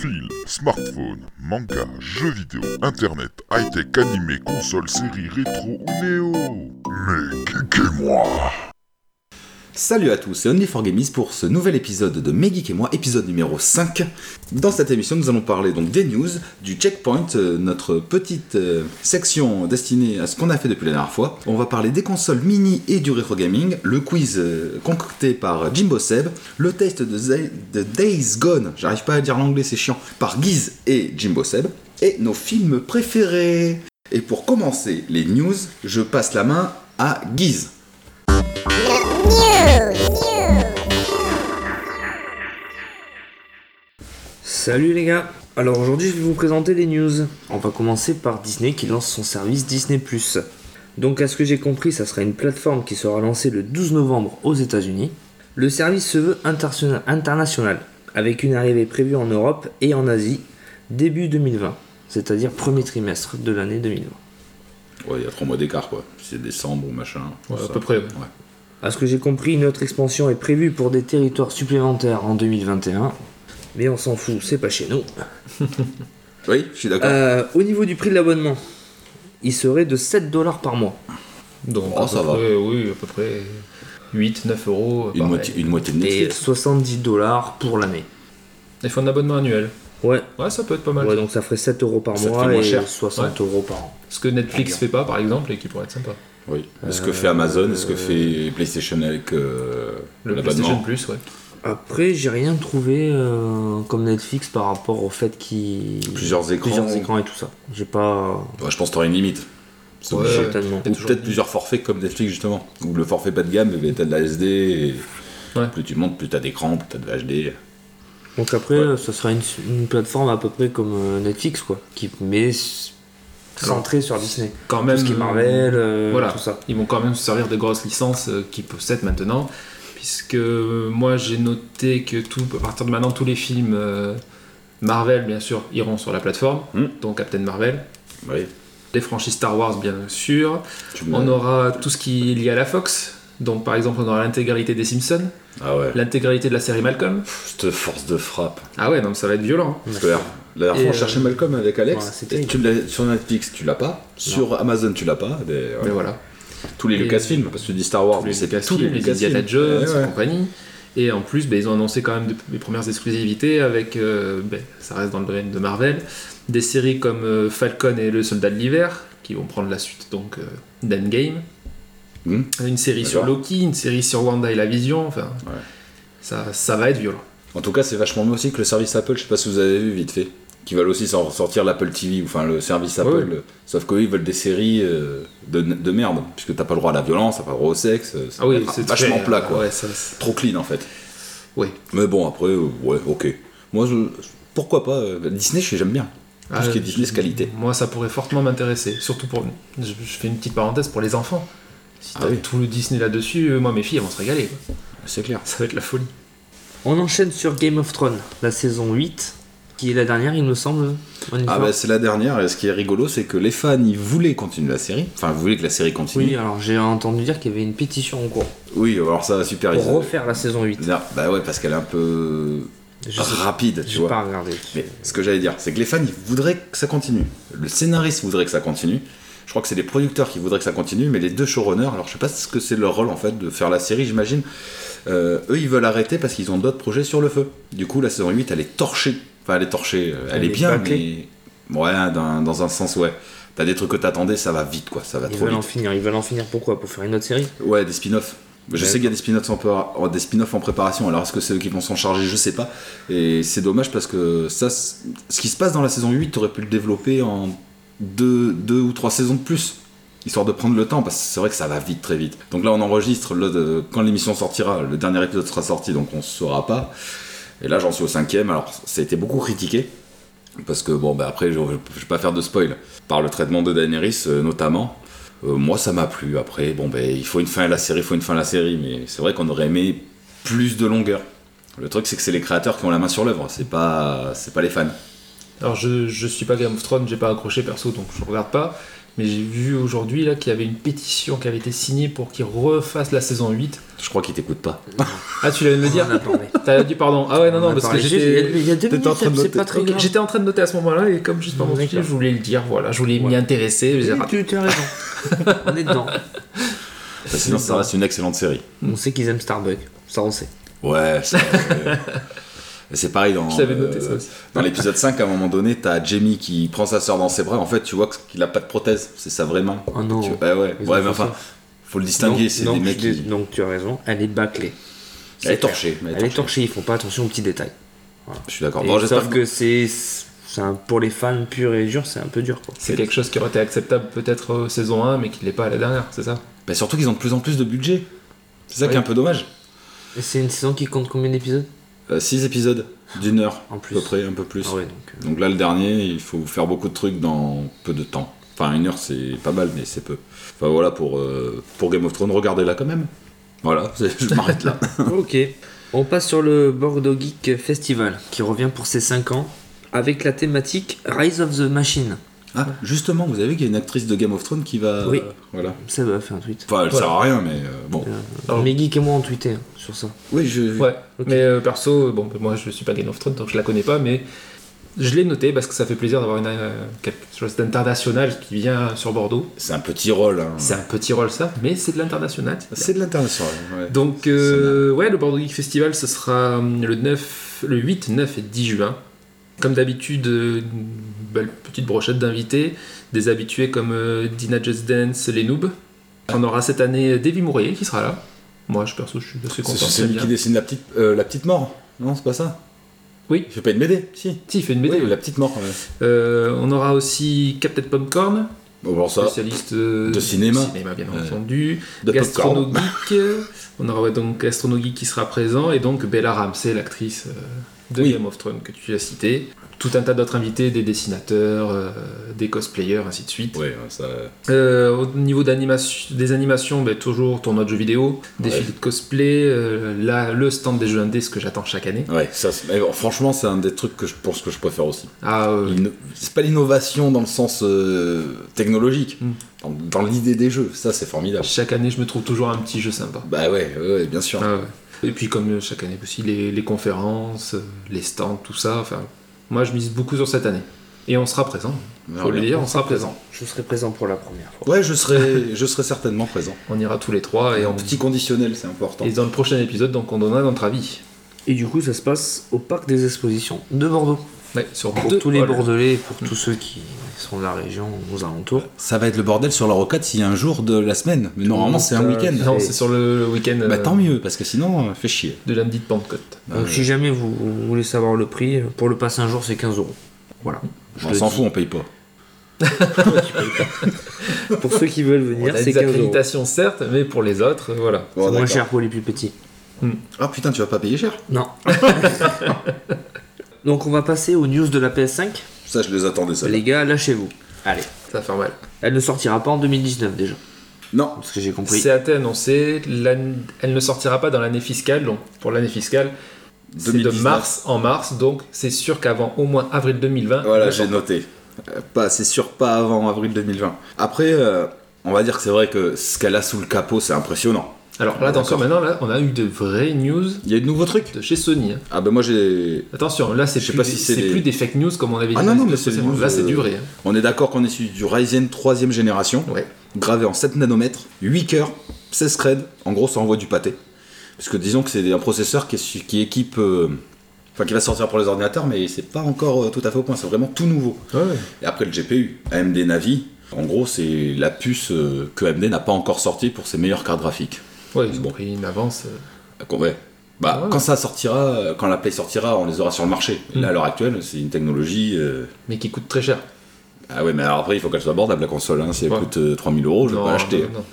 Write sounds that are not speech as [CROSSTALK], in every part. fil, smartphone, manga, jeux vidéo, internet, high-tech, animé, console, série, rétro ou néo. Mais geekez-moi Salut à tous, c'est Only4Gamies pour ce nouvel épisode de Megeek et moi, épisode numéro 5. Dans cette émission, nous allons parler donc des news, du checkpoint, euh, notre petite euh, section destinée à ce qu'on a fait depuis la dernière fois. On va parler des consoles mini et du rétro gaming, le quiz euh, concocté par Jimbo Seb, le test de, Ze- de Days Gone, j'arrive pas à dire l'anglais, c'est chiant, par Guise et Jimbo Seb, et nos films préférés. Et pour commencer les news, je passe la main à Guise. Salut les gars Alors aujourd'hui je vais vous présenter des news. On va commencer par Disney qui lance son service Disney ⁇ Donc à ce que j'ai compris ça sera une plateforme qui sera lancée le 12 novembre aux États-Unis. Le service se veut interna- international avec une arrivée prévue en Europe et en Asie début 2020, c'est-à-dire premier trimestre de l'année 2020. Ouais, il y a trois mois d'écart, quoi. C'est décembre ou machin. Ouais, à ça. peu près, ouais. À ce que j'ai compris, une autre expansion est prévue pour des territoires supplémentaires en 2021. Mais on s'en fout, c'est pas chez nous. Oui, je suis d'accord. Euh, au niveau du prix de l'abonnement, il serait de 7 dollars par mois. Donc, Oh, à ça peu va. près, oui, à peu près 8, 9 euros. euh, une, pareil. moitié, une moitié de et Netflix. 70 dollars pour l'année. Ils font un abonnement annuel. Ouais. Ouais, ça peut être pas mal. ouais, donc ça ferait 7 euros par Ça te mois fait moins et cher. 60 euros par an. Ce que Netflix fait pas, par exemple, et qui pourrait être sympa. Oui. Ce que fait Amazon, ce que fait PlayStation avec euh, Le PlayStation l'abonnement. Plus, ouais. Après, j'ai rien trouvé euh, comme Netflix par rapport au fait qu'il. Plusieurs écrans. Plusieurs écrans et tout ça. J'ai pas. Ouais, je pense que t'auras une limite. C'est Ouais. obligé. certainement. T'as Ou toujours- peut-être plusieurs forfaits comme Netflix justement. Ou le forfait pas de gamme, mais t'as de la SD. et Ouais. Plus tu montes, plus t'as d'écran, plus t'as de HD. Donc après, Ouais. euh, ça sera une, une plateforme à peu près comme euh, Netflix, quoi. Qui met. s- centrée sur Disney. Quand même. tout ce qui est euh, Marvel, euh, voilà. tout ça. Ils vont quand même se servir de grosses licences euh, qui possèdent maintenant. Puisque euh, moi, j'ai noté que tout, à partir de maintenant, tous les films euh, Marvel, bien sûr, iront sur la plateforme. Hmm. Donc Captain Marvel. Oui. Les franchises Star Wars, bien sûr. Tu On me- aura tout ce qui est lié à la Fox. Donc, par exemple, on aura l'intégralité des Simpsons, Ah ouais. l'intégralité de la série Malcolm. Pff, Cette force de frappe. Ah ouais, non, mais ça va être violent. Parce que la la dernière fois, on Et, euh, cherchait Malcolm avec ouais, Alex. c'est terrible. et tu l'as- sur Netflix, tu l'as pas. Sur Amazon, tu l'as pas. mais, euh, Mais voilà. Tous les Et- Lucasfilm, parce que tu dis Star Wars, Tous mais les c'est Lucasfilm, tous les les Lucasfilm. Indiana Jones Ouais, et ouais. compagnie. Et en plus, ben, ils ont annoncé quand même de- les premières exclusivités avec, euh, ben, ça reste dans le domaine de Marvel, des séries comme euh, Falcon et le Soldat de l'Hiver, qui vont prendre la suite donc euh, d'Endgame. Hmm. Une série sur D'accord. Loki, une série sur Wanda et la Vision, enfin, Ouais. ça, ça va être violent. En tout cas, c'est vachement mieux aussi que le service Apple, je sais pas si vous avez vu vite fait, qui veulent aussi s'en sortir l'Apple TV, ou enfin le service Apple, Ouais, euh, sauf qu'eux ils veulent des séries euh, de, de merde, puisque t'as pas le droit à la violence, t'as pas le droit au sexe, euh, c'est vachement Ah très- plat quoi, ouais, ça- c'est- trop clean en fait. Oui. Mais bon, après, euh, ouais, ok. Moi, je- pourquoi pas, euh, Disney, je sais, j'aime bien, tout Ah, ce qui est je- Disney, c'est qualité. Moi, ça pourrait fortement m'intéresser. Surtout pour. Je, je fais une petite parenthèse pour les enfants. Si Ah t'as oui. tout le Disney là-dessus, euh, moi, mes filles, elles vont se régaler. quoi. C'est clair. Ça va être la folie. On enchaîne sur Game of Thrones, la saison 8, qui est la dernière, il me semble. On y Ah va bah c'est la dernière, et ce qui est rigolo, c'est que les fans, ils voulaient continuer la série, enfin, ils voulaient que la série Oui, continue. alors j'ai entendu dire qu'il y avait une pétition en cours Oui, alors ça, super. pour Ah, ils- refaire la saison 8. Non, bah ouais, parce qu'elle est un peu Je sais- Ah, rapide, tu J'ai vois. pas regardé. Mais ce que j'allais dire, c'est que les fans, ils voudraient que ça continue. Le scénariste voudrait que ça continue. Je crois que c'est les producteurs qui voudraient que ça continue, mais les deux showrunners, alors je sais pas ce que c'est leur rôle en fait de faire la série, j'imagine. Euh, eux, ils veulent arrêter parce qu'ils ont d'autres projets sur le feu. Du coup, la saison 8, elle est torchée. Enfin, elle est torchée, euh, elle, Elle est, est bien, bâclée. mais. Ouais, dans, dans un sens, ouais. T'as des trucs que t'attendais, ça va vite, quoi. Ça va Ils trop veulent en vite. finir. Ils veulent en finir pourquoi Pour faire une autre série Ouais, des spin-offs. Je Ouais. sais qu'il y a des spin-offs en, par- oh, des spin-offs en préparation, alors est-ce que c'est eux qui vont s'en charger Je sais pas. Et c'est dommage parce que ça, c'est- ce qui se passe dans la saison 8, t'aurais pu le développer en deux, deux ou trois saisons de plus, histoire de prendre le temps, parce que c'est vrai que ça va vite, très vite. Donc là, on enregistre, le- de- quand l'émission sortira, le dernier épisode sera sorti, donc on saura pas. Et là, j'en suis au cinquième, alors ça a été beaucoup critiqué, parce que bon, bah après, je, je vais pas faire de spoil, par le traitement de Daenerys euh, notamment. Euh, moi, ça m'a plu. Après, bon, ben, il faut une fin à la série, il faut une fin à la série, mais c'est vrai qu'on aurait aimé plus de longueur. Le truc, c'est que c'est les créateurs qui ont la main sur l'œuvre, c'est pas, c'est pas les fans. Alors je, je suis pas Game of Thrones, j'ai pas accroché perso donc je regarde pas. Mais j'ai vu aujourd'hui là qu'il y avait une pétition qui avait été signée pour qu'ils refassent la saison 8. Je crois qu'il t'écoute pas. Ah, tu l'avais de me dire On en a parlé. T'as dit pardon. Ah ouais, [LAUGHS] non, On non, a parce que parlé. j'étais. Il y a deux t'étais en minutes, train de c'est noter. pas très Ok, grave. J'étais en train de noter à ce moment-là et comme je suis pas D'accord. menti, je voulais le dire, voilà, je voulais m'y Ouais. intéresser. mais j'ai raté. Tu, tu as [LAUGHS] raison. on est dedans. Sinon, ça reste une excellente série. On sait qu'ils aiment Starbucks. Ça, on sait. Ouais, c'est [LAUGHS] c'est pareil dans. Je l'avais noté euh, ça aussi. Dans l'épisode 5, à un moment donné, t'as Jamie qui prend sa sœur dans ses bras. En fait, tu vois que- qu'il a pas de prothèse. C'est sa vraie main. Oh non. Tu- Ouais, ouais. Ils Ouais, ont mais fait enfin, ça. faut le distinguer. C'est Donc- des donc, mecs tu- qui. Donc tu as raison, elle est bâclée. Elle est clair. torchée, mais elle est Elle est torchée. torchée, ils font pas attention aux petits détails. Je suis d'accord. Et Bon, j'espère sauf que c'est. c'est un- pour les fans purs et durs, c'est un peu dur. Quoi. C'est quelque chose qui aurait été acceptable peut-être euh, saison 1, mais qui l'est pas à la dernière, c'est ça Bah, surtout qu'ils ont de plus en plus de budget. C'est ça Oui. qui est un peu dommage. Et C'est une saison qui compte combien d'épisodes 6 épisodes d'une heure, En plus. à peu près, un peu plus. Ah ouais, donc. euh, Donc là, le dernier, il faut faire beaucoup de trucs dans peu de temps. Enfin, une heure, c'est pas mal, mais c'est peu. Enfin, voilà, pour, euh, pour Game of Thrones, regardez-la quand même. Voilà, [LAUGHS] c'est- je m'arrête là. [LAUGHS] ok. On passe sur le Bordeaux Geek Festival qui revient pour ses 5 ans avec la thématique Rise of the Machine. Ah, justement, vous avez vu qu'il y a une actrice de Game of Thrones qui va. Oui. Voilà. Ça va faire un tweet. Enfin, elle Voilà. sert à rien, mais euh, bon. Alors- Mais Geek et moi on tweetait hein, sur ça. Oui, je. Ouais, Ok. mais euh, perso, euh, bon, moi je suis pas Game of Thrones donc je la connais pas, mais je l'ai noté parce que ça fait plaisir d'avoir une, euh, quelque chose d'international qui vient sur Bordeaux. C'est un petit rôle. hein. C'est un petit rôle ça, mais c'est de l'international. C'est de l'international. ouais. Donc, euh, ouais, le Bordeaux Geek Festival, ce sera hum, le, 9, le 8, 9 et 10 juin. Comme d'habitude, euh, une belle petite brochette d'invités, des habitués comme euh, Dina Just Dance, les noobs. On aura cette année euh, Davy Mourier qui sera là. Moi, je perso, je suis assez C'est content. c'est celui bien. qui dessine la petite, euh, la petite mort. Non, c'est pas ça Oui. Il fait pas une BD, si. Si, il fait une BD. Oui, ouais. la petite mort. ouais. Euh, on aura aussi Captain Popcorn, Bon, bon, ça. spécialiste euh, de cinéma. Euh. de bien Ouais. entendu. De popcorn. Gastronogeek. euh, on aura ouais, donc Gastronogeek qui sera présent et donc Bella Ramsey, l'actrice euh, de Oui. Game of Thrones que tu as citée. Tout un tas d'autres invités, des dessinateurs, euh, des cosplayers, ainsi de suite. Ouais, ça. Euh, au niveau d'animation- des animations, ben, toujours tournoi de jeux vidéo, des Ouais. défilé de cosplay, euh, là, le stand des jeux indés, ce que j'attends chaque année. Ouais, ça, c'est- mais bon, franchement, c'est un des trucs que je pense que je préfère aussi. Ah, euh, L'inno- C'est pas l'innovation dans le sens euh, technologique, Mm. dans, dans l'idée des jeux. Ça, c'est formidable. chaque année, je me trouve toujours un petit jeu sympa. Bah ouais, ouais, ouais, bien sûr. Ah ouais. Et puis comme euh, chaque année aussi, les, les conférences, euh, les stands, tout ça. Enfin, moi je mise beaucoup sur cette année. Et on sera présent. Faut le dire, on sera présent. Je serai présent pour la première fois. Ouais, je serai, [LAUGHS] je serai certainement présent. On ira tous les trois et, Et on... en petit conditionnel, c'est important. et dans le prochain épisode, donc on donnera notre avis. Et du coup ça se passe au parc des expositions de Bordeaux. Ouais, sur Pour deux Oh tous les halls. Bordelais, pour tous ceux qui sont de la région, aux alentours. Ça va être le bordel sur la rocade s'il y a un jour de la semaine. Mais normalement, c'est un ça- week-end. Non, c'est sur le week-end Bah euh, tant mieux, parce que sinon, euh, fait chier. de lundi de Pentecôte. Bah, Donc si jamais vous, vous voulez savoir le prix, pour le passer un jour c'est 15 euros. Voilà. Je on le s'en dis. fout, on paye pas. Pour ceux qui veulent On a venir, c'est des 15 euros. accréditations certes, mais pour les autres, euh, voilà. C'est moins cher pour les plus petits. Ah putain, tu vas pas payer cher Non. [LAUGHS] Donc on va passer aux news de la PS5. Ça, je les attendais, ça. Les gars, lâchez-vous. Allez. Ça va faire mal. Elle ne sortira pas en 2019 déjà, Non, parce que j'ai compris. C'est à été annoncé, l'année- elle ne sortira pas dans l'année fiscale, donc pour l'année fiscale, c'est de 2019. mars en mars, donc c'est sûr qu'avant au moins avril 2020, Voilà, elle j'ai noté. Euh, Pas, c'est sûr, pas avant avril 2020. Après, euh, on va dire que c'est vrai que ce qu'elle a sous le capot, c'est impressionnant. Alors là, Ah, attention, d'accord. maintenant, là, on a eu de vraies news Il y a de nouveaux trucs de chez Sony. hein. Ah ben moi, j'ai. Attention, là, c'est Je sais plus, pas des- si c'est c'est des- plus des fake news comme on avait Ah dit. non, dans non, les mais c'est précédents. des Là, news, c'est du euh, vrai. hein. On est d'accord qu'on est sur du Ryzen 3ème génération, Ouais. gravé en 7 nanomètres, 8 cœurs, 16 threads. En gros, ça envoie du pâté. Parce que disons que c'est un processeur qui, est su- qui équipe. euh, Enfin, qui va sortir pour les ordinateurs, mais c'est pas encore euh, tout à fait au point, c'est vraiment tout nouveau. Et après le GPU, AMD Navi, en gros, c'est la puce euh, que AMD n'a pas encore sortie pour ses meilleures cartes graphiques. Ouais, ils ont Bon. pris une avance. euh. Ah, qu'on- ouais. Bah, Ouais. Quand ça sortira, euh, quand la Play sortira, on les aura sur le marché. Et Là, à l'heure actuelle, c'est une technologie. euh, Mais qui coûte très cher. Ah ouais, mais alors après, il faut qu'elle soit abordable, la console. hein. Si elle Ouais. coûte euh, 3000 euros, je vais Non, pas l'acheter. non, non.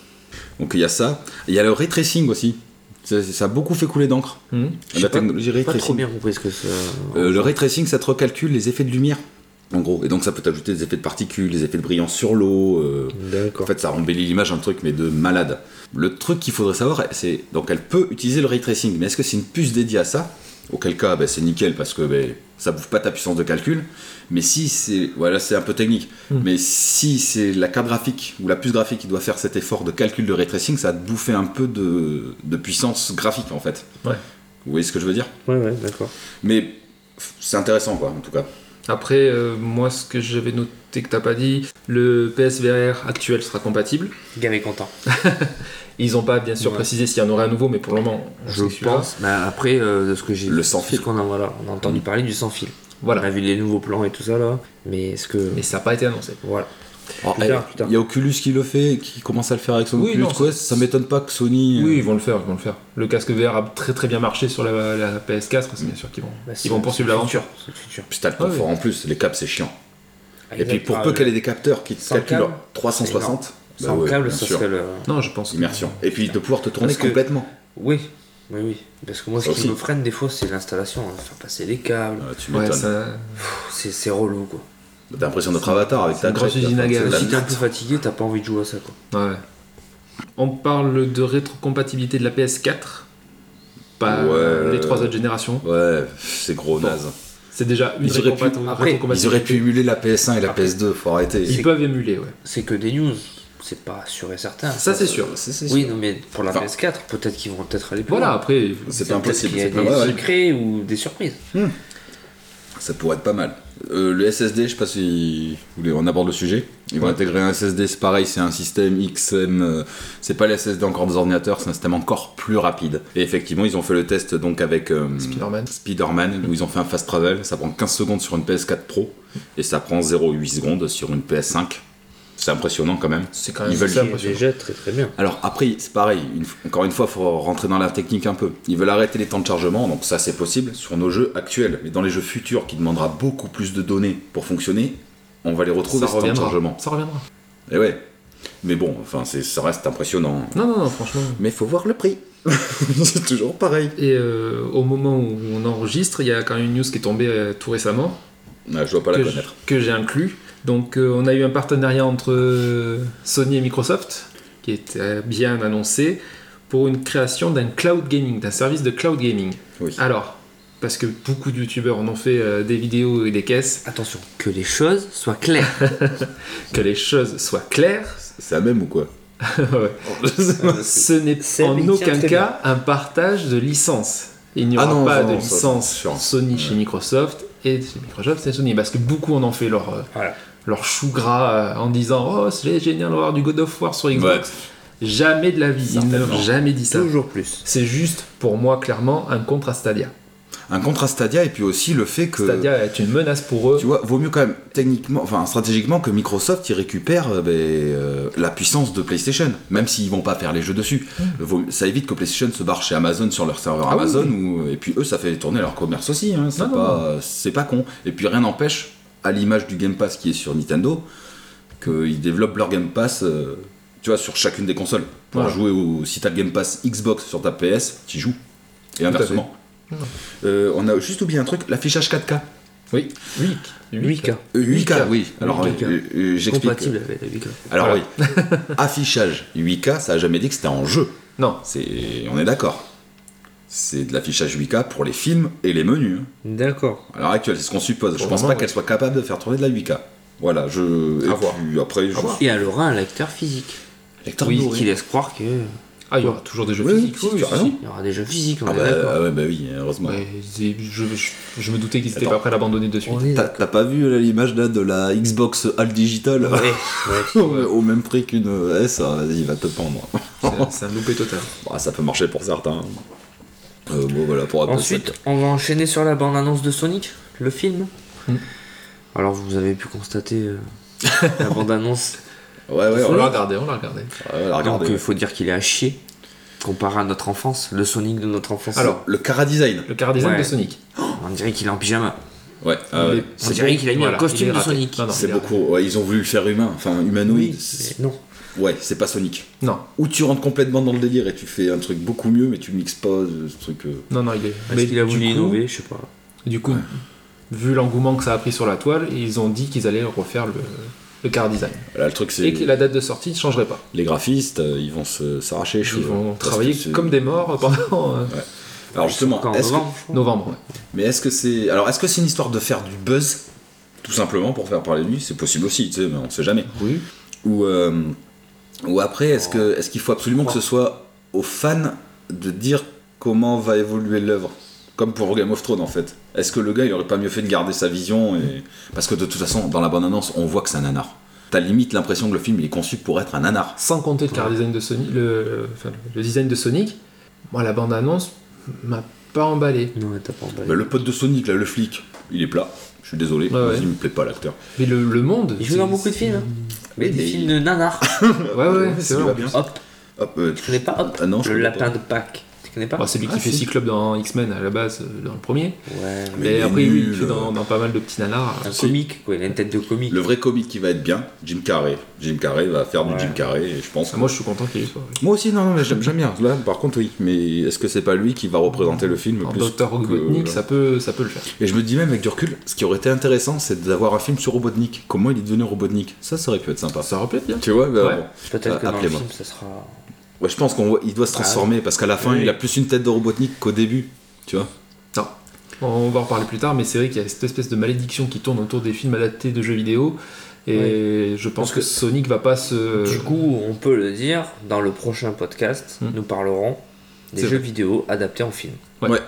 Donc il y a ça. Il y a le ray tracing aussi. Ça, ça a beaucoup fait couler d'encre. Hum. J'ai La pas- technologie ray J'ai pas trop tracing. bien compris ce que c'est. Euh, le ray tracing, ça te recalcule les effets de lumière. En gros, et donc ça peut t'ajouter des effets de particules, des effets de brillance sur l'eau, euh, En D'accord. fait, ça embellit l'image un truc, mais de malade. Le truc qu'il faudrait savoir, c'est donc elle peut utiliser le ray tracing, mais est-ce que c'est une puce dédiée à ça auquel cas bah, c'est nickel parce que bah, ça bouffe pas ta puissance de calcul. Mais si c'est voilà, c'est un peu technique. Mm. Mais si c'est la carte graphique ou la puce graphique qui doit faire cet effort de calcul de ray tracing, ça va te bouffer un peu de, de puissance graphique en fait. Ouais. Vous voyez ce que je veux dire Ouais, ouais, d'accord. Mais c'est intéressant quoi en tout cas. Après, euh, moi, ce que j'avais noté que t'as pas dit, le PSVR actuel sera compatible. Gav est content. Ils ont pas bien sûr Ouais. précisé s'il y en aurait un nouveau, mais pour le moment, on Je sait que celui-là. pense. Bah, après, euh, de ce que j'ai Le sans de fil. Mm. Ce qu'on a, voilà, on a entendu parler du sans fil. On Voilà. a vu les nouveaux plans et tout ça là. Mais est-ce que. Mais ça n'a pas été annoncé. Voilà. Alors, Plus tard, eh, plus tard. Il y a Oculus qui le fait, qui commence à le faire avec son Oui, Oculus non, Quest. Ça m'étonne pas que Sony. euh, Oui, ils vont le faire, ils vont le faire. Le casque VR a très très bien marché sur la, la PS4, Mm. c'est bien sûr qu'ils vont, Bah, c'est- ils vont poursuivre l'aventure. C'est le futur. Puis t'as le Ah oui. confort en plus, les câbles c'est chiant. Et puis pour Ah, peu le- qu'elle ait des capteurs qui te Sans calculent câble, en 360, bah Sans ouais, câble, bien ça sûr. serait le. Non, je pense. que- immersion. Et puis de pouvoir te tourner Parce que- complètement. Oui, oui, oui. Parce que moi, ce Ça qui aussi. me freine des fois, c'est l'installation. hein. Faire passer les câbles. Ah, tu Ouais, m'étonnes. ça- Pff, C'est c'est relou, quoi. T'as l'impression d'être avatar avec ta une grosse crête, usine à enfin, gaz. c'est Si la t'es un merde. peu fatigué, t'as pas envie de jouer à ça, quoi. ouais. On parle de rétrocompatibilité de la PS4. Pas Ouais. les trois autres générations. Ouais, pff, c'est gros naze. C'est déjà une Ils auraient pu- rétrocompat- Après, Ils auraient pu émuler la PS1 et la PS2, faut arrêter. Ils peuvent émuler, ouais. C'est que des news. C'est pas sûr et Ah, certain. Ça, c'est sûr. Oui, non, mais pour la Enfin- PS4, peut-être qu'ils vont peut-être aller plus Voilà, loin. après, C'est Peut-être impossible. qu'il y a c'est pas- des ouais, ouais. secrets ou des surprises. Ça pourrait être pas mal. Euh, le SSD, je sais pas si vous voulez, on aborde le sujet. Ils vont intégrer un SSD, c'est pareil, c'est un système XM. euh, c'est pas le SSD encore des ordinateurs, c'est un système encore plus rapide. Et effectivement, ils ont fait le test donc avec euh, Spider-Man. Spider-Man, où ils ont fait un fast travel. Ça prend 15 secondes sur une PS4 Pro et ça prend 0,8 secondes sur une PS5. C'est impressionnant quand même. C'est quand même Ils veulent- assez C'est impressionnant. déjà très très bien. Alors après, c'est pareil, une- encore une fois, faut rentrer dans la technique un peu. Ils veulent arrêter les temps de chargement, donc ça c'est possible sur nos jeux actuels. Mais dans les jeux futurs qui demandera beaucoup plus de données pour fonctionner, on va les retrouver Ça ces temps de reviendra. chargement. Ça reviendra. Et ouais. Mais bon, enfin, c'est- ça reste impressionnant. Non, non, non, franchement. Mais faut voir le prix. [LAUGHS] c'est toujours pareil. Et euh, au moment où on enregistre, il y a quand même une news qui est tombée euh, tout récemment, Ah, je dois pas la que je- connaître. que j'ai inclus. Donc euh, on a eu un partenariat entre euh, Sony et Microsoft, qui était bien annoncé, pour une création d'un cloud gaming, d'un service de cloud gaming. Oui. Alors, parce que beaucoup de youtubeurs en ont fait euh, des vidéos et des caisses, Attention, que les choses soient claires. que les choses soient claires, C'est la même ou quoi Ouais. [LAUGHS] ce n'est Seb, il en tient aucun très cas un partage de licence. Il n'y Ah aura non, pas non, de non, ça, c'est licence sûr. Sony chez Microsoft et chez Microsoft c'est Sony parce que beaucoup en ont fait leur, euh, Voilà. leur chou gras euh, en disant oh c'est génial d'avoir du God of War sur Xbox. Jamais de la vie, ils n'ont Certainement. jamais dit ça. Toujours plus. C'est juste pour moi clairement un contre à Stadia. Un contrat Stadia et puis aussi le fait que. Stadia est une menace pour eux. Euh, Tu vois, vaut mieux quand même techniquement, enfin stratégiquement que Microsoft y récupère euh, ben, euh, la puissance de PlayStation, même s'ils vont pas faire les jeux dessus. Vaut- ça évite que PlayStation se barre chez Amazon sur leur serveur Mm. Ah oui, Amazon, ou- et puis eux ça fait tourner leur commerce aussi. hein, c'est Non, non, pas, c'est pas con. Et puis rien n'empêche, à l'image du Game Pass qui est sur Nintendo, qu'ils développent leur Game Pass. euh, tu vois, sur chacune des consoles. Pour Voilà. jouer au, si t'as le Game Pass Xbox sur ta PS, tu joues. Et fait. Mm. inversement. Euh, on a juste oublié un truc, l'affichage 4K. Oui, 8, 8K. Euh, 8K, 8K, oui. Alors, 8K. euh, euh, j'explique. Compatible avec la 8K. Alors, oui. affichage 8K, ça a jamais dit que c'était en jeu. Non, C'est... On est d'accord. C'est de l'affichage 8K pour les films et les menus. hein. D'accord. À l'heure actuelle, c'est ce qu'on suppose. Pour je le pense moment, pas qu'elle soit capable de faire tourner de la 8K. Voilà, je. et À voir. puis après, je. voir. Et elle aura un lecteur physique. Lecteur oui, nourri. qui laisse croire que ah, il y aura toujours des jeux Oui, physiques. oui, si, tu as si, raison. si. il y aura des jeux physiques, on Ah est bah, d'accord. ah ouais, bah oui, heureusement. Ouais, c'est- je, je- je me doutais qu'ils n'étaient Attends. pas prêts à l'abandonner de suite. On est T'as, d'accord. t'as pas vu là, l'image là, de la Xbox All Digital [LAUGHS] Ouais, ouais. au même prix qu'une S ah, Vas-y, va te pendre. [LAUGHS] C'est- C'est un loupé total. Bah, ça peut marcher pour certains. Euh, bon, voilà, pour Apple, Ensuite, on va enchaîner sur la bande-annonce de Sonic, le film. Mm. Hmm. Alors, vous avez pu constater euh, [LAUGHS] la bande-annonce. ça- Ouais, ouais, on on l'a l'a regardé, on l'a regardé. ouais, la Donc, regardez. il faut dire qu'il est à chier comparé à notre enfance, le Sonic de notre enfance. Alors, Le Cara Design. Le car design Ouais. de Sonic. on dirait qu'il est en pyjama. Ouais, ah ouais. On dirait qu'il a mis Voilà, un costume il est de raté. Sonic. Non, non, c'est il est raté. beaucoup. Ouais, ils ont voulu le faire humain, enfin humanoïde. mais C'est- non. Ouais, c'est pas Sonic. Non, Ou tu rentres complètement dans le délire et tu fais un truc beaucoup mieux, mais tu mixes pas euh, ce truc. euh, non, non, il est. Est-ce qu'il a du voulu coup- innover Je sais pas. Du coup, vu l'engouement que ça a pris sur la toile, ils ont dit qu'ils allaient refaire le, le car design. Voilà, le truc, c'est Et que la date de sortie ne changerait pas. les graphistes, euh, ils vont se- s'arracher les Ils cheveux. vont Parce que travailler c'est- comme des morts [LAUGHS] pendant. euh, Alors justement, Quand, en est-ce que- novembre, je crois Novembre, ouais. mais est-ce que c'est alors est-ce que c'est une histoire de faire du buzz tout simplement pour faire parler de lui C'est possible aussi, tu sais, mais on sait jamais. Oui. Ou euh, ou après, est-ce que est-ce qu'il faut absolument que ce soit aux fans de dire comment va évoluer l'œuvre comme pour Game of Thrones en fait. Est-ce que le gars il aurait pas mieux fait de garder sa vision et... Parce que de toute façon dans la bande annonce on voit que c'est un nanar. T'as limite l'impression que le film il est conçu pour être un nanar. Sans compter le car design de Sonic, le, enfin, le design de Sonic, moi la bande annonce m'a pas emballé. Non, mais t'as pas emballé. Bah, le pote de Sonic là, le flic, il est plat. Je suis désolé, Ouais, ouais. il me plaît pas l'acteur. Mais le, le monde. Il joue dans beaucoup de films. hein. Mais Oui, des mais- films de nanar. Ouais, ouais, c'est Il va vrai. bien. Hop, Hop, euh, tu connais pas Hop Ah non, je Le connais lapin pas. Bah, de Pâques. Tu connais pas Bon, c'est lui qui Ah, fait si. Cyclope dans X-Men à la base, euh, dans le premier. Ouais, mais... Mais il Mais est après, oui, il nul. fait dans, dans pas mal de petits nanars. Un Si. comique, quoi. Il a une tête de comique. Le vrai comique qui va être bien, Jim Carrey. Jim Carrey va faire Ouais. du Jim Carrey, et je pense. Ah, Moi, je suis content qu'il y soit. oui. Moi aussi, non, non, mais j'aime j'aime bien. Là, par contre, oui. Mais est-ce que c'est pas lui qui va représenter le film En plus Dr. que- Robotnik, ça peut, ça peut le faire. Et je me dis même avec du recul, ce qui aurait été intéressant, c'est d'avoir un film sur Robotnik. Comment il est devenu Robotnik Ça, ça aurait pu être sympa. Ça aurait pu être bien. Tu vois, bah, Ouais. bon. Peut-être que dans le Appelez-moi. film, ça sera. Ouais, je pense qu'on voit- il doit se transformer parce qu'à la fin, Oui. il a plus une tête de Robotnik qu'au début. Tu vois Non. On va en reparler plus tard, mais c'est vrai qu'il y a cette espèce de malédiction qui tourne autour des films adaptés de jeux vidéo. Et je pense Parce que, que- Sonic va pas se. Du coup, on peut le dire, dans le prochain podcast, Euh. Hmm. nous parlerons des C'est jeux vidéo adaptés en film. Ouais. ouais.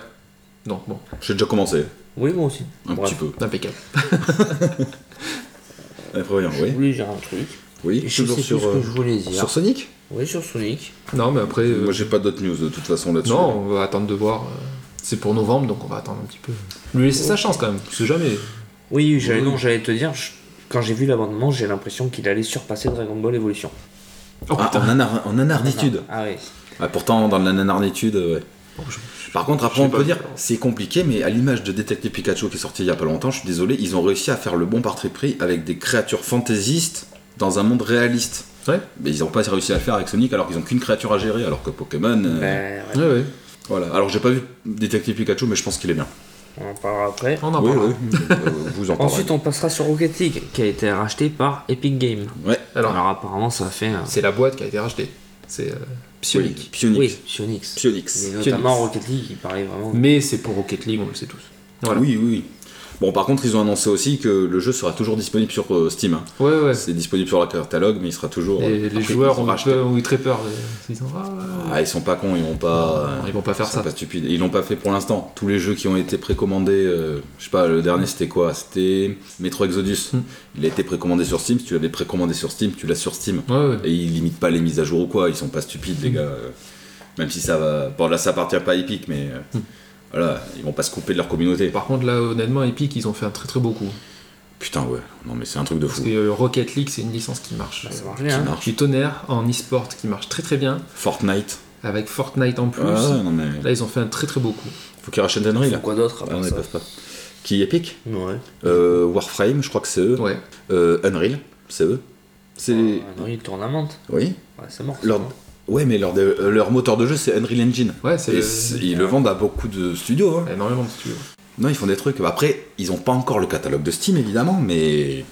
Non, bon, J'ai déjà commencé, Oui, moi aussi. un Bref. petit peu. impeccable. Après, voyons, Je oui. voulais dire un truc. Oui, Et je sais toujours plus sur, ce que euh, je voulais dire. sur Sonic Oui, sur Sonic. Non, mais après. euh, Moi, j'ai pas d'autres news de toute façon là-dessus. non, on va attendre de voir. euh, C'est pour novembre, donc on va attendre un petit peu. Lui laisser sa chance quand même, parce que jamais. Oui, j'allais, Oui. non, j'allais te dire, je- quand j'ai vu l'abandonnement, j'ai l'impression qu'il allait surpasser Dragon Ball Evolution. Oh Ah, en, putain, anar- en anarditude. Ah oui. Ah, pourtant, dans la nanarditude, euh, ouais. Par contre, Je après, sais on pas. peut dire, c'est compliqué, mais à l'image de Détective Pikachu qui est sorti il y a pas longtemps, je suis désolé, ils ont réussi à faire le bon parti pris avec des créatures fantaisistes dans un monde réaliste. Ouais. Mais ils ont pas réussi à le faire avec Sonic alors qu'ils ont qu'une créature à gérer, alors que Pokémon. euh, Ben, ouais, ouais, ouais. Voilà. Alors, j'ai pas vu Détective Pikachu, mais je pense qu'il est bien. On en parlera après. On en parlera. [LAUGHS] Euh, vous en parlez. Ensuite, on passera sur Rocket League, qui a été racheté par Epic Games. Ouais. Alors, Alors, apparemment, ça a fait. un- c'est la boîte qui a été rachetée. C'est euh, Psionic. Oui, Pionix. Oui, Psionix. Mais Pionix. notamment Rocket League, il parlait vraiment. Mais c'est pour Rocket League, on le sait tous. Voilà. Oui, oui. Bon, par contre, ils ont annoncé aussi que le jeu sera toujours disponible sur euh, Steam. hein. Ouais, ouais. C'est disponible sur la catalogue, mais il sera toujours. Et euh, les après, joueurs ils ont ont, racheté. peur- ont eu très peur. Ils sont, ah, ouais, ouais. Ah, ils sont pas cons, ils vont pas. Non, ils vont pas faire sont ça. Pas stupides. Ils l'ont pas fait pour l'instant. Tous les jeux qui ont été précommandés, euh, je sais pas, le dernier c'était quoi C'était Metro Exodus. Hmm. Il a été précommandé sur Steam. Si tu l'avais précommandé sur Steam, tu l'as sur Steam. Ouais, ouais. Et ils limitent pas les mises à jour ou quoi. Ils sont pas stupides, les Hmm. gars. euh, Même si ça va. Bon, là, ça appartient pas à Epic, mais. euh, Hmm. Voilà, ils vont pas se couper de leur communauté. Par contre, là, honnêtement, Epic, ils ont fait un très très beau coup. Putain, ouais. Non, mais c'est un truc de Parce fou. que euh, Rocket League, c'est une licence qui marche. Ça euh, marche bien. Qui hein. Ah, marche. Du tonnerre en e-sport qui marche très très bien. Fortnite. Avec Fortnite en plus. Ouais, ouais, non, mais. Là, ils ont fait un très très beau coup. Faut qu'ils rachètent Henry, là. Quoi d'autre à Ah, part non, ils ça peuvent pas. Qui Epic Ouais. Euh, Warframe, je crois que c'est eux. Ouais. Euh, Unreal, c'est eux. C'est. Euh, non, il tourne la menthe. Oui. Ouais, c'est mort. Leur... Ouais, mais leur, euh, leur moteur de jeu, c'est Unreal Engine. Ouais, c'est. Et le- c'est- ils le vendent à beaucoup de studios. hein. Énormément de studios. Non, ils font des trucs. Après, ils ont pas encore le catalogue de Steam, évidemment, mais.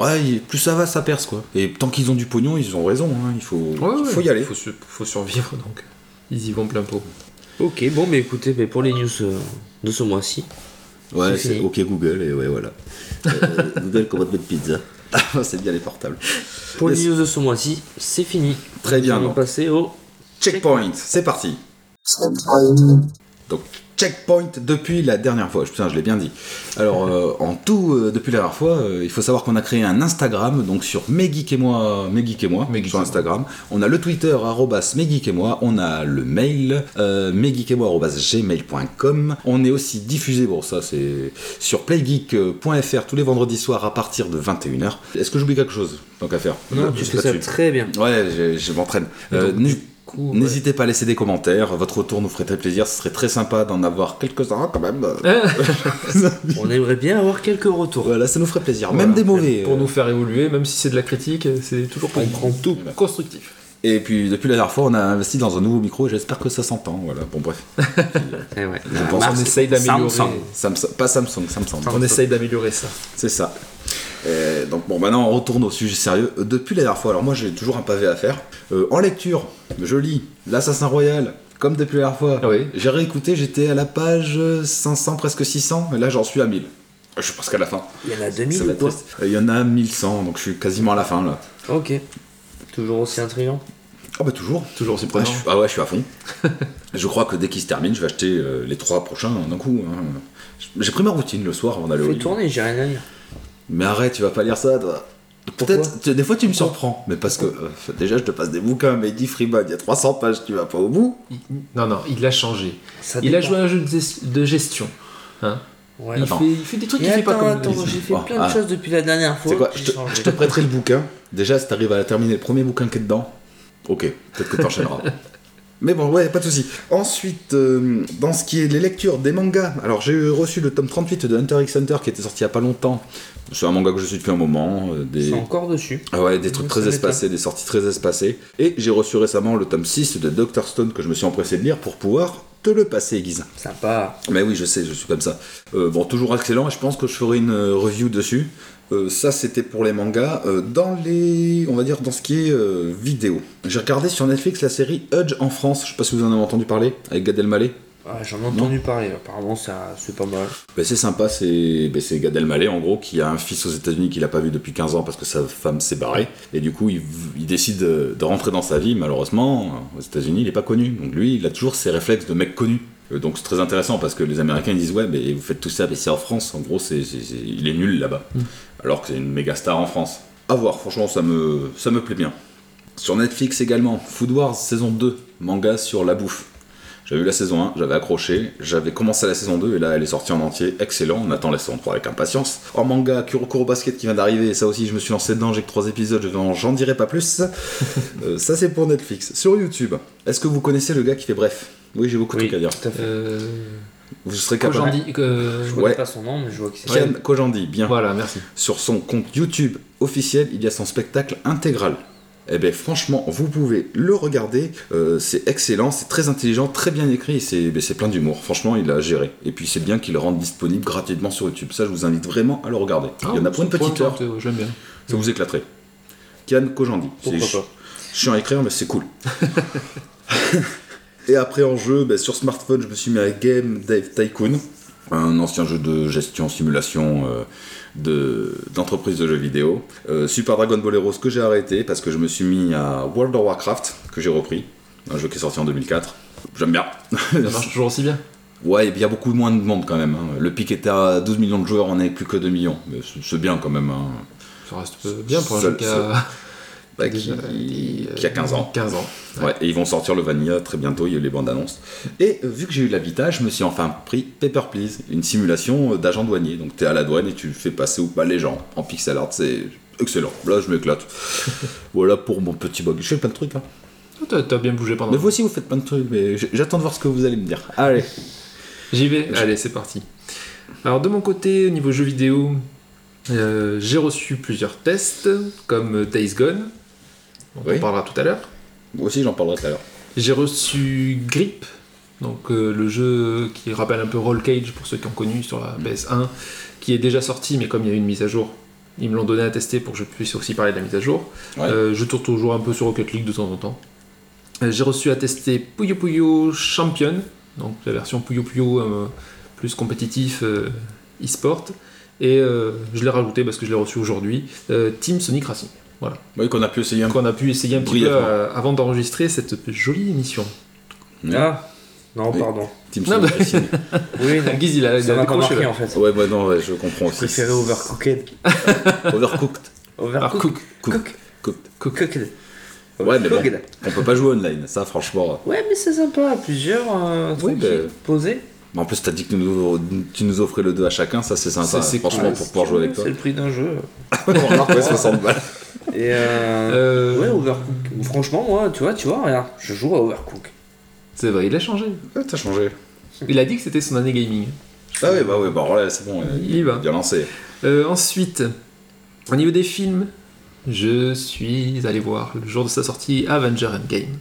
Ouais, ils- plus ça va, ça perce, quoi. Et tant qu'ils ont du pognon, ils ont raison. hein. Il faut, il faut y aller. Faut, su- faut survivre [LAUGHS] donc. Ils y vont plein pot. Ok, bon, mais écoutez, mais pour les news euh, de ce mois-ci, Ouais, C'est c'est fini. OK Google, et ouais, voilà. Euh, [LAUGHS] Google commande votre pizza. [LAUGHS] c'est bien les portables. pour les Yes. news de ce mois-ci, c'est fini. Très bien, On va donc. passer au. Checkpoint, c'est parti. Donc, checkpoint depuis la dernière fois. Putain, je l'ai bien dit. Alors, euh, en tout, euh, depuis la dernière fois, euh, il faut savoir qu'on a créé un Instagram, donc sur Megeek et moi, Megeek et moi, Megeek sur et Instagram. On a le Twitter, arrobas Megeek et moi. On a le mail, euh, Megeek et moi, arrobas gmail.com. On est aussi diffusé, bon, ça c'est sur playgeek.fr tous les vendredis soirs à partir de 21h. Est-ce que j'oublie quelque chose, tant qu'à faire Non, Je tu sais fais pas ça dessus. très bien. Ouais, je, je m'entraîne. Euh, Donc, n'hé- du coup, ouais. N'hésitez pas à laisser des commentaires, votre retour nous ferait très plaisir, ce serait très sympa d'en avoir quelques-uns quand même. On aimerait bien avoir quelques retours. voilà, ça nous ferait plaisir, Voilà. même des mauvais. Pour euh. nous faire évoluer, même si c'est de la critique, c'est toujours On positif. prend tout. Constructif. Et puis depuis la dernière fois, on a investi dans un nouveau micro, j'espère que ça s'entend. Voilà, bon bref. Eh ouais. Je Ah, pense Marc, qu'on essaye d'améliorer. Samsung. Samsung- pas Samsung, Samsung. On essaye d'améliorer ça. C'est ça. Euh, donc bon, maintenant on retourne au sujet sérieux. Euh, Depuis la dernière fois, alors moi j'ai toujours un pavé à faire. Euh, en lecture, je lis L'Assassin Royal, comme depuis la dernière fois, Ah oui. j'ai réécouté, j'étais à la page 500, presque 600, et là j'en suis à 1000. Je suis presque à la fin. Il y en a Ça 2000 va ou être quoi triste. Euh, Il y en a 1100, donc je suis quasiment à la fin là. Ok. Toujours aussi intriguant. Ah bah toujours. Toujours aussi Ah, prenant. je suis- ah ouais, je suis à fond. [LAUGHS] je crois que dès qu'il se termine, je vais acheter euh, les trois prochains hein, d'un coup. hein. J'ai pris ma routine le soir avant d'aller au Fais lit. tourner, j'ai rien à dire. Mais arrête, tu vas pas lire ça, toi. Pourquoi Peut-être, tu- des fois tu me surprends, mais parce que euh, déjà je te passe des bouquins, mais dit Freeman, il y a 300 pages, tu vas pas au bout. Il- Non, non, il a changé. Ça Il a dépend. joué à un jeu de, gest- de gestion. hein. Ouais. Il, Attends. fait, il fait des trucs Et qu'il fait pas attends, comme attends, les- j'ai fait Oh, plein de ah. choses depuis la dernière fois. C'est quoi j'ai je te, changé. je te prêterai le bouquin. Déjà, si t'arrives à terminer le premier bouquin qui est dedans, ok, peut-être que t'enchaîneras. [LAUGHS] Mais bon, ouais, pas de souci. Ensuite, euh, dans ce qui est les lectures des mangas, alors j'ai reçu le tome 38 de Hunter x Hunter qui était sorti il y a pas longtemps. C'est un manga que je suis depuis un moment. euh, des... C'est encore dessus. Ah Ouais, des trucs Ça très m'étonne. espacés, des sorties très espacées. Et j'ai reçu récemment le tome 6 de Dr. Stone que je me suis empressé de lire pour pouvoir te le passer, Guise. Sympa. Mais oui, je sais, je suis comme ça. Euh, bon, toujours excellent, et je pense que je ferai une euh, review dessus. Euh, ça, c'était pour les mangas. Euh, dans les. On va dire, dans ce qui est euh, vidéo. J'ai regardé sur Netflix la série Hudge en France. Je sais pas si vous en avez entendu parler, avec Gad Elmaleh. Ah, J'en ai entendu parler. Apparemment, ça- c'est pas mal. Ben, c'est sympa, c'est ben, c'est Gad Elmaleh en gros qui a un fils aux États-Unis qu'il n'a pas vu depuis 15 ans parce que sa femme s'est barrée et du coup il, v- il décide de, de rentrer dans sa vie. Malheureusement, euh, aux États-Unis il n'est pas connu donc lui il a toujours ses réflexes de mec connu. Euh, Donc c'est très intéressant parce que les Américains ils disent ouais mais vous faites tout ça mais c'est en France en gros c'est c'est- c'est- il est nul là-bas alors que c'est une méga star en France. À voir franchement ça me ça me plaît bien. Sur Netflix également Food Wars saison 2 manga sur la bouffe. J'avais eu la saison 1, j'avais accroché, j'avais commencé la saison 2 et là elle est sortie en entier, excellent, on attend la saison 3 avec impatience. En manga, Kurokuro Basket qui vient d'arriver, ça aussi je me suis lancé dedans, j'ai que 3 épisodes, je n'en- j'en dirai pas plus. Euh, ça c'est pour Netflix. Sur YouTube, est-ce que vous connaissez le gars qui fait bref Oui, j'ai beaucoup de Oui. trucs à dire. Tout à fait. Euh, Vous serez capable. Kojandi, euh, Je Ouais. connais pas son nom, mais je vois qui c'est. Kian Kojandi, bien. Voilà, merci. Sur son compte YouTube officiel, il y a son spectacle intégral. Eh bien franchement, vous pouvez le regarder, euh, c'est excellent, c'est très intelligent, très bien écrit, et c'est ben, c'est plein d'humour, franchement il a géré. Et puis c'est bien qu'il le rende disponible gratuitement sur YouTube, ça je vous invite vraiment à le regarder. Ah il y en a pour une petite heure, Ouais, euh, J'aime bien. ça vous éclaterait. Kian Kojandi, c'est Pourquoi ch- pas chiant à écrire mais c'est cool. [LAUGHS] et après en jeu, ben, sur smartphone je me suis mis à Game Dave Tycoon, un ancien jeu de gestion simulation euh, de- d'entreprise de, jeux vidéo. Euh, Super Dragon Ball Heroes que j'ai arrêté parce que je me suis mis à World of Warcraft que j'ai repris, un jeu qui est sorti en 2004. J'aime bien. Ça marche toujours aussi bien. ouais, et puis il y a beaucoup moins de monde quand même. hein. Le pic était à 12 millions de joueurs, on est plus que 2 millions. Mais c'est- C'est bien quand même. hein. Ça reste euh, bien pour un Seul- jeu qui a, Bah, déjà qui- été, euh, qui a 15 ans. 15 ans. Ouais, et ils vont sortir le Vanilla très bientôt, il y a eu les bandes annonces. Et euh, vu que j'ai eu l'habitat, je me suis enfin pris Paper Please, une simulation euh, d'agent douanier. Donc t'es à la douane et tu fais passer ou pas les gens en pixel art, c'est excellent. Là, je [LAUGHS] m'éclate. voilà pour mon petit bug. Je fais plein de trucs là. Oh, t'as- T'as bien bougé pendant. Mais vous aussi, vous faites plein de trucs, mais j- j'attends de voir ce que vous allez me dire. Ah. Allez. J'y vais, allez, c'est parti. Alors, de mon côté, au niveau jeux vidéo, euh, j'ai reçu plusieurs tests, comme Days Gone, dont Oui. on parlera tout à l'heure. Moi aussi, j'en parlerai tout à l'heure. J'ai reçu Grip, donc euh, le jeu qui rappelle un peu Roll Cage pour ceux qui ont connu sur Mm. la PS1, qui est déjà sorti, mais comme il y a eu une mise à jour, ils me l'ont donné à tester pour que je puisse aussi parler de la mise à jour. Ouais. Euh, je tourne toujours un peu sur Rocket League de temps en temps. Euh, J'ai reçu à tester Puyo Puyo Champion, donc la version Puyo Puyo euh, plus compétitif euh, e-sport, et euh, je l'ai rajouté parce que je l'ai reçu aujourd'hui, euh, Team Sonic Racing. Bah, Oui, qu'on a pu essayer un Donc on a pu essayer un petit peu Brièvement. euh, avant d'enregistrer cette jolie émission. Ouais. Ah Non, Oui. pardon. Team Non, Sonic Racing. Oui, [LAUGHS] non. Guise, il a, il ça a m'a pas décroché, marqué hein. là. en fait. Ouais, bah non, ouais, je comprends aussi. Préféré Overcooked. Overcooked. Alors, Overcooked. Cook. Cooked. Cooked. Cooked. Ouais, mais bon. Overcooked. On peut pas jouer online, ça, franchement. Ouais, mais c'est sympa, à plusieurs, euh, Oui, tranquille, ben- posé. Mais En plus, t'as dit que nous- tu nous offrais le 2 à chacun, ça c'est sympa. C'est- c'est franchement, cool. pour pouvoir jouer avec toi. C'est le prix d'un jeu. On [LAUGHS] remarque, ouais, 60 balles. Et euh, Euh, ouais, Overcook. Franchement, moi, tu vois, tu vois, regarde, je joue à Overcook. C'est vrai, il a changé. Ouais, t'as changé. Il a dit que c'était son année gaming. Ah ouais, bah ouais, bah voilà, c'est bon. Il y va. Bien lancé. Euh, ensuite, au niveau des films, je suis allé voir le jour de sa sortie Avenger Endgame.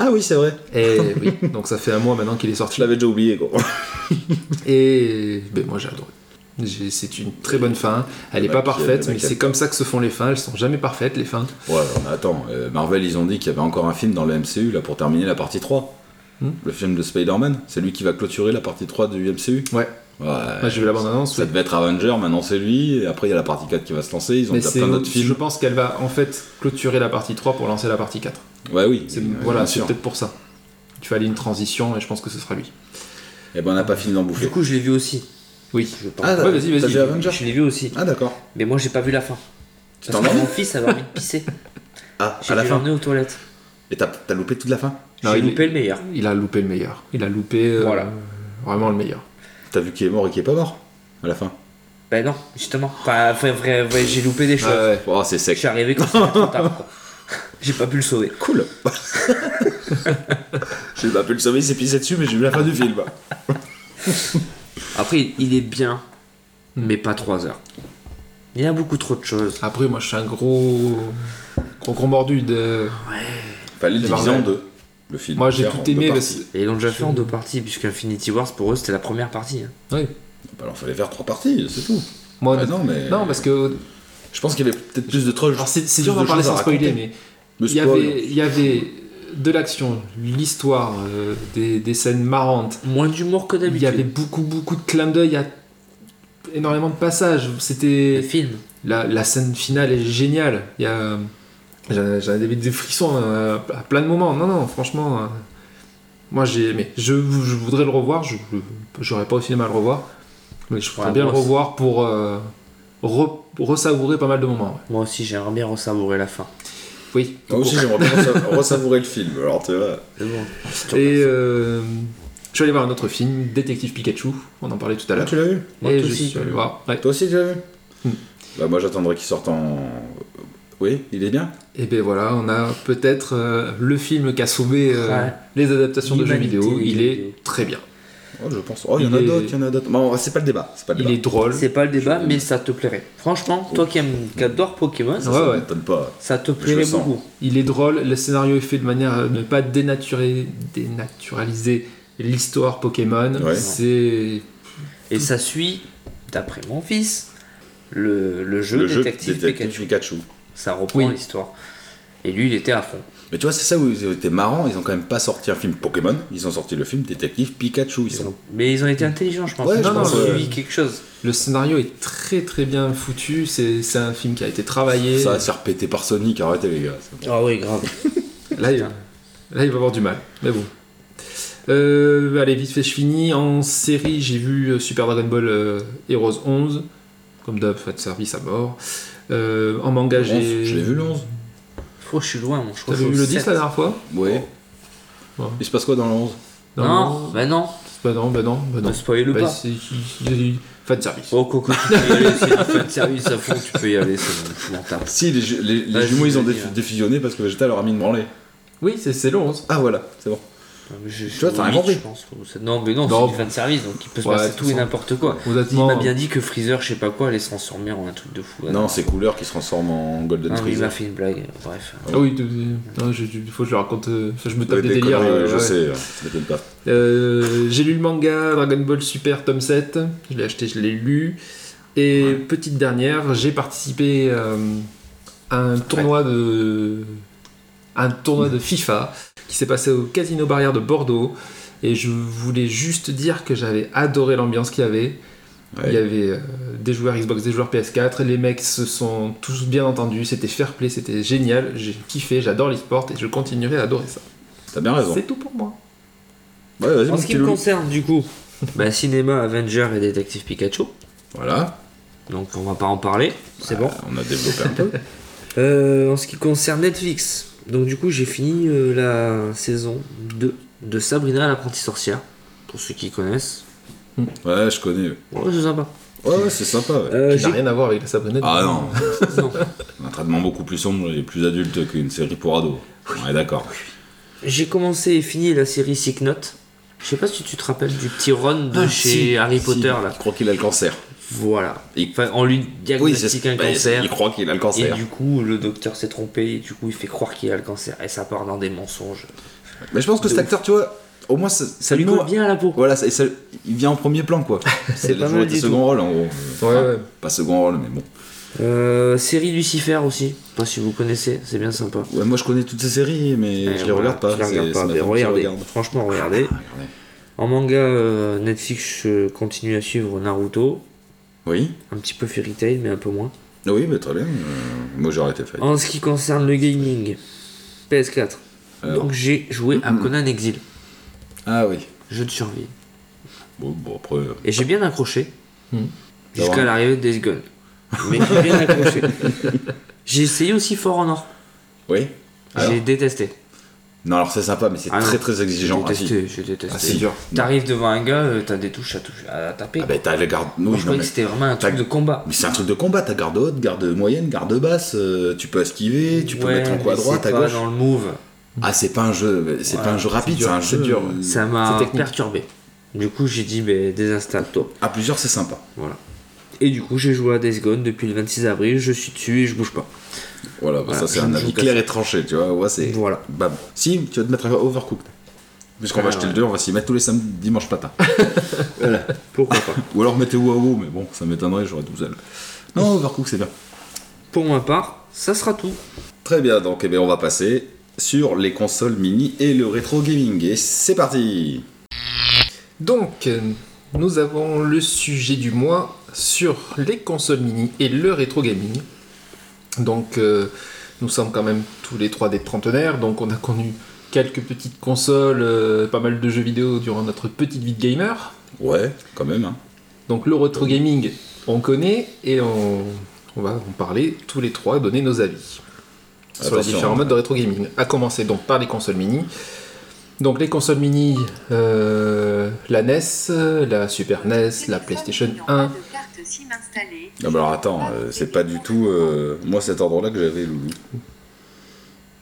Ah oui, c'est vrai. Et [LAUGHS] oui, donc ça fait un mois maintenant qu'il est Je sorti. l'avais déjà oublié, gros. Et ben, moi j'ai adoré. J'ai- C'est une très bonne fin. Elle n'est Le pas mec qui- euh, parfaite, le mec mais qui a- c'est comme ça que se font les fins. Elles sont jamais parfaites, les fins. Ouais, alors, mais attends, euh, Marvel, ils ont dit qu'il y avait encore un film dans le MCU là pour terminer la partie 3. Hmm. le film de Spider-Man. C'est lui qui va clôturer la partie 3 du MCU. Ouais. Ouais. Moi, j'ai vu la bande-annonce. ça ouais. devait être Avenger, maintenant c'est lui, et après il y a la partie 4 qui va se lancer, ils ont Mais déjà c'est- plein d'autres je films. pense qu'elle va en fait clôturer la partie 3 pour lancer la partie 4. Ouais, oui, C'est- ouais, voilà, bien c'est sûr. peut-être pour ça. Tu fallait une transition et je pense que ce sera lui. Et ben on n'a pas fini d'en Du bouffer. coup, je l'ai vu aussi. Oui. Je pense. Ah, Ouais, vas-y, vas-y. t'as vu Avenger je l'ai vu aussi. Ah, d'accord. Mais moi, j'ai pas vu la fin. Tu Parce t'en que as mon fils avait envie de [LAUGHS] pisser. Ah, J'ai à la dû fin. l'emmener aux toilettes. Et t'as t'as loupé toute la fin Non, J'ai il- loupé le meilleur. Il a loupé le meilleur. Il a loupé euh, Voilà. vraiment le meilleur. T'as vu qui est mort et qui est pas mort à la fin Ben non, justement. Enfin, enfin, vrai, vrai, j'ai loupé des choses. Oh, c'est Je sec. suis arrivé quand c'était trop tard. quoi. [LAUGHS] J'ai pas pu le sauver. Cool. [LAUGHS] J'ai pas pu le sauver, il s'est pissé dessus, mais j'ai vu la fin du film. Après, il- il est bien, mais pas 3 heures. Il y a beaucoup trop de choses. Après, moi, je suis un gros, gros, gros mordu de. Fallait le C'est diviser en Marvel. deux, le film. Moi, j'ai Faire en tout deux aimé. parties. Parce... Et ils l'ont déjà fait en deux parties, puisque Infinity Wars, pour eux, c'était la première partie. hein. Oui. Bah, alors, fallait faire trois parties, c'est tout. Moi, Bah, non, mais. non, parce que Je pense qu'il y avait peut-être plus de trucs. Alors c'est c'est plus dur de d'en parler choses à sans spoiler, raconter. mais Le il y, spoil. avait, il y avait de l'action, l'histoire, euh, des, des scènes marrantes. Moins d'humour que Il y avait d'habitude. beaucoup, beaucoup de clins d'œil à énormément de passages. Le C'était film. la, la scène finale est géniale. Il y a j'en- j'en avais des frissons euh, à plein de moments. Non, non, franchement, euh, moi j'ai aimé. Je, je voudrais le revoir. Je j'aurais pas au cinéma à le revoir, mais je voudrais Ouais, bien le moi aussi. revoir pour euh, re- ressavourer pas mal de moments. ouais. Moi aussi, j'aimerais bien ressavourer la fin. Oui. Moi aussi, j'aimerais bien ressa- [LAUGHS] ressavourer le film. Alors, tu vois. C'est bon. Et euh, je suis allé voir un autre film, Détective Pikachu, on en parlait tout à l'heure. Ah, tu l'as vu Moi, et toi je aussi. suis allé voir. ouais. Toi aussi, tu l'as vu Hmm. Bah, moi, j'attendrai qu'il sorte en. Oui, il est bien Et ben voilà, on a peut-être euh, le film qui a sauvé euh, Ouais. les adaptations de jeux L'humanité vidéo. des Il jeux est vidéo. très bien. Oh, je pense. Oh, il y en Il a est- d'autres, il y en a d'autres. Bon, c'est pas le débat. C'est pas le Il débat. est drôle. C'est pas le débat, mais ça te plairait. Franchement, toi qui, aimes, qui adore Pokémon, Ça, Ouais, ça ouais. m'étonne pas. ça te Je le plairait sens. beaucoup. Il est drôle. Le scénario est fait de manière à ne pas dénaturer, dénaturaliser l'histoire Pokémon. Ouais. C'est Et ça suit, d'après mon fils, le, le jeu Détective Pikachu. Ça reprend Oui. l'histoire. Et lui, il était à fond. Mais tu vois, c'est ça où ils étaient marrants. Ils ont quand même pas sorti un film Pokémon. Ils ont sorti le film Détective Pikachu. Ils Ils sont. ont- Mais ils ont été intelligents, je pense. Ouais, ils je ont pense, suivi ouais. quelque chose. le scénario est très très bien foutu. C'est c'est un film qui a été travaillé. Ça va se faire péter par Sonic. Arrêtez, les gars. C'est bon. Ah oui, grave. Là, il, là, il va avoir du mal. Mais bon. Euh, allez, vite fait, je finis. En série, j'ai vu euh, Super Dragon Ball euh, Heroes 11. Comme d'hab, fait service à mort. Euh, en manga, Le 11, j'ai. Je l'ai vu le 11. Faut, je suis loin, moi. Je crois T'avais que vu je le suis 10 la sept. dernière fois Ouais. Ouais. Il se passe quoi dans le 11 Non, bah non. Bah non, bah non, bah non. Ne spoil Bah, pas. c'est- il- il- il- Fan service. Oh, Coco, tu peux y aller. C'est une fin de service à fond, tu peux y aller. C'est bon, je m'en tape. Si, les, ju- les- les Vas-y, jumeaux, ils ont vas-y, déf- hein. défusionné parce que Vegeta leur a mis une branlée. Oui, c'est c'est hein. le 11. Ah, voilà, c'est bon. Je- je- Tu vois, t'as rien huit, compris. je pense. Ou sept. Non, mais non, Non. c'est une fin de service, donc il peut se Ouais, de passer toute tout et façon. n'importe quoi. Il Honnêtement, m'a bien dit que Freezer, je sais pas quoi, allait se transformer en un truc de fou. là. Non, c'est couleur qui se transforme en Golden Non, Ah, mais il Freeze. m'a fait une blague, bref. Ah oui, de- de- non, je- je- il faut que je le raconte. euh, enfin, je me tape Ouais, des, des délires. conneries, euh, je ouais. sais, ça m'étonne pas. Euh, j'ai lu le manga Dragon Ball Super tome 7, je l'ai acheté, je l'ai lu. Et petite dernière, j'ai participé euh, à un tournoi de un tournoi de FIFA qui s'est passé au Casino Barrière de Bordeaux et je voulais juste dire que j'avais adoré l'ambiance qu'il y avait. Il y Ouais. avait euh, des joueurs Xbox, des joueurs PS4, les mecs se sont tous bien entendus, c'était fair play, c'était génial, j'ai kiffé, j'adore l'e-sport et je continuerai à adorer ça. T'as bien raison. C'est tout pour moi. Ouais, vas-y, En mon ce petit qui me loulou. concerne, [LAUGHS] du coup, bah, cinéma, Avenger et Détective Pikachu. Voilà, Donc on va pas en parler, c'est bon. on a développé un peu. [LAUGHS] Euh, en ce qui concerne Netflix, donc du coup j'ai fini euh, la saison 2 de Sabrina l'apprentie sorcière, pour ceux qui connaissent. Ouais, je connais. Ouais, c'est sympa. Ouais, ouais, c'est sympa. ouais. Euh, Qui n'a j'ai- rien à voir avec la Sabrina. Ah non, [LAUGHS] non. un traitement beaucoup plus sombre et plus adulte qu'une série pour ados. Ouais, d'accord. J'ai commencé et fini la série Sick Note. Je sais pas si tu te rappelles du petit Ron de Ah, chez si, Harry si, Potter là. Il croit qu'il a le cancer. Voilà. Il- Enfin, on lui Oui, c'est diagnostique un bah, cancer. Il croit qu'il a le Et cancer. du coup, le docteur s'est trompé, et du coup, il fait croire qu'il a le cancer, et ça part dans des mensonges. Mais je pense que cet De acteur, tu vois, au moins, ça, Ça lui nous- colle bien à la peau. Voilà, ça- ça- il vient en premier plan, quoi. [LAUGHS] C'est Il a pas joué mal du second rôle, en gros. Ouais, ouais. Pas second rôle, mais bon. Euh, série Lucifer aussi, je sais pas si vous connaissez, c'est bien sympa. Ouais, moi je connais toutes ces séries, mais Et je les Eh, voilà, regarde pas. tu les c'est- regardes c'est pas, ma mais femme qui regardez, regarde. franchement regardez. Ah, regardez. En manga, euh, Netflix je continue à suivre Naruto, Oui, un petit peu Fairy Tail, mais un peu moins. oui, mais très bien. euh, moi j'ai arrêté. Fait. En ce qui concerne le gaming, PS4, Alors. donc j'ai joué à Mhm. Conan Exil, Ah oui. jeu de survie. Bon, bon, après. euh, Et j'ai bien accroché. Hmm. Jusqu'à D'avoir- l'arrivée de Days Gone. Mais j'ai [LAUGHS] bien accroché. j'ai essayé aussi Fort Honor. Oui. Alors J'ai détesté. Non, alors c'est sympa, mais c'est Ah non. très très J'ai exigeant. Ah, si. détesté, j'ai Ah, c'est détesté. dur. T'arrives devant un gars, euh, t'as des touches à, touche- à taper. Ah ben t'as le garde. oui, Moi, je non, croyais mais- que c'était vraiment un truc t'as- de combat. Mais c'est un truc de combat, t'as garde haute, garde moyenne, garde basse, euh, tu peux esquiver, tu peux Ouais, mettre en mais quoi à droite, c'est à pas gauche. dans le move. Ah c'est pas un jeu, c'est Ouais, pas un jeu rapide, c'est un jeu euh, dur. Ça m'a C'est technique. perturbé. Du coup, j'ai dit, ben, désinstalle-toi. À plusieurs c'est sympa. Voilà. Et du coup, j'ai joué à Days Gone depuis le 26 avril. Je suis dessus et je bouge pas. Voilà, bah, Voilà, ça c'est je un ne avis joue qu'à clair ça. et tranché, tu vois. Ouais, c'est. Voilà. Bam. Si tu vas te mettre à Overcooked. Puisqu'on va Ah, acheter ouais. le 2, on va s'y mettre tous les samedis, dimanche matin. voilà. Pourquoi [LAUGHS] pas Ou alors mettez WoW, mais bon, ça m'étonnerait, j'aurais 12 ailes. Non, Overcooked c'est bien. Pour ma part, ça sera tout. Très bien, donc eh bien, on va passer sur les consoles mini et le rétro gaming. Et c'est parti Donc, euh, nous avons le sujet du mois sur les consoles mini et le rétro gaming. Donc, euh, nous sommes quand même tous les trois des trentenaires, donc on a connu quelques petites consoles, euh, pas mal de jeux vidéo durant notre petite vie de gamer. Ouais, quand même, hein. Donc, le rétro gaming, on connaît et on, on va en parler tous les trois, donner nos avis sur les Attention. différents modes de rétro gaming. À commencer donc par les consoles mini. Donc les consoles mini, euh, la NES, euh, la Super NES, la PlayStation 1. Ah bah alors attends, euh, c'est pas du tout euh, moi cet ordre-là que j'avais, Loulou.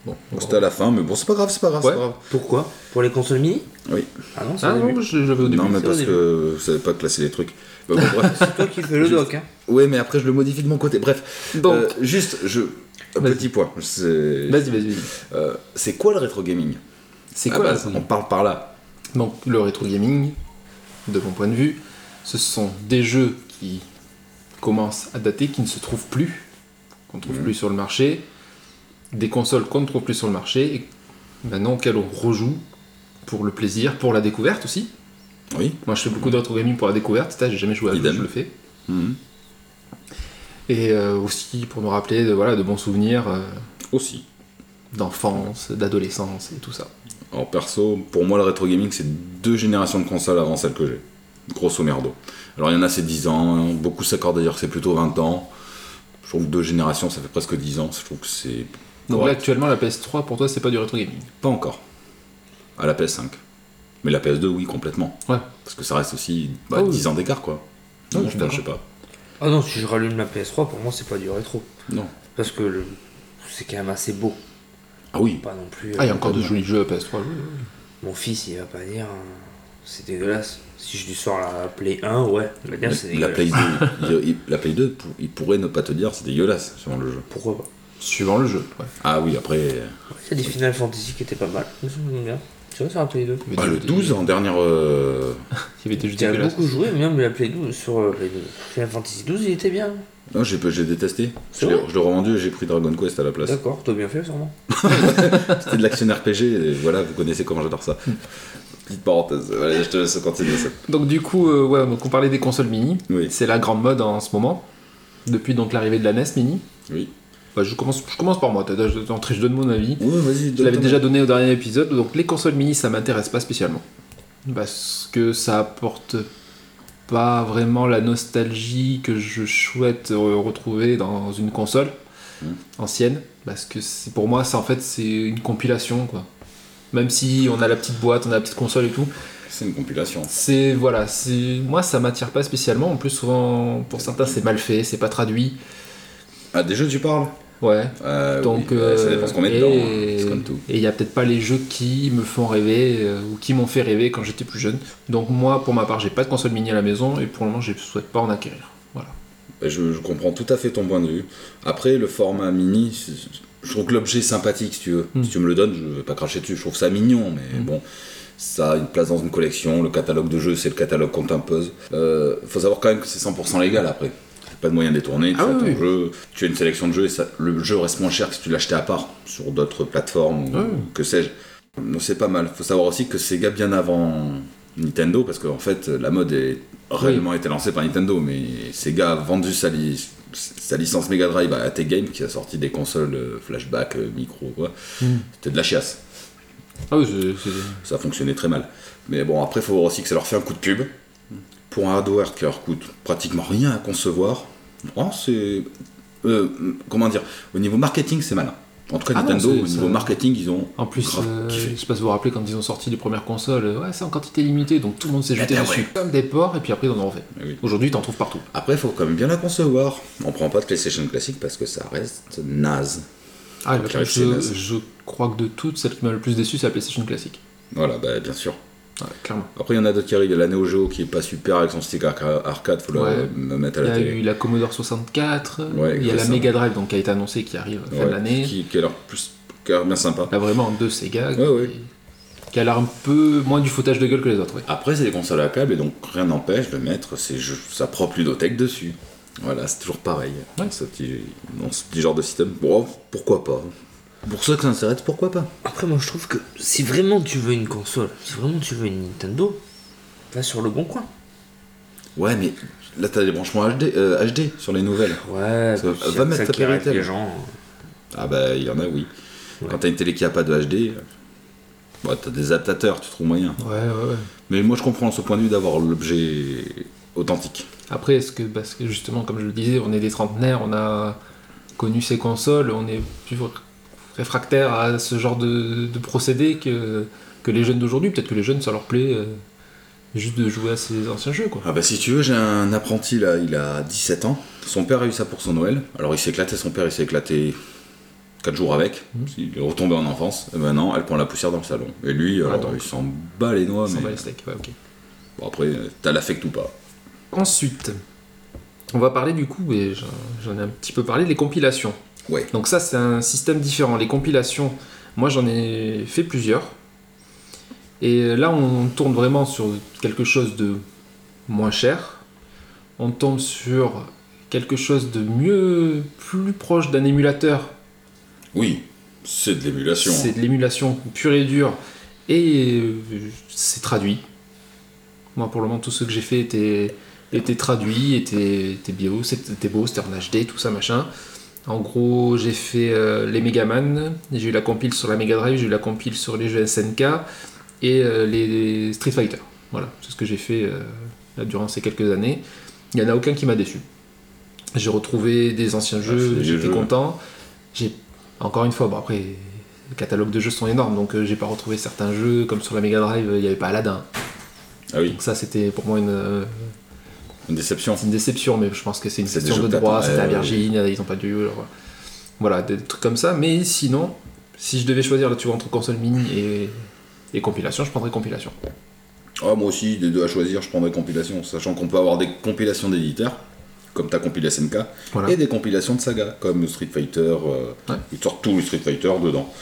Bon, Bon, C'était à la fin, mais bon, c'est pas grave, c'est pas grave, Ouais. c'est pas grave. Pourquoi Pour les consoles mini Oui. Ah non, c'est Ah au début. non, je l'avais au début. non, mais c'est parce au que vous savez pas classer les trucs. Bah, bon, bref. [LAUGHS] C'est toi qui fais le Juste. doc. Hein. ouais, mais après je le modifie de mon côté. Bref, Donc, Euh, juste, je. un Vas-y. Petit point. C'est vas-y, vas-y. vas-y. euh, c'est quoi le rétro gaming C'est Ah quoi bah, la- On parle par là. Donc le rétro gaming, de mon point de vue, ce sont des jeux qui commencent à dater, qui ne se trouvent plus, qu'on ne trouve plus sur le marché, des consoles qu'on ne trouve plus sur le marché, et maintenant auxquelles on rejoue pour le plaisir, pour la découverte aussi. Oui. Moi je fais beaucoup de rétro gaming pour la découverte, ça j'ai jamais joué à un jeu, Idem. je le fais. Mhm. Et euh, aussi pour nous rappeler de, voilà, de bons souvenirs euh, Aussi. d'enfance, d'adolescence et tout ça. Alors perso, pour moi le rétro gaming c'est deux générations de consoles avant celle que j'ai. Grosso merdo. Alors il y en a c'est 10 ans, beaucoup s'accordent d'ailleurs que c'est plutôt 20 ans. Je trouve que deux générations ça fait presque 10 ans, je trouve que c'est Donc correct. là actuellement la PS3 pour toi c'est pas du rétro gaming. pas encore. À la PS5. Mais la PS2 oui complètement. Ouais. Parce que ça reste aussi bah, Ah oui. 10 ans d'écart quoi. Ah, Non, je suis je sais pas. Ah non, si je rallume la PS3, pour moi, c'est pas du rétro. Non. Parce que le- c'est quand même assez beau. Ah oui. Pas non plus. Ah il y euh, a encore de comme- jolis jeux à PS3. oui, oui. Mon fils, il va pas dire. euh, C'est dégueulasse. Si je lui sors la Play 1, ouais, il va dire c'est la dégueulasse. Play 2, il- il- la Play 2 pour- il pourrait ne pas te dire c'est dégueulasse selon le jeu. Pourquoi pas Suivant le jeu, ouais. Ah oui après. Il y a des Final Fantasy qui étaient pas mal. Je me souviens bien. Tu vois, sur la Play 2. Il y avait Ah des- le 12 en dernière. euh, Il y avait des jeux J'ai dégueulasses. beaucoup joué, même la Play 12 sur euh, Play 12. Final Fantasy 12, il était bien. Non, j'ai j'ai détesté. C'est Je l'ai vrai je l'ai revendu et j'ai pris Dragon Quest à la place. D'accord, t'as bien fait sûrement. C'était de l'action RPG, et voilà, vous connaissez comment j'adore ça. Petite parenthèse, voilà, je te laisse continuer ça. Donc du coup, euh, ouais, donc on parlait des consoles mini. Oui. C'est la grande mode en ce moment. Depuis donc l'arrivée de la NES mini. Oui. Bah, je, commence, je commence par moi. T'as- t'as- t'as- Entrée, je donne mon avis. Oui, vas-y, Je l'avais déjà donné au dernier épisode. Donc les consoles mini, ça m'intéresse pas spécialement. Parce que ça apporte pas vraiment la nostalgie que je souhaite euh, retrouver dans une console Mhm. ancienne. Parce que c'est- pour moi, ça en fait, c'est une compilation quoi. Même si on a la petite boîte, on a la petite console et tout, C'est une compilation. c'est voilà, c'est moi ça m'attire pas spécialement. En plus souvent pour certains c'est mal fait, c'est pas traduit. Ah, des jeux, tu parles Ouais. Euh, Donc oui, euh, Ça dépend ce qu'on met dedans, hein, et- c'est comme tout. Et il y a peut-être pas les jeux qui me font rêver euh, ou qui m'ont fait rêver quand j'étais plus jeune. Donc moi pour ma part j'ai pas de console mini à la maison et pour le moment je souhaite pas en acquérir. Voilà. Bah, Je, je comprends tout à fait ton point de vue. Après, le format mini, c'est- je trouve que l'objet est sympathique, si tu veux. Mm. Si tu me le donnes, je vais pas cracher dessus. Je trouve ça mignon, mais Mm. bon, ça a une place dans une collection. Le catalogue de jeux, c'est le catalogue qu'on t'impose. Euh, faut savoir quand même que c'est 100% légal après. pas de moyen détourné, tu Ah as oui, ton oui. jeu, tu as une sélection de jeux et ça- le jeu reste moins cher que si tu l'achetais à part sur d'autres plateformes ou Ouais. que sais-je. Donc c'est pas mal. Faut savoir aussi que Sega bien avant Nintendo, parce qu'en fait la mode est réellement été lancée par Nintendo, mais Sega a vendu sa, li- sa licence Mega Drive à AT Game qui a sorti des consoles euh, flashback, euh, micro, quoi. C'était de la chiasse. Ah oui, c'est- c'est- Ça fonctionnait très mal. Mais bon, après, faut voir aussi que ça leur fait un coup de pub. Pour un hardware qui leur coûte pratiquement rien à concevoir, oh, c'est. euh, comment dire Au niveau marketing, c'est malin. En tout cas, Ah non, Nintendo, c'est- au ça- niveau marketing, ils ont. En plus, grave euh, kiffé. je sais pas si vous vous rappelez quand ils ont sorti les premières consoles, euh, ouais, c'est en quantité limitée, donc tout le monde s'est Ah jeté bah dessus ouais. comme des porcs, et puis après ils en ont refait. Mais oui. Aujourd'hui, t'en trouves partout. Après, faut quand même bien la concevoir. On prend pas de PlayStation classique parce que ça reste naze. Ah, Donc, la- la je, naze. je crois que de toutes, celle qui m'a le plus déçu, c'est la PlayStation classique. Voilà, bah, bien sûr. Ouais, clairement. Après, il y en a d'autres qui arrivent. Il y a la Neo Geo qui est pas super avec son stick arca- arcade, faut la Ouais. me mettre à Il y la a télé. eu la Commodore 64, Ouais, il y a la récemment. Mega Drive donc, qui a été annoncée qui arrive à la fin Ouais, de l'année. qui, qui a l'air plus, qui a l'air bien sympa. Là, vraiment, deux Sega qui, Ouais, ouais. qui a l'air un peu moins du foutage de gueule que les autres. ouais. Après, c'est des consoles à câble et donc rien n'empêche de mettre ses jeux- sa propre ludothèque dessus. Voilà, c'est toujours pareil. Ouais. Dans, ce petit, dans ce petit genre de système, bon, pourquoi pas Pour ceux que ça intéresse, pourquoi pas Après, moi, je trouve que si vraiment tu veux une console, si vraiment tu veux une Nintendo, va sur le bon coin. Ouais, mais là, t'as des branchements HD, euh, HD sur les nouvelles. Ouais, Parce que, euh, va mettre ta Péritel. les gens. Ah bah, il y en a, oui. Ouais. Quand t'as une télé qui a pas de HD, euh, bah, t'as des adaptateurs, tu trouves moyen. Ouais, ouais, ouais. Mais moi, je comprends ce point de vue d'avoir l'objet authentique. Après, est-ce que, parce que justement, comme je le disais, on est des trentenaires, on a connu ces consoles, on est plus réfractaires à ce genre de, de procédé que, que les jeunes d'aujourd'hui. Peut-être que les jeunes, ça leur plaît euh, juste de jouer à ces anciens jeux, quoi. Ah bah si tu veux, j'ai un apprenti là, il a 17 ans. Son père a eu ça pour son Noël. Alors il s'est éclaté, son père il s'est éclaté 4 jours avec. Mhm. Il est retombé en enfance. Et maintenant, elle prend la poussière dans le salon. Et lui, alors, Ah, donc. il s'en bat les noix. On s'en mais- bat les steaks, ouais, ok. Bon, après, euh, t'as l'affect ou pas. Ensuite, on va parler du coup, et j'en j'en ai un petit peu parlé, les compilations. Ouais. Donc ça, c'est un système différent. Les compilations, moi j'en ai fait plusieurs. Et là, on tourne vraiment sur quelque chose de moins cher. On tombe sur quelque chose de mieux, plus proche d'un émulateur. Oui, c'est de l'émulation. C'est de l'émulation pure et dure. Et euh, c'est traduit. Moi, pour le moment, tout ce que j'ai fait était, était traduit, était, était bio, c'était était beau, c'était en HD, tout ça, machin. En gros, j'ai fait euh, les Megaman, j'ai eu la compile sur la Mega Drive, j'ai eu la compile sur les jeux SNK et euh, les Street Fighter. Voilà, c'est ce que j'ai fait euh, là, durant ces quelques années. Il n'y en a aucun qui m'a déçu. J'ai retrouvé des anciens Ah, c'est jeux, des j'étais jeux. content. J'ai encore une fois, bon après, les catalogues de jeux sont énormes, donc euh, j'ai pas retrouvé certains jeux comme sur la Mega Drive, il n'y avait pas Aladdin. Ah oui, Donc ça, c'était pour moi une, euh, une déception. c'est une déception, mais je pense que c'est une C'est des question jeux de de droit, tapis. c'était à Ouais, ouais, Virgin, ils ont pas dû. alors voilà. Voilà, des trucs comme ça. Mais sinon, si je devais choisir là, tu vois, entre console mini et, et compilation, je prendrais compilation. Ah, moi aussi, des deux à choisir, je prendrais compilation. Sachant qu'on peut avoir des compilations d'éditeurs, comme ta compile SNK, Voilà. et des compilations de saga, comme Street Fighter. euh, Ouais. Ils sortent tous les Street Fighter dedans.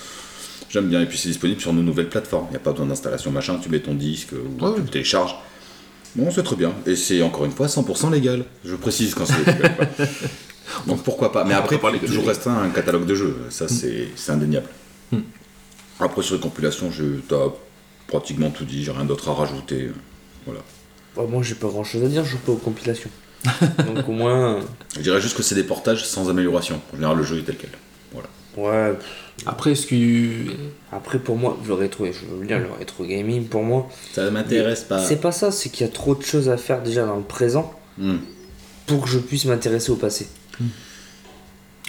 J'aime bien, et puis c'est disponible sur nos nouvelles plateformes. Il n'y a pas besoin d'installation machin, tu mets ton disque euh, ou Ouais, tu ouais. le télécharges. Bon, c'est très bien. Et c'est encore une fois 100% légal. Je précise quand c'est légal. quoi. [LAUGHS] Donc pourquoi pas. Mais On après, peut parler il de toujours jeux. Hmm. restreint un catalogue de jeux. Ça, c'est c'est indéniable. Mm. Après, sur les compilations, je- t'as pratiquement tout dit. J'ai rien d'autre à rajouter. Voilà. Bah, moi, j'ai pas grand chose à dire, je joue pas [LAUGHS] aux compilations. Donc, au moins, Je dirais juste que c'est des portages sans amélioration. En général, le jeu est tel quel. Voilà. euh, ouais. Après, est-ce que. Après, pour moi, le rétro, et je veux dire, le rétro gaming, pour moi, Ça m'intéresse pas. c'est pas ça, c'est qu'il y a trop de choses à faire déjà dans le présent Mm. pour que je puisse m'intéresser au passé.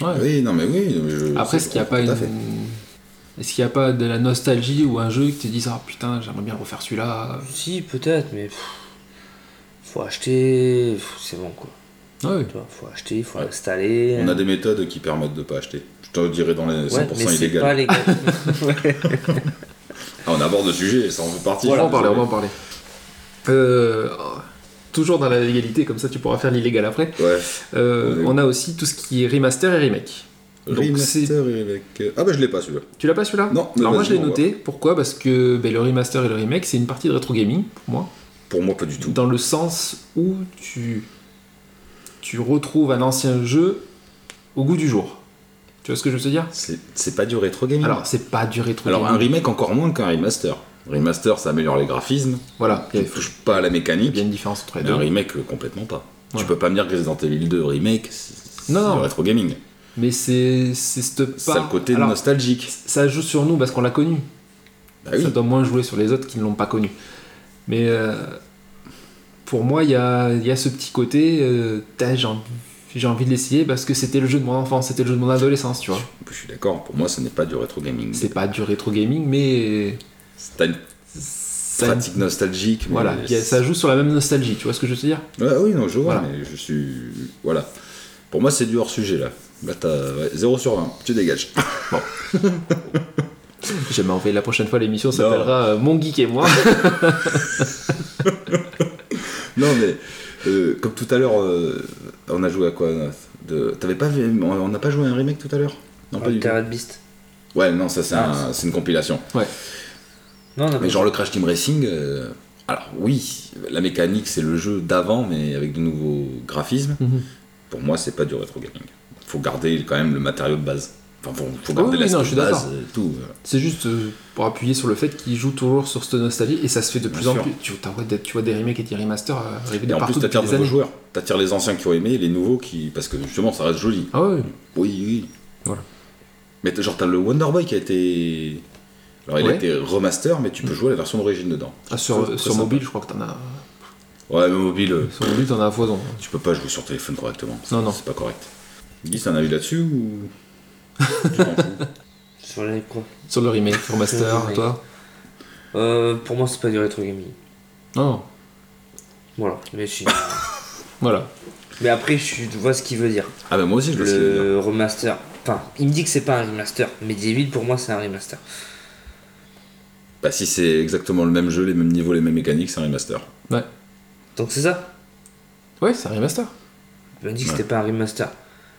Ouais. Ah Oui, non, mais oui. je- Après, je est-ce qu'il n'y a comprends pas tout à une. fait. Est-ce qu'il n'y a pas de la nostalgie ou un jeu que tu te dis ah putain j'aimerais bien refaire celui-là Si, peut-être, mais. pff, faut acheter, pff, c'est bon quoi. Ouais. Tu vois, faut acheter, faut Ouais. installer. On a des méthodes qui permettent de pas acheter. Je te dirais dans les 100% ouais, mais c'est illégales. pas légal. Ouais. Ah, on aborde le sujet, ça en fait partie. on va en désolé. parler, on va en parler. Euh, toujours dans la légalité, comme ça tu pourras faire l'illégal après. Ouais. Euh, Ouais. on a aussi tout ce qui est remaster et remake. Donc, c'est- Remaster et avec. euh, Ah, bah je l'ai pas celui-là. Tu l'as pas celui-là Non, mais Alors moi vas-y, je l'ai on va. noté. Pourquoi Parce que ben, le remaster et le remake c'est une partie de rétro gaming pour moi. Pour moi, pas du tout. Dans le sens où tu tu retrouves un ancien jeu au goût du jour. Tu vois ce que je veux te dire C'est c'est pas du rétro gaming. Alors, c'est pas du rétro Alors, un gaming. remake encore moins qu'un remaster. Remaster, ça améliore les graphismes, Voilà, il y ça a- faut- touche pas à la il y a mécanique. une différence entre les Un deux. remake, euh, complètement pas. Ouais. Tu peux pas me dire que Resident Evil 2 remake, c'est c'est Non, non. du rétro gaming. Mais c'est c'est cette Ça a part- le côté Alors, nostalgique. ça joue sur nous parce qu'on l'a connu. Bah oui. Ça doit moins jouer sur les autres qui ne l'ont pas connu. Mais euh, pour moi, il y a, il y a ce petit côté, euh, Tain, j'ai envie, j'ai envie de l'essayer parce que c'était le jeu de mon enfance, c'était le jeu de mon adolescence, tu vois. Je suis d'accord, pour moi, ce n'est pas du rétro gaming. C'est pas du rétro gaming, mais T'as une ça, pratique nostalgique. mais voilà, il y a- ça joue sur la même nostalgie, tu vois ce que je veux te dire Ouais, oui, non, je vois, Voilà. mais je suis. Voilà. Pour moi, c'est du hors sujet, là. Là, t'as ouais, 0 sur 20, tu dégages. [LAUGHS] J'aime envoyer la prochaine fois l'émission Non. s'appellera euh, Mon geek et [LAUGHS] moi. non, mais euh, comme tout à l'heure, euh, on a joué à quoi euh, de... T'avais pas vu... On on n'a pas joué à un remake tout à l'heure Non, pas Ah, du tout. Carrot Beast. Ouais, non, ça, c'est Ah, un- c'est une compilation. Non, on Ah. a pas- Mais genre le Crash Team Racing, euh, alors oui, la mécanique c'est le jeu d'avant, mais avec de nouveaux graphismes. Mhm. Pour moi, c'est pas du rétro gaming. Faut garder quand même le matériau de base. Enfin, faut, faut garder oui, l'aspect non, je suis de d'accord. base, euh, tout. voilà. C'est juste euh, pour appuyer sur le fait qu'ils jouent toujours sur cette nostalgie et ça se fait de Bien plus en sûr. plus. Tu, t'as- ouais, des- tu vois des remakes et des remasters euh, arriver Et de en partout plus, t'attires depuis de des nouveaux années. joueurs. T'attires les anciens qui ont aimé, les nouveaux qui. Parce que justement, ça reste joli. Ah ouais, Oui, oui. Voilà. Mais t'as- genre, t'as le Wonder Boy qui a été. Alors, il a Ouais. Mm. été remaster, mais tu peux jouer la version d'origine dedans. Ah, Très sur, sur sympa. mobile, je crois que t'en as. Ouais, mais mobile, euh, Sur mobile, t'en as à foison. tu peux pas jouer sur téléphone correctement. Non, non. C'est pas correct. Guy, t'as un avis là-dessus ou. Tu t'en fous Sur les quoi Sur le remake, le le remaster, remake. toi Euh, Pour moi, c'est pas du rétro gaming. Non, Voilà. Mais, [LAUGHS] je suis- voilà. mais après, je suis- je vois ce qu'il veut dire. Ah, bah moi aussi, je le sais. Le remaster. Enfin, il me dit que c'est pas un remaster. Medieval, pour moi, c'est un remaster. Bah, si c'est exactement le même jeu, les mêmes niveaux, les mêmes mécaniques, c'est un remaster. Ouais, Donc c'est ça ouais c'est un remaster. Tu m'as dit que Ouais. c'était pas un remaster.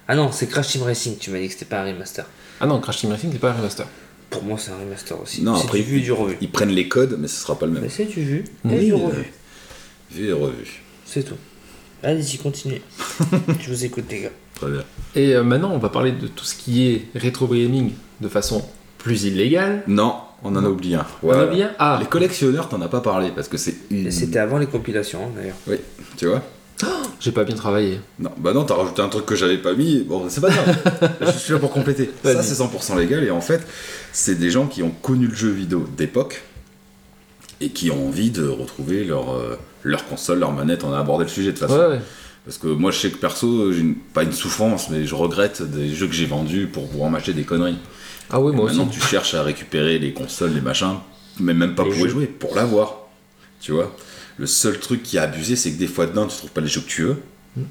Ah non, c'est Crash Team Racing, tu m'as dit que c'était pas un remaster. Ah non, Crash Team Racing, c'est pas un remaster. Pour moi, c'est un remaster aussi. Non, c'est après, du vu et ils, du revu. ils prennent les codes, mais ce sera pas le Mais même. c'est du vu et Oui, du euh, revu. Vu et revu. C'est tout. [LAUGHS] Allez-y, continuez. Je vous écoute, les gars. Très bien. Et euh, maintenant, on va parler de tout ce qui est rétro gaming de façon plus illégale. Non, on en a oublié un. On a Voilà. bien Ah, Les collectionneurs, t'en as pas parlé parce que c'est une. Et C'était avant les compilations, hein, d'ailleurs. Oui, tu vois j'ai pas bien travaillé. Non, bah non, t'as rajouté un truc que j'avais pas mis. Bon, c'est pas grave. [LAUGHS] Je suis là pour compléter. Ça, Vas-y. c'est 100% légal et en fait, c'est des gens qui ont connu le jeu vidéo d'époque et qui ont envie de retrouver leur, euh, leur console, leur manette. On a abordé le sujet de toute Ouais, façon. ouais. Parce que moi, je sais que perso, j'ai une- pas une souffrance, mais je regrette des jeux que j'ai vendus pour pouvoir m'acheter des conneries. Ah oui, moi aussi. Maintenant, Bah tu cherches à récupérer les consoles, les machins, mais même pas Les pour y jeux. jouer, pour l'avoir. Tu vois Le seul truc qui a abusé, c'est que des fois, d'un, tu trouves pas les jeux que tu veux. Hmm.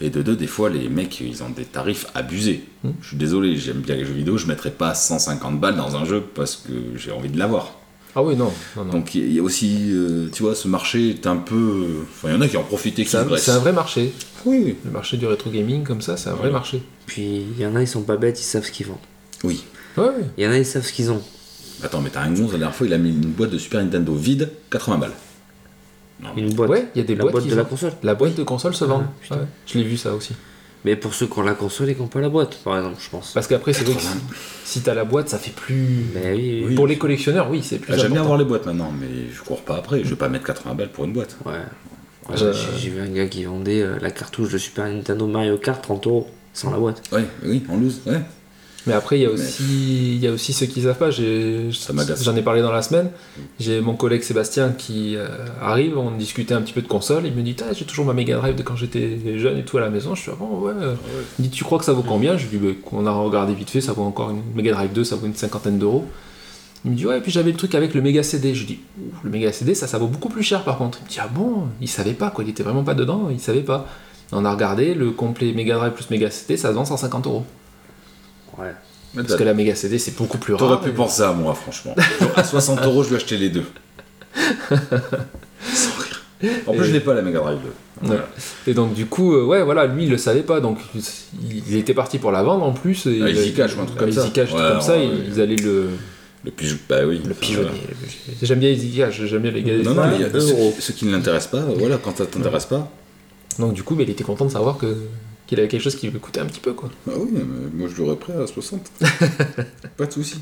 Et de deux, des fois, les mecs, ils ont des tarifs abusés. Hmm. Je suis désolé, j'aime bien les jeux vidéo, je mettrais pas 150 balles dans un jeu parce que j'ai envie de l'avoir. Ah oui, non. non, non. Donc, il y a aussi, euh, tu vois, ce marché est un peu. Enfin, il y en a qui en profitent et qui se C'est un, c'est dressent. un vrai marché. Oui, oui. Le marché du rétro gaming, comme ça, c'est un vrai Voilà. marché. Puis, il y en a, ils sont pas bêtes, ils savent ce qu'ils vendent. Oui. Ouais, ouais. Il y en a, ils savent ce qu'ils ont. Attends, mais t'as un gonze, la dernière fois, il a mis une boîte de Super Nintendo vide, 80 balles. Une boîte. Ouais, il y a des la boîtes boîte qui de la sont- console. La boîte de console se vend. Ah, putain. Ouais, Je l'ai vu ça aussi. Mais pour ceux qui ont la console et qui n'ont pas la boîte, par exemple, je pense. Parce qu'après, c'est vrai que si, si t'as la boîte, ça fait plus. Mais oui, Bah, oui. Pour les collectionneurs, oui, c'est plus. Ah, J'aime bien important. avoir les boîtes maintenant, mais je cours pas après. Je vais pas mettre 80 balles pour une boîte. Ouais. Ouais, Euh, j'ai- J'ai vu un gars qui vendait euh, la cartouche de Super Nintendo Mario Kart 30 euros sans la boîte. Ouais, oui, en loose. Ouais. Mais après, il y a aussi, il y a aussi ceux qui savent pas. j'ai- m'agace. J'en ai parlé dans la semaine. J'ai mon collègue Sébastien qui euh, arrive. On discutait un petit peu de console. Il me dit Ah, j'ai toujours ma Mega Drive de quand j'étais jeune et tout à la maison. Je suis ah bon ouais. Il me dit tu crois que ça vaut combien Je lui dis Bah, on a regardé vite fait. Ça vaut encore une Mega Drive 2. Ça vaut une cinquantaine d'euros. Il me dit ouais. Et puis j'avais le truc avec le Mega CD. Je lui dis Ouh, le Mega CD ça ça vaut beaucoup plus cher par contre. Il me dit ah bon Il savait pas quoi. Il était vraiment pas dedans. Il savait pas. On a regardé le complet Mega Drive plus Mega CD. Ça se vend 150 euros. Ouais. Parce que la méga CD c'est beaucoup plus rare. T'aurais pu penser à moi, franchement. Genre, à [LAUGHS] 60 euros, je vais acheter les deux. Sans rire. En plus, Et- je n'ai pas la Mega Drive 2. Voilà. Et donc du coup, euh, ouais, voilà, lui il le savait pas, donc il il était parti pour la vendre en plus. Et Ah, il- ils y cachent, ou un truc comme ils ça. y cachent, tout Ouais, comme ça, ouais, ils- ouais. ils allaient le, Le pigeon. Bah oui. le enfin, pigeonner. J'aime bien les y cachent, j'aime bien les gars. voilà. Non, non, mais il y a- Voilà, ceux, euros. ceux qui ne l'intéressent pas, voilà, quand ça t'intéresse pas, Donc du coup, bah, il était content de savoir que qu'il avait quelque chose qui lui coûtait un petit peu quoi. Ah oui, mais moi je l'aurais pris à [LAUGHS] 60. pas de souci.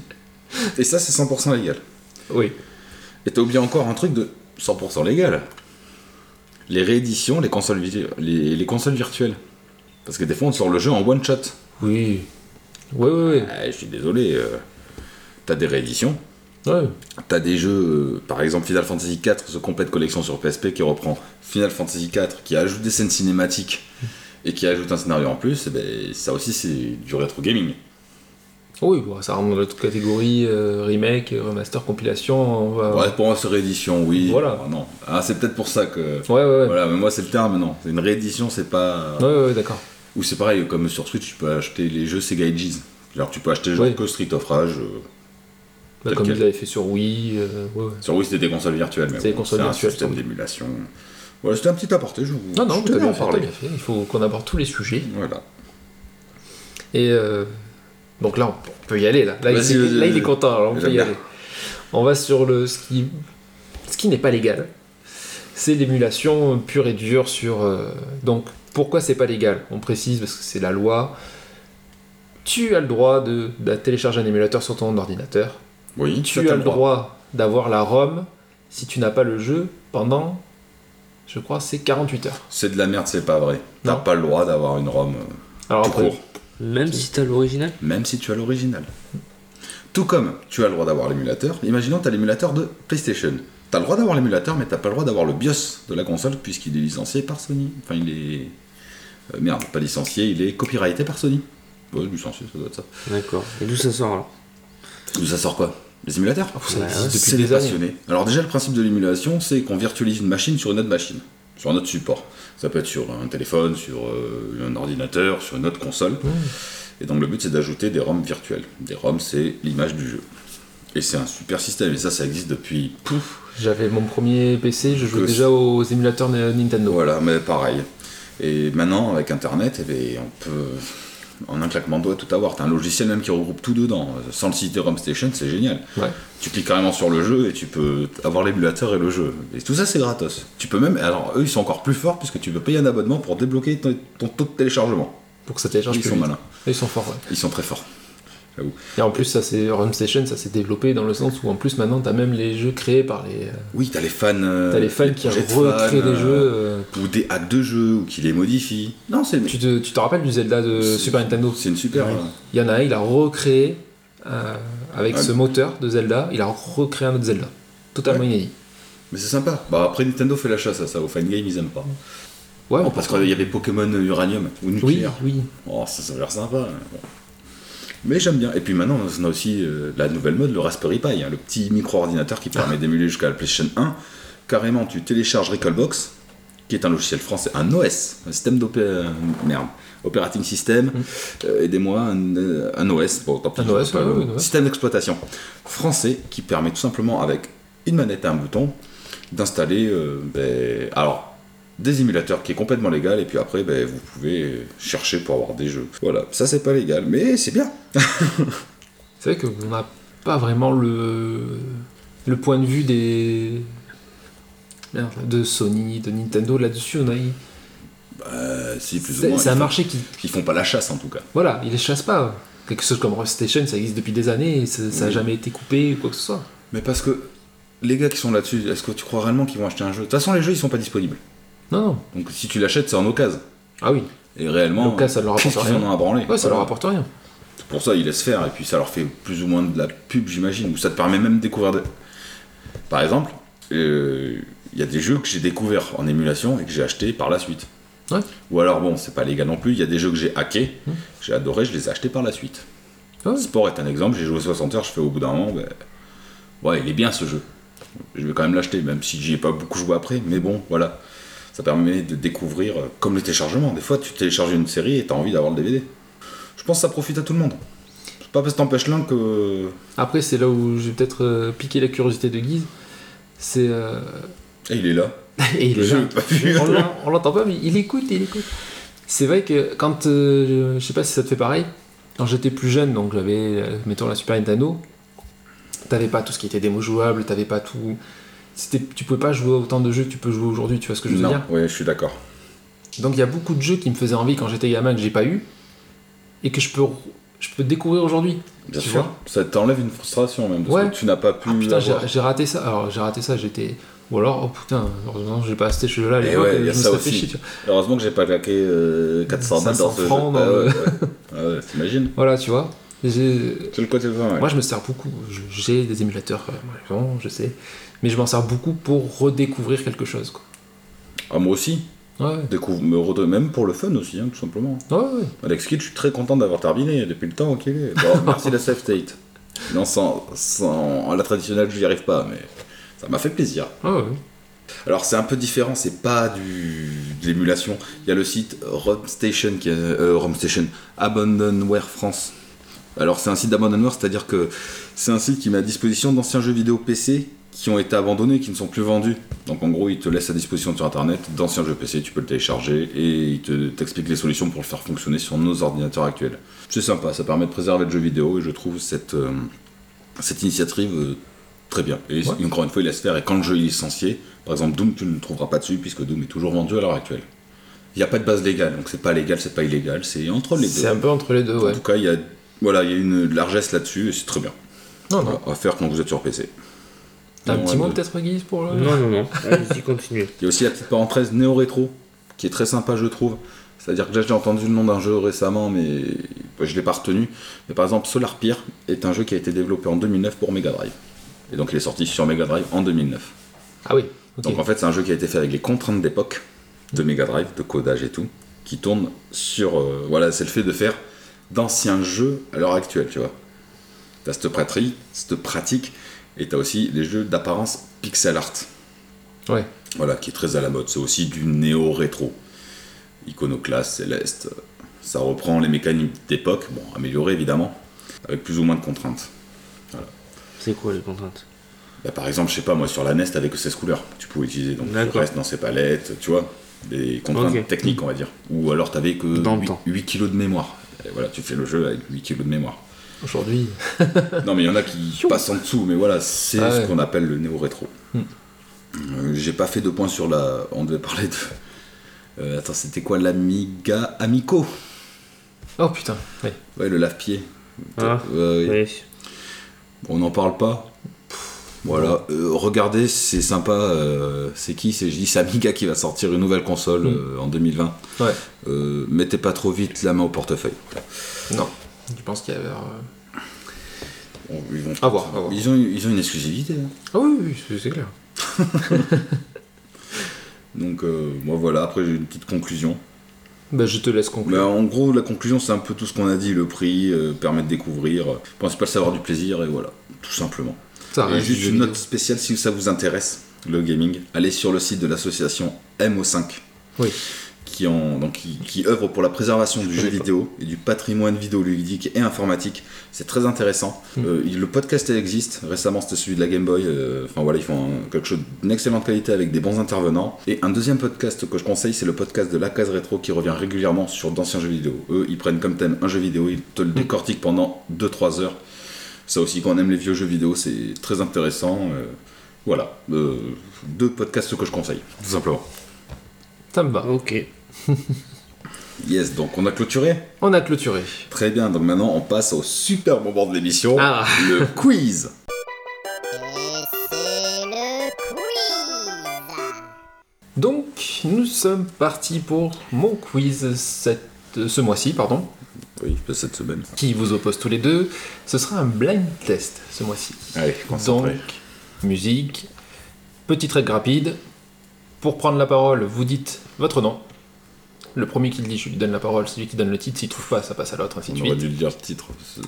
Et ça, c'est 100% légal. Oui. Et t'as oublié encore un truc de 100% légal. Les rééditions, les consoles, vi- les, les consoles virtuelles. Parce que des fois, on te sort le jeu en one shot. Oui. Ouais, ouais, Ah, je suis désolé. euh, t'as des rééditions. ouais. ouais. T'as des jeux, euh, par exemple Final Fantasy IV, ce complète collection sur PSP qui reprend Final Fantasy IV, qui ajoute des scènes cinématiques et qui ajoute un scénario en plus, eh ben, ça aussi c'est du rétro gaming. Oui, bon, ça rentre dans la toute catégorie euh, remake, remaster, compilation. On va... Ouais, pour moi c'est réédition, oui. Ah. Voilà. Ah, non. Ah, c'est peut-être pour ça que. ouais, ouais. ouais. Voilà, mais moi c'est le terme, non. C'est Une réédition, c'est pas. Ouais, ouais, ouais, d'accord. Ou c'est pareil, comme sur Switch, tu peux acheter les jeux Sega Ages. Alors tu peux acheter genre Ouais. que Street of Rage. euh, Bah, Tel comme quel. ils avaient fait sur Wii. euh, ouais, ouais. Sur Wii, c'était des consoles virtuelles, mais C'est des bon, consoles c'est un virtuelles, système ça, oui. d'émulation. Voilà, c'était un petit aparté, je vous. Non, non, je tenais t'as à en bien, fait, t'as parler. bien fait. Il faut qu'on aborde tous les sujets. Voilà. Et euh, donc là, on peut y aller. Là, là, il, Vas-y, est, vas-y, là, il vas-y. est content. alors on peut J'aime y bien. aller. On va sur le ce qui, ce qui n'est pas légal. C'est l'émulation pure et dure sur. euh, donc pourquoi c'est pas légal On précise parce que c'est la loi. Tu as le droit de, de télécharger un émulateur sur ton ordinateur. Oui, Tu ça, t'as as le droit d'avoir la ROM si tu n'as pas le jeu pendant, je crois, c'est 48 heures. C'est de la merde, c'est pas vrai. T'as Non. pas le droit d'avoir une ROM, euh, Alors Tout après, court. Même si t'as l'original même si tu as l'original. Tout comme tu as le droit d'avoir l'émulateur, imaginons t'as l'émulateur de PlayStation. T'as le droit d'avoir l'émulateur, mais t'as pas le droit d'avoir le BIOS de la console, puisqu'il est licencié par Sony. Enfin, il est. euh, merde, pas licencié, il est copyrighté par Sony. Ouais, licencié, ça doit être ça. D'accord. Et d'où ça sort alors D'où ça sort quoi Les émulateurs Ah, ça Ouais, existe ouais. depuis C'est des les années. passionnés. Alors déjà, le principe de l'émulation, c'est qu'on virtualise une machine sur une autre machine, sur un autre support. Ça peut être sur un téléphone, sur euh, un ordinateur, sur une autre console. Et donc le but, c'est d'ajouter des ROM virtuels. Des ROM, c'est l'image du jeu. Et c'est un super système. Et ça, ça existe depuis... Pouf J'avais mon premier PC, je jouais Que- déjà aux émulateurs de Nintendo. Voilà, mais pareil. Et maintenant, avec Internet, eh ben, on peut... En un claquement de doigts, tout avoir. T'as un logiciel même qui regroupe tout dedans. Sans le site ROM Station, c'est génial. Ouais. Tu cliques carrément sur le jeu et tu peux avoir l'émulateur et le jeu. Et tout ça, c'est gratos. Tu peux même. Alors, eux, ils sont encore plus forts puisque tu peux payer un abonnement pour débloquer ton, ton taux de téléchargement. Pour que ça télécharge Ils plus sont vite. malins. Ils sont forts, ouais. Ils sont très forts. Et en plus, ça c'est Run Station, ça s'est développé dans le sens où en plus maintenant t'as même les jeux créés par les. euh, Oui, t'as les fans. euh, T'as les fans qui projets de recréent fans, des euh, jeux. euh, Ou des hacks de jeux, ou qui les modifient. Non, c'est. Tu te, tu te rappelles du Zelda de C'est- Super Nintendo C'est une super. Ouais. euh, Il y en a un, il a recréé euh, avec Ouais. ce moteur de Zelda, il a recréé un autre Zelda. Totalement Ouais. inédit. Mais c'est sympa. Bah, après, Nintendo fait la chasse à ça. Au Fine Game, ils aiment pas. Ouais, Oh, on parce qu'il y avait Pokémon Uranium ou Oui, Nucléaire. oui. Oh, ça, ça a l'air sympa. hein. Bon. Mais j'aime bien. Et puis maintenant, on a aussi euh, la nouvelle mode, le Raspberry Pi, hein, le petit micro-ordinateur qui permet d'émuler jusqu'à la PlayStation 1. Carrément, tu télécharges Recalbox, qui est un logiciel français, un OS, un système d'opération. Merde. Operating System, Euh, aidez-moi, un, euh, un OS, bon, tant pis, Mm. Un OS, je sais pas ouais, le- ouais, ouais. système d'exploitation français qui permet tout simplement avec une manette et un bouton d'installer, euh, ben, alors des émulateurs qui est complètement légal et puis après ben, vous pouvez chercher pour avoir des jeux. Voilà, ça c'est pas légal, mais c'est bien. C'est vrai qu'on n'a pas vraiment le, le point de vue des. Merde, de Sony, de Nintendo là-dessus. On a... Euh, si plus ou C'est moins. c'est un ils font- marché qui Ils font pas la chasse en tout cas. Voilà, ils les chassent pas. Quelque chose comme Rock Station, ça existe depuis des années, et ça ça a Oui. jamais été coupé ou quoi que ce soit. Mais parce que les gars qui sont là-dessus, est-ce que tu crois réellement qu'ils vont acheter un jeu De toute façon les jeux ils sont pas disponibles. Non, non. Donc si tu l'achètes c'est en occasion. Ah oui. Et réellement, L'occasion, ça ne [LAUGHS] leur qu'est-ce rapporte qu'ils en rien. ont à branler Ouais, ça leur Voilà. rapporte rien. Pour ça, ils laissent faire et puis ça leur fait plus ou moins de la pub, j'imagine, ou ça te permet même de découvrir. De... Par exemple, euh, il y a des jeux que j'ai découverts en émulation et que j'ai acheté par la suite. Ouais. Mmh. Ou alors, bon, c'est pas légal non plus, il y a des jeux que j'ai hackés, j'ai adoré, je les ai achetés par la suite. Ouais. Sport est un exemple, j'ai joué 60 heures, je fais au bout d'un moment, ben, ouais, il est bien ce jeu. Je vais quand même l'acheter, même si j'y ai pas beaucoup joué après, mais bon, voilà. Ça permet de découvrir, euh, comme les téléchargements, des fois tu télécharges une série et t'as envie d'avoir le DVD. Je pense que ça profite à tout le monde. C'est pas parce que t'empêches l'un que. Après, c'est là où j'ai peut-être euh, piqué la curiosité de Guise. C'est. euh, Et Eh, il est là. Et il Le est jeu, là. pas vu. On l'en- On l'entend pas, mais il écoute, il écoute. C'est vrai que quand. euh, je sais pas si ça te fait pareil. Quand j'étais plus jeune, donc j'avais, euh, mettons, la Super Nintendo, t'avais pas tout ce qui était démo jouable, t'avais pas tout. c'était- Tu pouvais pas jouer à autant de jeux que tu peux jouer aujourd'hui, tu vois ce que je veux non, dire ouais, je suis d'accord. Donc il y a beaucoup de jeux qui me faisaient envie quand j'étais gamin que j'ai pas eu et que je peux, je peux découvrir aujourd'hui. Bien Tu sûr. vois Ça t'enlève une frustration même, parce Ouais. que tu n'as pas pu. Ah putain, j'ai- avoir. j'ai raté ça. Alors j'ai raté ça, j'étais. Ou alors, oh putain, heureusement j'ai pas acheté ce jeu-là à Eh l'époque, ouais, il y a je me ça serais aussi. fait chier, tu vois. Heureusement que j'ai pas claqué euh, 400 balles dans 500 ce jeu. francs dans Ah le- ouais, ouais. Ouais, ouais, T'imagines Voilà, tu vois. J'ai- C'est le côté pas mal. Moi, je me sers beaucoup. Je- J'ai des émulateurs, euh, moi, bon, je sais. Mais je m'en sers beaucoup pour redécouvrir quelque chose. Quoi. Ah, moi aussi. Ouais, Découvre, me redonne- même pour le fun aussi, hein, tout simplement. ouais, ouais. Alex Kidd, je suis très content d'avoir terminé depuis le temps qu'il est. [LAUGHS] Bon, merci la Safe State. Non, sans, sans à la traditionnelle, je n'y arrive pas, mais ça m'a fait plaisir. ouais, ouais. Alors, c'est un peu différent, c'est pas du, de l'émulation. Il y a le site RomStation, qui est, euh, RomStation, Abandonware France. Alors, c'est un site d'abandonware, c'est-à-dire que c'est un site qui met à disposition d'anciens jeux vidéo PC qui ont été abandonnés, qui ne sont plus vendus. Donc, en gros, il te laisse à disposition sur Internet d'anciens jeux PC, tu peux le télécharger et il te- t'explique les solutions pour le faire fonctionner sur nos ordinateurs actuels. C'est sympa, ça permet de préserver le jeu vidéo et je trouve cette, euh, cette initiative euh, très bien. Et Ouais. encore une fois, il laisse faire et quand le jeu est licencié, par exemple Doom, tu ne le trouveras pas dessus puisque Doom est toujours vendu à l'heure actuelle. Il n'y a pas de base légale, donc c'est pas légal, c'est pas illégal, c'est entre les deux. C'est un peu entre les deux, ouais. En tout cas, il y a, voilà, il y a une largesse là-dessus et c'est très bien. Non, non. Voilà, à faire quand vous êtes sur PC. T'as un Non, petit mot ouais, peut-être, Guise, pour le. Non, non, non. Allez-y, continuez. euh, Il y a aussi la petite parenthèse néo-rétro, qui est très sympa, je trouve. C'est-à-dire que là, j'ai entendu le nom d'un jeu récemment, mais bah, je ne l'ai pas retenu. Mais par exemple, Solar Pier est un jeu qui a été développé en 2009 pour Mega Drive. Et donc, il est sorti sur Mega Drive en 2009. Ah oui, ok. Donc en fait, c'est un jeu qui a été fait avec les contraintes d'époque, de Mega Drive, de codage et tout, qui tourne sur. euh, voilà, c'est le fait de faire d'anciens jeux à l'heure actuelle, tu vois. T'as cette pratique, cette pratique, et t'as aussi les jeux d'apparence pixel art. Ouais. Voilà, qui est très à la mode. C'est aussi du néo-rétro. Iconoclaste, céleste. euh, Ça reprend les mécaniques d'époque, bon, améliorées évidemment, avec plus ou moins de contraintes. C'est quoi les contraintes Bah, par exemple, je sais pas, moi sur la NES, t'avais que 16 couleurs. Tu pouvais utiliser donc le D'accord. reste dans ses palettes, tu vois, des contraintes Ok. techniques, on va dire. Ou alors t'avais que Dans le 8, temps. kilos de mémoire. Et voilà, tu fais le jeu avec 8 kilos de mémoire. Aujourd'hui. non, mais il y en a [LAUGHS] qui passent en dessous, mais voilà, c'est Ah ce ouais. qu'on appelle le néo-rétro. Hmm. Euh, J'ai pas fait de point sur la. On devait parler de. Euh, attends, c'était quoi l'Amiga Amico Oh putain, ouais. Ouais, le lave-pied. Euh, Ah, Ouais, Oui. On n'en parle pas. Voilà, Euh, regardez, c'est sympa. euh, c'est qui C'est J. Amiga qui va sortir une nouvelle console Mm. euh, en 2020. Ouais. Euh, mettez pas trop vite la main au portefeuille. Voilà. Non. Je pense qu'il y avait. euh, On- ils, vont- À voir, à voir. Ils, ont, ils ont une exclusivité. hein. Ah oui, oui, c'est- c'est clair. Donc, euh, moi voilà, après j'ai une petite conclusion. Bah, je te laisse conclure. Bah, en gros, la conclusion, c'est un peu tout ce qu'on a dit le prix, euh, permet de découvrir, euh, principal savoir du plaisir, et voilà, tout simplement. Ça Et reste Bah, juste du jeu une vidéo. note spéciale si ça vous intéresse, le gaming, allez sur le site de l'association MO5. Oui. qui, en- donc, qui, qui œuvre pour la préservation du jeu connais pas. vidéo et du patrimoine vidéoludique et informatique. C'est très intéressant. Mm. Euh, il- le podcast elle existe. Récemment, c'était celui de la Game Boy. Euh, Enfin voilà, ils font un- quelque chose d'une excellente qualité avec des bons intervenants. Et un deuxième podcast que je conseille, c'est le podcast de la case rétro qui revient régulièrement sur d'anciens jeux vidéo. Eux, ils prennent comme thème un jeu vidéo, ils te le Mm. décortiquent pendant 2-3 heures. Ça aussi, quand on aime les vieux jeux vidéo, c'est très intéressant. Euh, voilà, Euh, deux podcasts que je conseille, tout simplement. Ça me va. Ok. Yes, donc on a clôturé. On a clôturé. Très bien, donc maintenant on passe au super moment de l'émission, Ah. [LAUGHS] le quiz. Et c'est le quiz Donc, nous sommes partis pour mon quiz cette- euh, ce mois-ci, pardon, Oui, pas cette semaine. qui vous oppose tous les deux. Ce sera un blind test ce mois-ci. Allez, Donc, Ah concentré. musique, petite règle rapide. Pour prendre la parole, vous dites votre nom. Le premier qui le dit, je lui donne la parole. Celui qui donne le titre, s'il trouve pas, ça passe à l'autre, ainsi de on aurait suite. dû le dire le titre. C'est-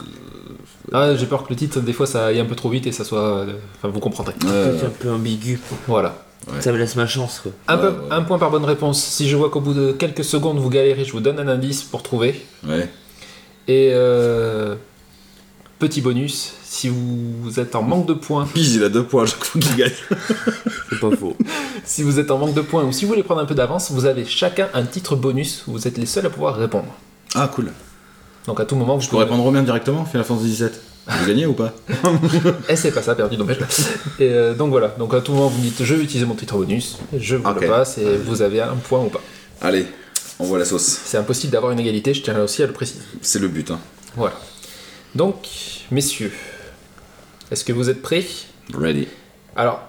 Ah, j'ai peur que le titre, des fois, ça aille un peu trop vite et ça soit. euh, Enfin, vous comprendrez. Ouais, C'est un peu ambigu. Voilà. Ça me laisse ma chance, quoi. Un, Ouais, peu- ouais. un point par bonne réponse. Si je vois qu'au bout de quelques secondes vous galérez, je vous donne un indice pour trouver. ouais. Et euh, petit bonus, si vous êtes en manque de points, Puis il a deux points à chaque fois qu'il gagne. C'est pas faux. si vous êtes en manque de points ou si vous voulez prendre un peu d'avance, vous avez chacun un titre bonus. Vous êtes les seuls à pouvoir répondre. Ah, cool. Donc à tout moment, vous Je peux répondre au mien directement, Final Fantasy 17. Vous gagnez ou pas Eh, c'est pas ça, [LAUGHS] perdu, dommage. et euh, donc voilà, donc à tout moment, vous me dites je vais utiliser mon titre bonus, je vous Ok. le passe et vous avez un point ou pas. Allez, On voit la sauce. C'est impossible d'avoir une égalité, je tiens là aussi à le préciser. C'est le but. Hein. Voilà. Donc, messieurs, est-ce que vous êtes prêts Ready. Alors,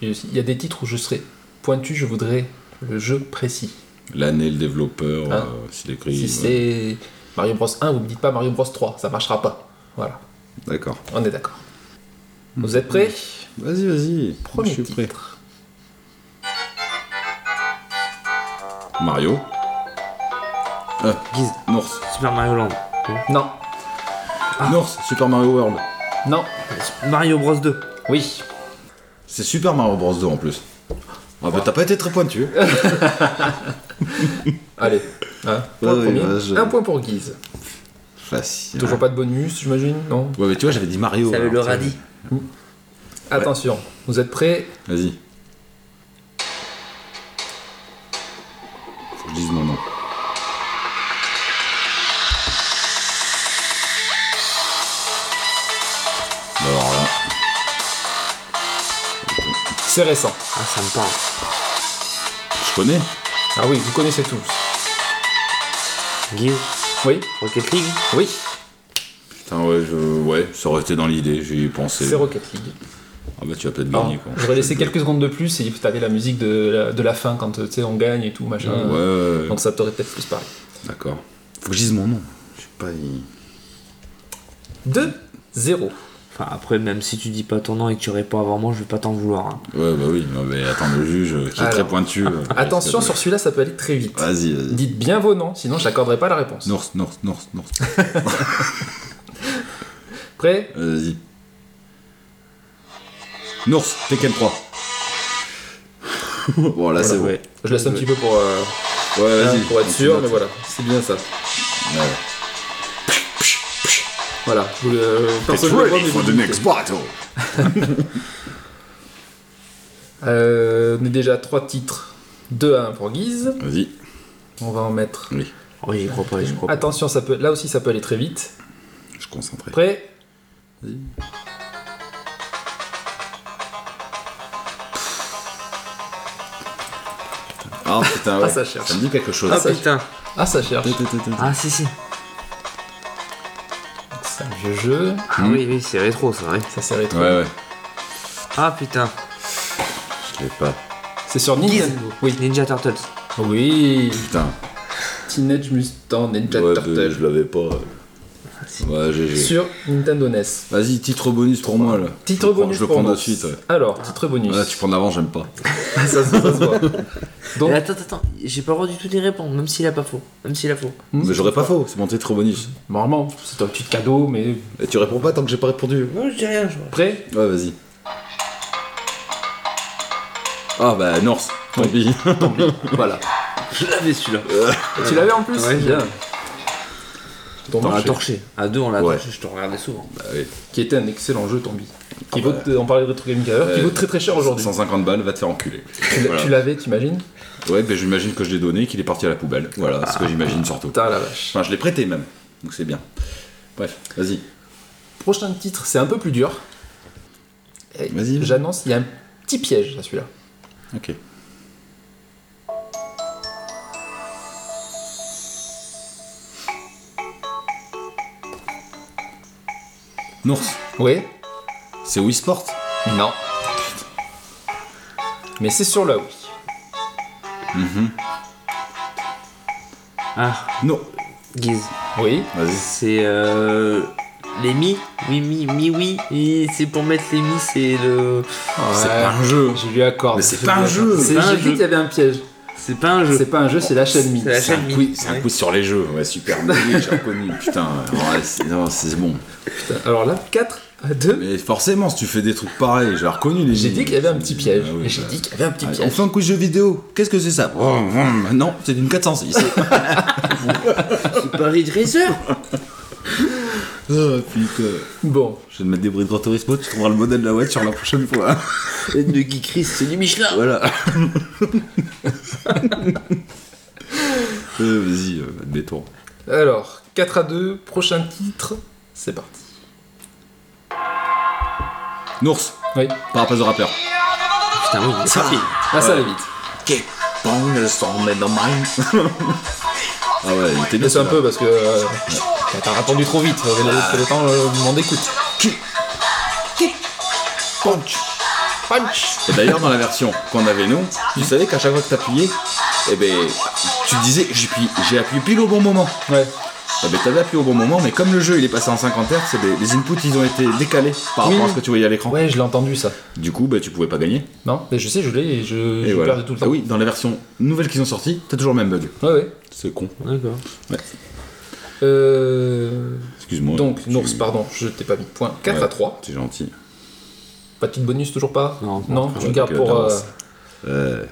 il y a des titres où je serai pointu, je voudrais le jeu précis. L'année, le développeur, Hein euh, s'il écrit. ouais. Si c'est Mario Bros 1, vous me dites pas Mario Bros 3, ça marchera pas. Voilà, D'accord. on est d'accord. Vous êtes prêts Vas-y, vas-y. Premier je suis titre. prêt. Mario. Ah, Guise. North. Super Mario Land. Hein Non, North, Super Mario World. non, Mario Bros 2. oui. C'est Super Mario Bros 2 en plus. Ah bah t'as pas été très pointu. Allez, Hein un point, Ouais, premier. ouais, je- un point pour Guise. Facile. Toujours pas de bonus, j'imagine Non Ouais mais tu vois j'avais dit Mario. Ça veut alors, le tu radis. Attention, vous êtes prêts vois. Vas-y. Faut que je dise mon nom. Bah Alors là. C'est récent. Ah, ça me parle. Je connais Ah oui, vous connaissez tous. Guise. Oui, Rocket League. oui, Putain ouais je. Ouais, ça aurait été dans l'idée, j'y ai pensé. c'est Rocket League. Ah bah tu vas peut-être Alors, gagner quoi. J'aurais laissé Je- quelques secondes de plus et t'avais la musique de la, de la fin quand euh, tu sais on gagne et tout machin. Ouais, ouais, ouais. Donc ça t'aurait peut-être plus parlé. D'accord. Faut que je dise mon nom. Je sais pas. il- [LAUGHS] 2-0. Enfin, après, même si tu dis pas ton nom et que tu réponds avant moi, je vais pas t'en vouloir. hein. Ouais, bah oui, non, mais attends, le juge euh, qui est Alors. ah, très pointu. euh, Attention risque sur celui-là, ça peut aller très vite. de- Vas-y, vas-y. Dites bien vos noms, sinon je n'accorderai pas la réponse. North, North, North, North. Prêt Vas-y. North, Tekken 3. [LAUGHS] bon, là, c'est bon. Ouais, Ouais. Je laisse un petit peu pour, euh, Ah, vas-y. pour être on sûr, note. mais voilà, c'est bien ça. Ouais. Voilà. Vous, euh, personne ne le voit, mais vous le dites. battle. Euh, on est déjà à 3 titres. 2 à 1 pour Guise. Vas-y. On va en mettre. Oui, Oh, j'y crois pas, j'y crois pas. Attention, ça peut, là aussi ça peut aller très vite. je suis concentré. Prêt Ah putain, ouais. Ah, ça cherche. Ça me dit quelque chose. Ah, ça- putain. Ah, ça cherche. Attends, attends, attends. Ah, si, si. C'est un vieux jeu. Ah, oui, oui, c'est rétro, c'est vrai. Ça c'est rétro. Ouais, ouais. Ah, putain. Je l'ai pas. C'est sur Nintendo. Oui, Ninja Turtles. Oui. Putain. Teenage Mutant Ninja Ouais, Turtle. mais je l'avais pas. si. Ouais, GG. Sur Nintendo NES. Vas-y, titre bonus pour moi, là. Je Titre le prends- bonus Je le pour prends moi. de suite, ouais. Alors, titre bonus. [LAUGHS] Ouais, tu prends de l'avant, j'aime pas. ça, se- ça se voit. Donc- Mais attends, attends, j'ai pas le droit du tout d'y répondre, même s'il a pas faux. Même s'il a faux. Mmh. Mais j'aurais pas faux, c'est mon titre bonus. Normalement, c'est un petit cadeau, mais Et tu réponds pas tant que j'ai pas répondu. Non, je dis rien, je prêt Ouais, vas-y. Ah bah North, tant [LAUGHS] pis. Voilà. Je l'avais celui-là. Et tu l'avais en plus Ouais, Bien. On l'a Tombi, torché. À deux, on l'a Ouais. torché, je te regardais souvent. Bah oui. qui était un excellent jeu, Tombi. Ah, Qui vaut, on parlait de Retro Gaming tout à l'heure, qui Euh, vaut très très cher aujourd'hui. 150 balles, va te faire enculer. Tu l'as- Voilà. Tu l'avais, t'imagines Ouais, bah j'imagine que je l'ai donné, qu'il est parti à la poubelle. Voilà, c'est ce que j'imagine surtout. Ah. Putain la vache. Enfin, je l'ai prêté même, donc c'est bien. Bref, vas-y. Prochain titre, c'est un peu plus dur. Et Vas-y, vas-y. J'annonce, il y a un petit piège à celui-là. Ok. North, Oui c'est Wii Sport Non. Mais c'est sur la Wii. Ah, Non. Guise. Oui. Vas-y. C'est euh. Les mi Oui, mi, mi, oui. Et c'est pour mettre les mi, c'est le. C'est pas un jeu. Je lui accorde. Mais c'est Je pas lui un accorde. jeu. C'est- C'est pas un J'ai dit jeu. qu'il y avait un piège. C'est pas un C'est jeu. pas un jeu, c'est la chaîne Mi. C'est la C'est un chaîne mi. quiz, c'est Ouais. un quiz sur les jeux, ouais, super. mais oui, [LAUGHS] j'ai reconnu, putain, ouais, c'est non, c'est bon. Alors là, 4 à 2. Mais forcément, si tu fais des trucs pareils, j'ai reconnu les J'ai jeux. dit qu'il y avait un petit piège. Ah oui, Et j'ai bah. dit qu'il y avait un petit Allez, on piège. fait un quiz jeu vidéo, qu'est-ce que c'est ça Vroom, vroom. Non, c'est d'une [LAUGHS] 406. C'est Paris [LAUGHS] Racer oh putain. Bon, Je vais te mettre des bruits de Grand Turismo, tu trouveras le modèle de la voiture la prochaine [LAUGHS] fois. Le Guy Chris, c'est du Michelin Voilà. Euh, Vas-y, euh, détour. alors 4 à 2, prochain titre, c'est parti. Nours, Oui, parapage de rappeur. Ah, Euh, Putain, oui, c'est rapide. là ça va vite. Bang, le son est dans mine. Ah ouais, il était bien Laisse un celui-là. peu parce que euh, t'as répondu trop vite. J'avais le- le temps, euh, on écoute. Kick, kick, punch, punch. Et d'ailleurs, dans la version qu'on avait nous, tu savais qu'à chaque fois que t'appuyais, eh ben, tu disais j'ai appuyé, j'ai appuyé pile au bon moment. Ouais. Eh ben, t'avais appuyé au bon moment, mais comme le jeu il est passé en 50 Hz, eh ben, les inputs ils ont été décalés par Oui. rapport à ce que tu voyais à l'écran. Ouais, je l'ai entendu ça. Du coup, ben, tu pouvais pas gagner. Non, mais je sais, je l'ai et je, Et je voilà. perds tout le temps. Ah oui, dans la version nouvelle qu'ils ont sortie, t'as toujours le même bug. Ouais, ouais. C'est con. D'accord. Euh, Excuse-moi. donc, Tu- Nours, pardon, je t'ai pas mis. Point 4 Ouais. à 3. C'est gentil. Pas de petite bonus, toujours pas Non, tu ouais, le gardes donc, pour euh, euh,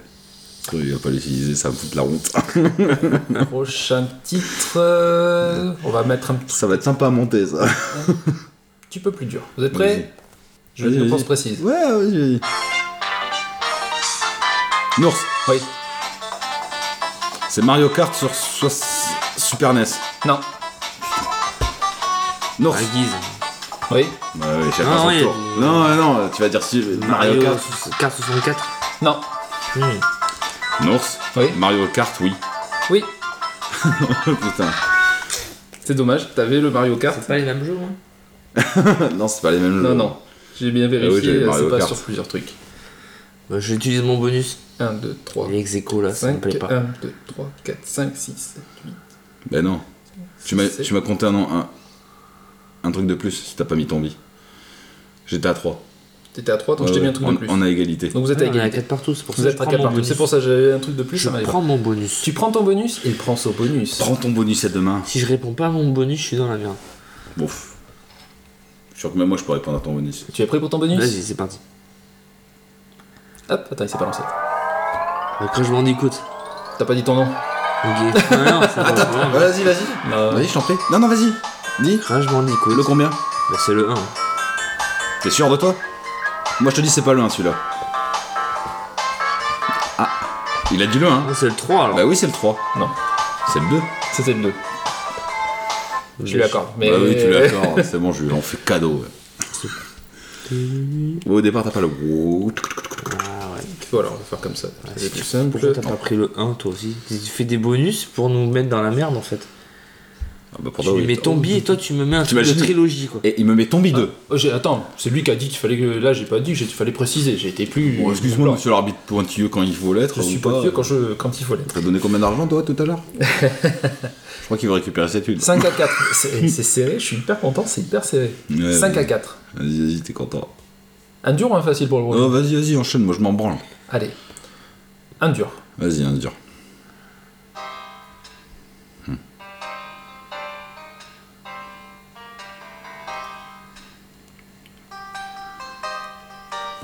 Euh, il va pas l'utiliser, ça me fout de la honte. [LAUGHS] euh, prochain titre. euh, on va mettre un petit ça va être sympa à monter ça. petit peu plus dur. Vous êtes prêts Je Vas-y, veux une vas-y. réponse précise. Ouais, vas-y, vas-y. Nours, Oui. c'est Mario Kart sur soix- Super NES. Non. Nours. À guise. Oui. Ouais, ouais, chacun Ah, son oui. tour. Non, non, non, tu vas dire si euh, Mario Kart. sous- Kart 64. Non. Hmm. Nours. Oui. Mario Kart, oui. [LAUGHS] Oui. Putain. C'est dommage, t'avais le Mario Kart. C'est pas les mêmes jeux, hein non, c'est pas les mêmes Non, jeux. non. J'ai bien oui, j'avais vérifié, Mario c'est pas Kart. sur plusieurs trucs. Bah, J'utilise mon bonus. Oh, 1, 2, 3, Les ex aequo, là, ça me 5, plaît pas. 1, 2, 3, 4, 5, 6, 7, 8. Ben non. Tu m'as, C'est- tu m'as compté un, an- un, un truc de plus si t'as pas mis ton bi. J'étais à 3. T'étais à 3, donc Ouais, je t'ai mis ouais, un truc on, de plus. on a égalité. Donc vous êtes à Ouais, on est à égalité. 4 partout, c'est pour ça Vous que je êtes à prends 4 mon partout. bonus. C'est pour ça que j'avais un truc de plus. Je ça m'allait prends mon bonus. Tu prends ton bonus, il prend son bonus. Prends ton bonus et demain. Si je réponds pas à mon bonus, je suis dans la merde. Bon. pff. Je suis sûr que même moi je peux répondre à ton bonus. Tu es prêt pour ton bonus Vas-y, c'est parti. Hop, attends, il s'est pas lancé. Le Bah, Crash Bandicoot. T'as pas dit ton nom Ok. [LAUGHS] Non, non, c'est pas vrai. Ouais, Bah, vas-y, vas-y. Euh, Vas-y, je t'en prie. Non, non, vas-y. Dis. Crash Bandicoot. Le combien Bah, c'est le 1. T'es sûr de toi Moi je te dis c'est pas le 1 celui-là. Ah. Il a dit le 1. Ah, c'est le 3 alors. Bah oui c'est le 3. Non, C'est le 2. c'était le 2. Je lui accorde. Mais... Bah oui tu [LAUGHS] l'accordes. c'est bon, je lui en fais cadeau. [LAUGHS] ouais. Au départ t'as pas le... Ah ouais. Voilà, on va faire comme ça. C'est plus Pourquoi simple. t'as pas pris le 1 toi aussi Tu fais des bonus pour nous mettre dans la merde en fait. Ah bah Tu pourtant, lui oui. mets ton billet Ah. et toi tu me mets un truc de T'imagines trilogie quoi. Et il me met ton bi 2. Oh, j'ai- Attends, c'est lui qui a dit qu'il fallait que. Là, j'ai pas dit, j'ai- qu'il fallait préciser. J'ai été plus. Bon, excuse-moi, Blanc. monsieur l'arbitre pointilleux quand il faut l'être. Je ou suis pas vieux quand, je... quand il faut l'être. T'as donné combien d'argent toi tout à [LAUGHS] l'heure Je crois qu'il veut récupérer cette huile. 5 [LAUGHS] à 4. C'est c'est serré, je suis hyper content, c'est hyper serré. Ouais, 5 à ouais. 4. Vas-y, vas-y, t'es content. Un dur ou un facile pour le gros Oh, vas-y, vas-y, enchaîne, moi je m'en branle. Allez. Un dur. Vas-y, un dur. Hmm.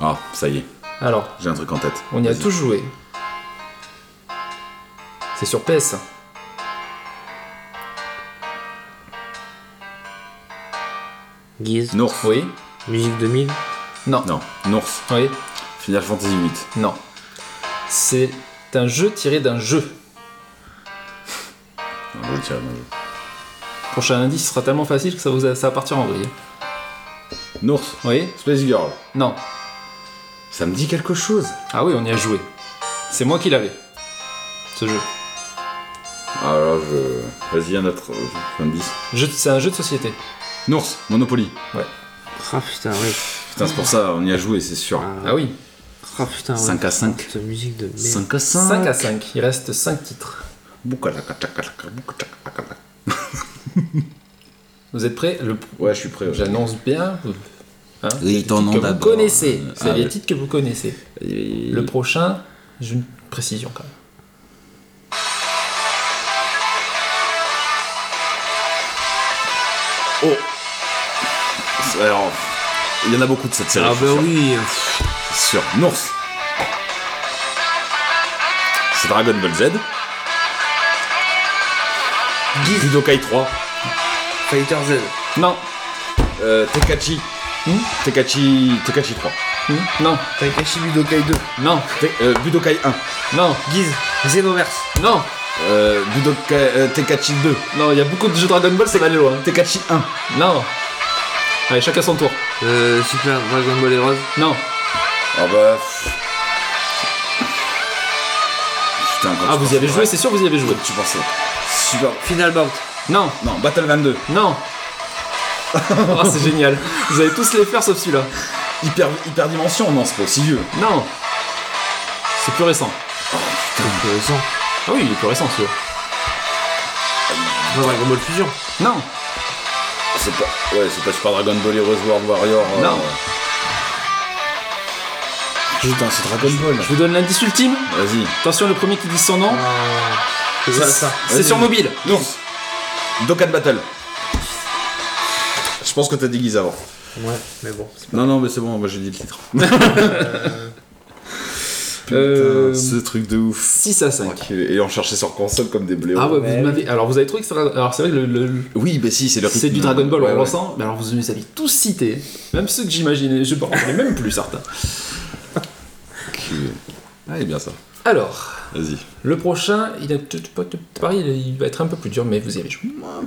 Ah, ça y est, Alors, j'ai un truc en tête. on y a Vas-y. tous joué. C'est sur PS. Guise. Nours. Oui Musique 2000. Non. Non, Nours. Oui Final Fantasy VIII. Non. C'est un jeu tiré d'un jeu. Non, je vais le tirer dans le jeu. Prochain indice sera tellement facile que ça, vous a- ça va partir en vrille. Nours. Oui Space Girl. Non. Ça me dit quelque chose. Ah oui, on y a joué. C'est moi qui l'avais. Ce jeu. Alors Ah, je. Vas-y, un autre euh, indice. Jeu de- C'est un jeu de société. Nours, Monopoly. Ah putain ouais. Putain, c'est pour ça, on y a joué, c'est sûr. Ah, Ah oui. ah, putain ouais. 5 à 5. Cette musique de merde. 5 à 5. 5 à 5. Il reste 5 titres. Vous êtes prêts Le- Ouais, je suis prêt. ouais. J'annonce bien. hein, Oui, les ton titres nom que vous d'abord. connaissez. C'est Ah, les ouais. titres que vous connaissez. Et- Le prochain, j'ai une précision quand même. Oh Alors, il y en a beaucoup de cette série. Ah je suis sûr. bah oui. Sûr. Nours. C'est Dragon Ball Z. Budokai 3. Fighter Z. Non, Euh, Tekachi. Hmm Tekachi. Tekachi 3. Hmm non, Takashi Budokai 2. non, Te- euh, Budokai 1. non, Guise. Xenoverse. non, Euh, Budokai. euh, Tekachi 2. non, il y a beaucoup de jeux Dragon Ball, ça va aller loin. Tekachi 1. Non. Allez, chacun son tour. Euh, Super Dragon Ball Heroes. Non. Ah bah. pff. Putain, quand Ah, tu vous penses- Ah, Ah, y avez joué, c'est sûr, vous y avez joué. Tu pensais. Super. Final Bout. Non, Non, Battle 22. non. [LAUGHS] Oh, c'est génial. Vous allez tous les faire sauf celui-là. Hyper, hyper dimension, non, c'est pas aussi vieux. Non. C'est plus récent. Intéressant. Ah oui, il est plus récent celui-là. Non, Dragon Ball Fusion. Non. C'est pas, ouais, c'est pas Super Dragon Ball Heroes World Warrior. euh, Non. Putain, c'est Dragon Ball. Je vous donne l'indice ultime. Vas-y. Attention, le premier qui dit son nom, Euh, C'est c'est- ça, ça. c'est Vas-y. sur mobile. L'ours. Dokkan Battle. Je pense que t'as déguisé avant. Ouais, mais bon. c'est Non, non, mais c'est bon, moi j'ai dit le [LAUGHS] titre. Euh, Putain, Euh, ce truc de ouf. 6 à 5. Enculé. Et on cherchait sur console comme des blés. Ah ouais, Ouais. vous m'avez. Alors vous avez trouvé que c'est. Alors c'est vrai que le- le- Oui, bah si, c'est le c'est rythme. du Dragon Ball, Ouais, on le ouais. ressent. Mais alors vous les avez tous cités, même ceux que j'imaginais. Je ne connais même plus certains. Enculé. Ah, il est bien ça. Alors, Vas-y. le prochain, il a tu- tu- pas- tu- pareil, il il va être un peu plus dur, mais vous y avez joué. bah,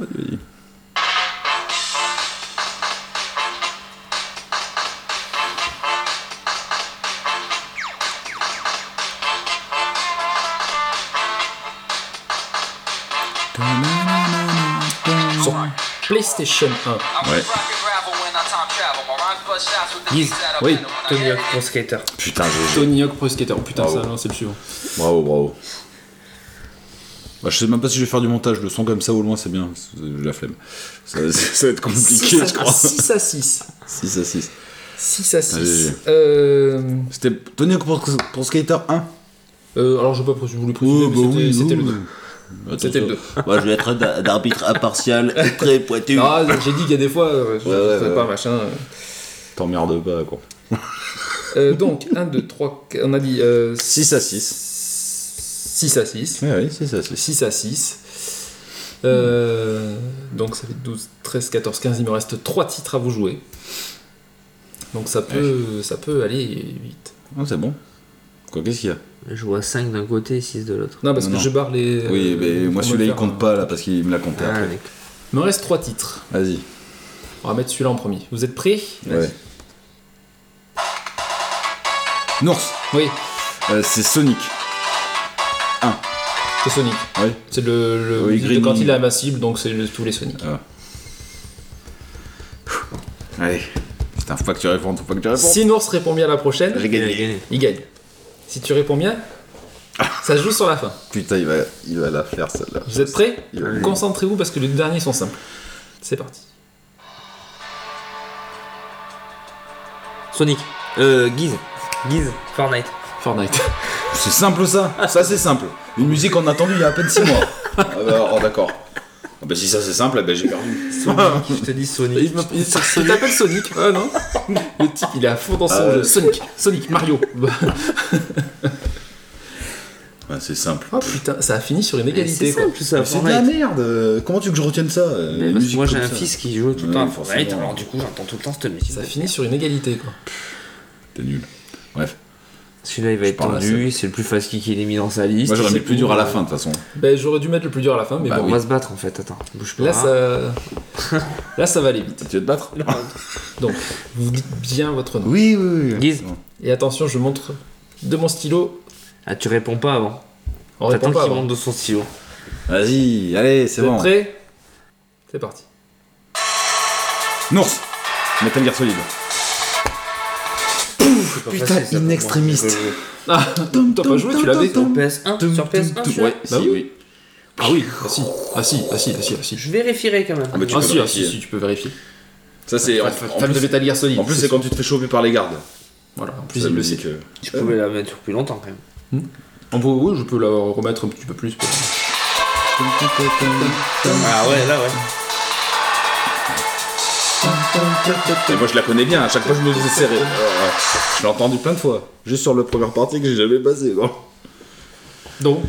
Sur PlayStation 1. Ouais. Guise. Oui. Tony Hawk Pro Skater. Putain, je. Tony Hawk Pro Skater. Oh, Putain, Bravo. ça, non, c'est le suivant. Bravo, bravo. Bah, je sais même pas si je vais faire du montage, le son comme ça au loin c'est bien, j'ai la flemme. Ça, [LAUGHS] ça- ça va être compliqué, je crois. 6 à 6. 6 à 6. 6 à Allez. 6. Euh, C'était Tony Hawk pour, pour Skater 1 euh, alors, je sais pas si vous voulez préciser, Oh, bah mais c'était- c'était le 2. C'était le deux. Moi, je vais être d'a- d'arbitre impartial et très pointu. Ah, j'ai dit qu'il y a des fois, euh, je Ouais, ne ouais, sais ouais. pas, machin. T'emmerdes pas, quoi. Euh, donc, 1, 2, 3, on a dit 6 à 6. 6 à 6. Oui, oui, 6 à 6. 6 à 6. donc ça fait 12, 13, 14, 15. Il me reste 3 titres à vous jouer. Donc ça peut, ça peut aller vite. Ah, c'est bon. Quoi, qu'est-ce qu'il y a Je vois 5 d'un côté et 6 de l'autre. Non, parce Non, que non. je barre les. Oui, euh, mais on moi, va celui-là, il faire compte un- pas, là, parce qu'il me l'a compté Ah, après. mec. Il me reste 3 titres. Vas-y. On va mettre celui-là en premier. Vous êtes prêts Ouais. Nours, Oui, euh, c'est Sonic. c'est Sonic. Ouais. C'est le, le Oui, musique de Green- quand il est à ma cible, donc c'est le- tous les Sonic. Allez. Putain, faut pas que tu répondes, faut pas que tu répondes. Si Nours répond bien à la prochaine, J'ai Il a gagné. il gagne. Si tu réponds bien, ça se joue sur la fin. Putain, il va, il va la faire, celle-là. Vous êtes prêts Oui. Concentrez-vous parce que les deux derniers sont simples. C'est parti. Sonic. Euh, Guise. Guise. Fortnite. [LAUGHS] Fortnite. C'est simple, ça Ça, c'est simple. Une musique qu'on a attendue il y a à peine 6 mois. ah bah, oh, d'accord. Ah bah, si ça, c'est simple, eh ben, j'ai perdu. Je te dis Sonic. Il me- il il t'appelle Sonic. Ah non Le type, il est à fond dans son Ah ouais. jeu. Sonic, [LAUGHS] Sonic, Mario. Bah, Ouais, c'est simple. oh putain, ça a fini sur une Mais égalité C'est quoi. simple ça, C'est de la Fortnite. merde euh, Comment tu veux que je retienne ça euh, Mais les parce que musiques moi j'ai comme un ça fils qui joue tout le Ouais, temps à Fortnite, forcément. alors du coup j'entends tout le temps cette musique. Ça finit sur une égalité quoi. T'es nul. Bref. Celui-là il va être parle à tendu, c'est le plus fast qui qu'il ait mis dans sa liste. Moi j'aurais C'est mis le plus tout. dur à la fin de toute façon. Ben, j'aurais dû mettre le plus dur à la fin, mais Bah Ah. bon. On va se battre en fait, attends, bouge pas. Là, ça... [LAUGHS] Là, ça va aller vite. Tu veux te battre [LAUGHS] Donc, vous dites bien votre nom. Oui, oui, oui. Guise. Et attention, je montre de mon stylo. Ah, tu réponds pas avant. On T'attends répond pas qu'il avant. monte de son stylo. Vas-y, allez, c'est Vous êtes bon. prêts C'est parti. Nours Metal Gear Solid. Putain, in extremis. Ah, t'as pas joué, tu l'avais Sur PS1 Sur PS1 Ouais, si, Bah oui. oui. Ah oui, ah si, ah si, ah si, ah si, ah si. Je vérifierai quand même. Ah bah, tu Ah peux si, ah vérifier. si, si, tu peux vérifier. Ça c'est. En, en Fan de plus, Metal Gear Solid. en plus, c'est quand tu te fais choper par les gardes. Voilà, en plus La il le sait. musique. euh, Je pouvais la mettre depuis longtemps quand même. On peut, oui, je peux la remettre un petit peu plus. pour- Ah ouais, là ouais. Et moi je la connais bien, à chaque fois je me faisais serrer. Euh, Je l'ai entendu plein de fois. Juste sur le première partie que j'ai jamais passé. quoi. Donc,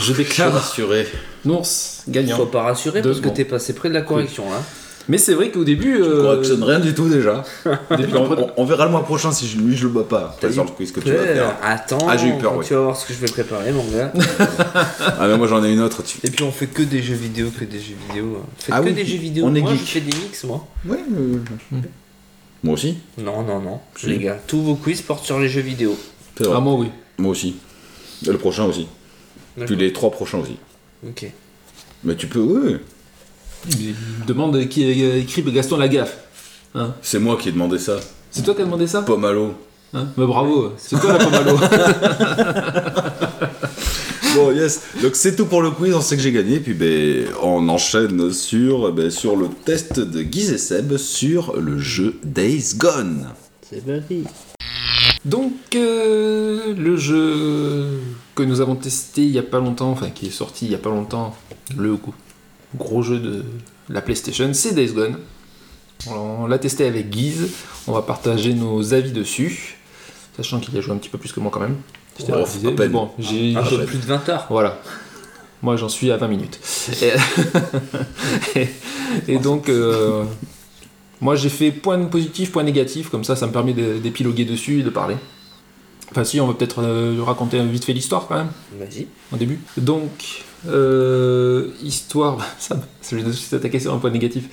je déclare Rassuré. Nours gagnant. Sois pas rassuré Deux parce que secondes. t'es passé près de la correction hein. là. Mais c'est vrai qu'au début, euh, Correctionne rien du tout [LAUGHS] déjà. au début, Puis on, tu prenais- on- on verra le mois prochain si je- lui je le bats pas. Par eu exemple, quiz que tu vas Peur. faire. Attends, Ah, j'ai eu peur, quand oui. tu vas voir ce que je vais préparer mon gars. [LAUGHS] Ah mais moi j'en ai une autre. Tu... Et puis on fait que des jeux vidéo, que des jeux vidéo. Faites Ah que oui, des jeux vidéo. on est moi je geek. fais des mix moi. [LAUGHS] Ouais. euh, Moi aussi. Non, non, non. Si. Les gars, tous vos quiz portent sur les jeux vidéo. C'est vrai. Ah, moi oui. Euh, Moi aussi. Et le prochain aussi. Puis les trois prochains aussi. Ok. Mais tu peux, oui. Il demande qui a écrit Gaston Lagaffe. Hein C'est moi qui ai demandé ça. c'est toi qui as demandé ça Pomme à l'eau. Hein Mais bravo, c'est toi [LAUGHS] la Pomalo. Bon, yes. Donc c'est tout pour le quiz, on sait que j'ai gagné. Puis ben, on enchaîne sur, ben, sur le test de Guiz et Seb sur le jeu Days Gone. C'est parti. Donc, euh, le jeu que nous avons testé il y a pas longtemps, enfin qui est sorti il y a pas longtemps, le gros- gros jeu de la PlayStation, c'est Days Gone. On l'a testé avec Guise, on va partager nos avis dessus, sachant qu'il y a joué un petit peu plus que moi quand même. Je t'ai Ouais, refusé, à mais peine. bon, Ah, j'ai Un j'ai- peu plus de 20 heures. Voilà. Moi, j'en suis à 20 minutes. Et, [LAUGHS] et- et donc, euh, moi, j'ai fait point positif, point négatif, comme ça, ça me permet de- d'épiloguer dessus et de parler. Enfin, si, on va peut-être euh, raconter vite fait l'histoire quand même Vas-y. au début. Donc, euh, histoire, [LAUGHS] ça, je vais tout de suite attaquer sur un point négatif,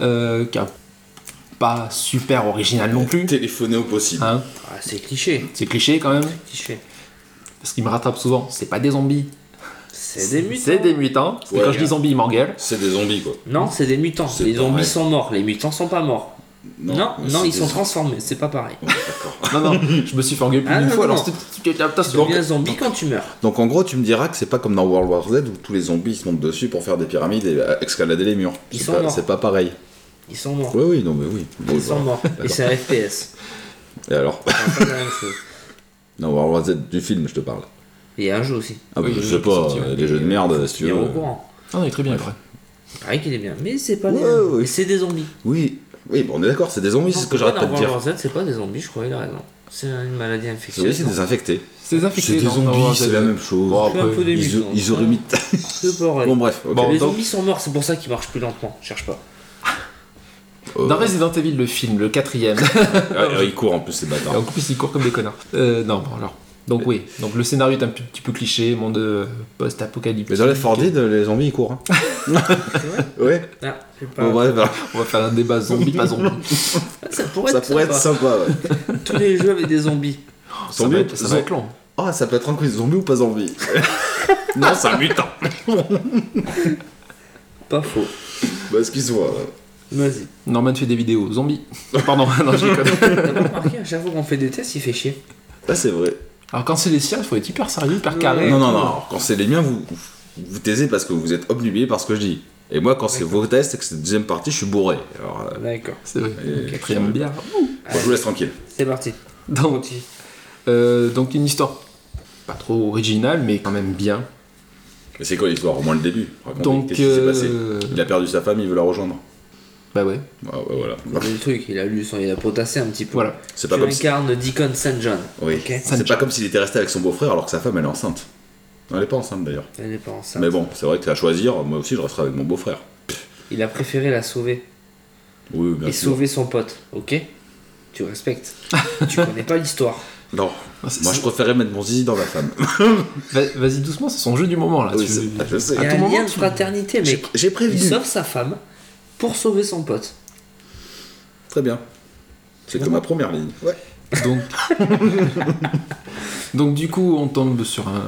euh, qui est pas super original non plus. Téléphoner au possible. hein. Ah, c'est cliché. c'est cliché quand même, Cliché. parce qu'il me rattrape souvent, c'est pas des zombies, C'est des mutants. c'est des mutants. Et Ouais. quand je dis zombies, ils m'engueulent. C'est des zombies quoi. Non, c'est des mutants. C'est Les pas zombies vrai. sont morts. Les mutants sont pas morts. Non, non, mais c'est ils des sont zombies. transformés. C'est pas pareil. Ouais, d'accord. Non, non, je me suis fait engueuler plus Ah, d'une non, fois. non, Alors, non. c'est- Ah tu- tu- Tu tu- tu- deviens zombie quand tu meurs. Donc en gros, tu me diras que c'est pas comme dans World War Z où tous les zombies ils se montent dessus pour faire des pyramides et euh, escalader les murs. Ils C'est sont pas- morts. C'est pas pareil. Ils sont morts. Oui, oui, non, mais oui. Oui, Ils sont voilà. morts. Et c'est un FPS. Et alors [LAUGHS] C'est pas la même chose. Non, World War Z du film, je te parle. Il y a un jeu aussi. Ah, bah, Oui, je oui, sais oui, pas, c'est- euh, les jeux de merde, si Il tu est veux. au courant. Ah non, il est très bien après. Pareil qu'il est bien. Mais c'est pas les Ouais, mêmes. ouais. Et c'est des zombies. Oui, oui, bon, on est d'accord, c'est des zombies, c'est ce que j'arrête pas de dire. Z, c'est pas des zombies, je crois, il a raison. C'est une maladie infectieuse. Oui, c'est des infectés. C'est des infectés. dans- dans World War Z. chose. Bon, après, un peu des ils, mutants. ils auraient mis. C'est pas vrai. bon, bref. ok. Bon, les donc- zombies sont morts, c'est pour ça qu'ils marchent plus lentement. Cherche pas. Euh, Dans Resident Evil, le film, [LAUGHS] le quatrième. ah, ah, ils courent en plus, ces Et en bâtards. plus, ils courent comme des connards. Euh, non, bon, alors. Donc, oui. Donc, le scénario est un p- petit peu cliché, monde euh, post-apocalyptique. Mais dans les Dead, les zombies, ils courent. hein. ouais, Ah, c'est pas. bon, bref, voilà. On va faire un débat zombie, [LAUGHS] pas zombie. Ah, ça pourrait ça être pourrait être sympa. sympa. ouais. Tous les jeux avec des zombies. Ça Zombie va ou- être, ça va être long. Ah, ça peut être un quiz zombie ou pas zombie Non, c'est un [LAUGHS] mutant. Pas faux. Bah, excuse-moi. Vas-y. Norman fait des vidéos, zombie. [LAUGHS] Pardon, non, je déconne. T'as pas remarqué, à chaque fois qu'on fait des tests, il fait chier. Ah, c'est vrai. Alors, quand c'est les siens, il faut être hyper sérieux, hyper carré. Non, non, non, alors, quand c'est les miens, vous vous taisez parce que vous êtes obnubilé par ce que je dis. Et moi, quand c'est vos tests et que c'est la deuxième partie, je suis bourré. Alors, euh, D'accord. C'est vrai. Et- Quatrième bière. bon, je vous laisse tranquille. C'est parti. Donc, euh, donc, une histoire pas trop originale, mais quand même bien. Mais c'est quoi l'histoire Au moins le début. racontez, Donc, Ah qu'est-ce qui s'est euh, passé Il a perdu sa femme, il veut la rejoindre. Bah ouais. Ah, ouais, voilà. C'est le truc, il a lu son. Il a potassé un petit peu. Voilà. C'est Tu pas comme si... incarnes Deacon St. John. oui. Ok. C'est pas comme s'il était resté avec son beau-frère alors que sa femme elle est enceinte. Elle est pas enceinte d'ailleurs. Elle n'est pas enceinte. Mais bon, c'est vrai que à choisir, moi aussi je resterai avec mon beau-frère. Il a préféré la sauver Oui, bien et sûr. sauver son pote, ok Tu respectes. [LAUGHS] tu connais pas l'histoire. Non, Ah, c'est- moi je c'est- préférais mettre mon zizi dans la femme. Va- Vas-y doucement, c'est son jeu du moment là. Oui, Tu- c'est- ah, je sais. Il y À a tout un moment, lien de tu- fraternité, J'ai- mais J'ai il prévenu. sauve sa femme pour sauver son pote. Très bien. C'est comme ma première ligne. Ouais. Donc, [LAUGHS] donc du coup, on tombe sur un,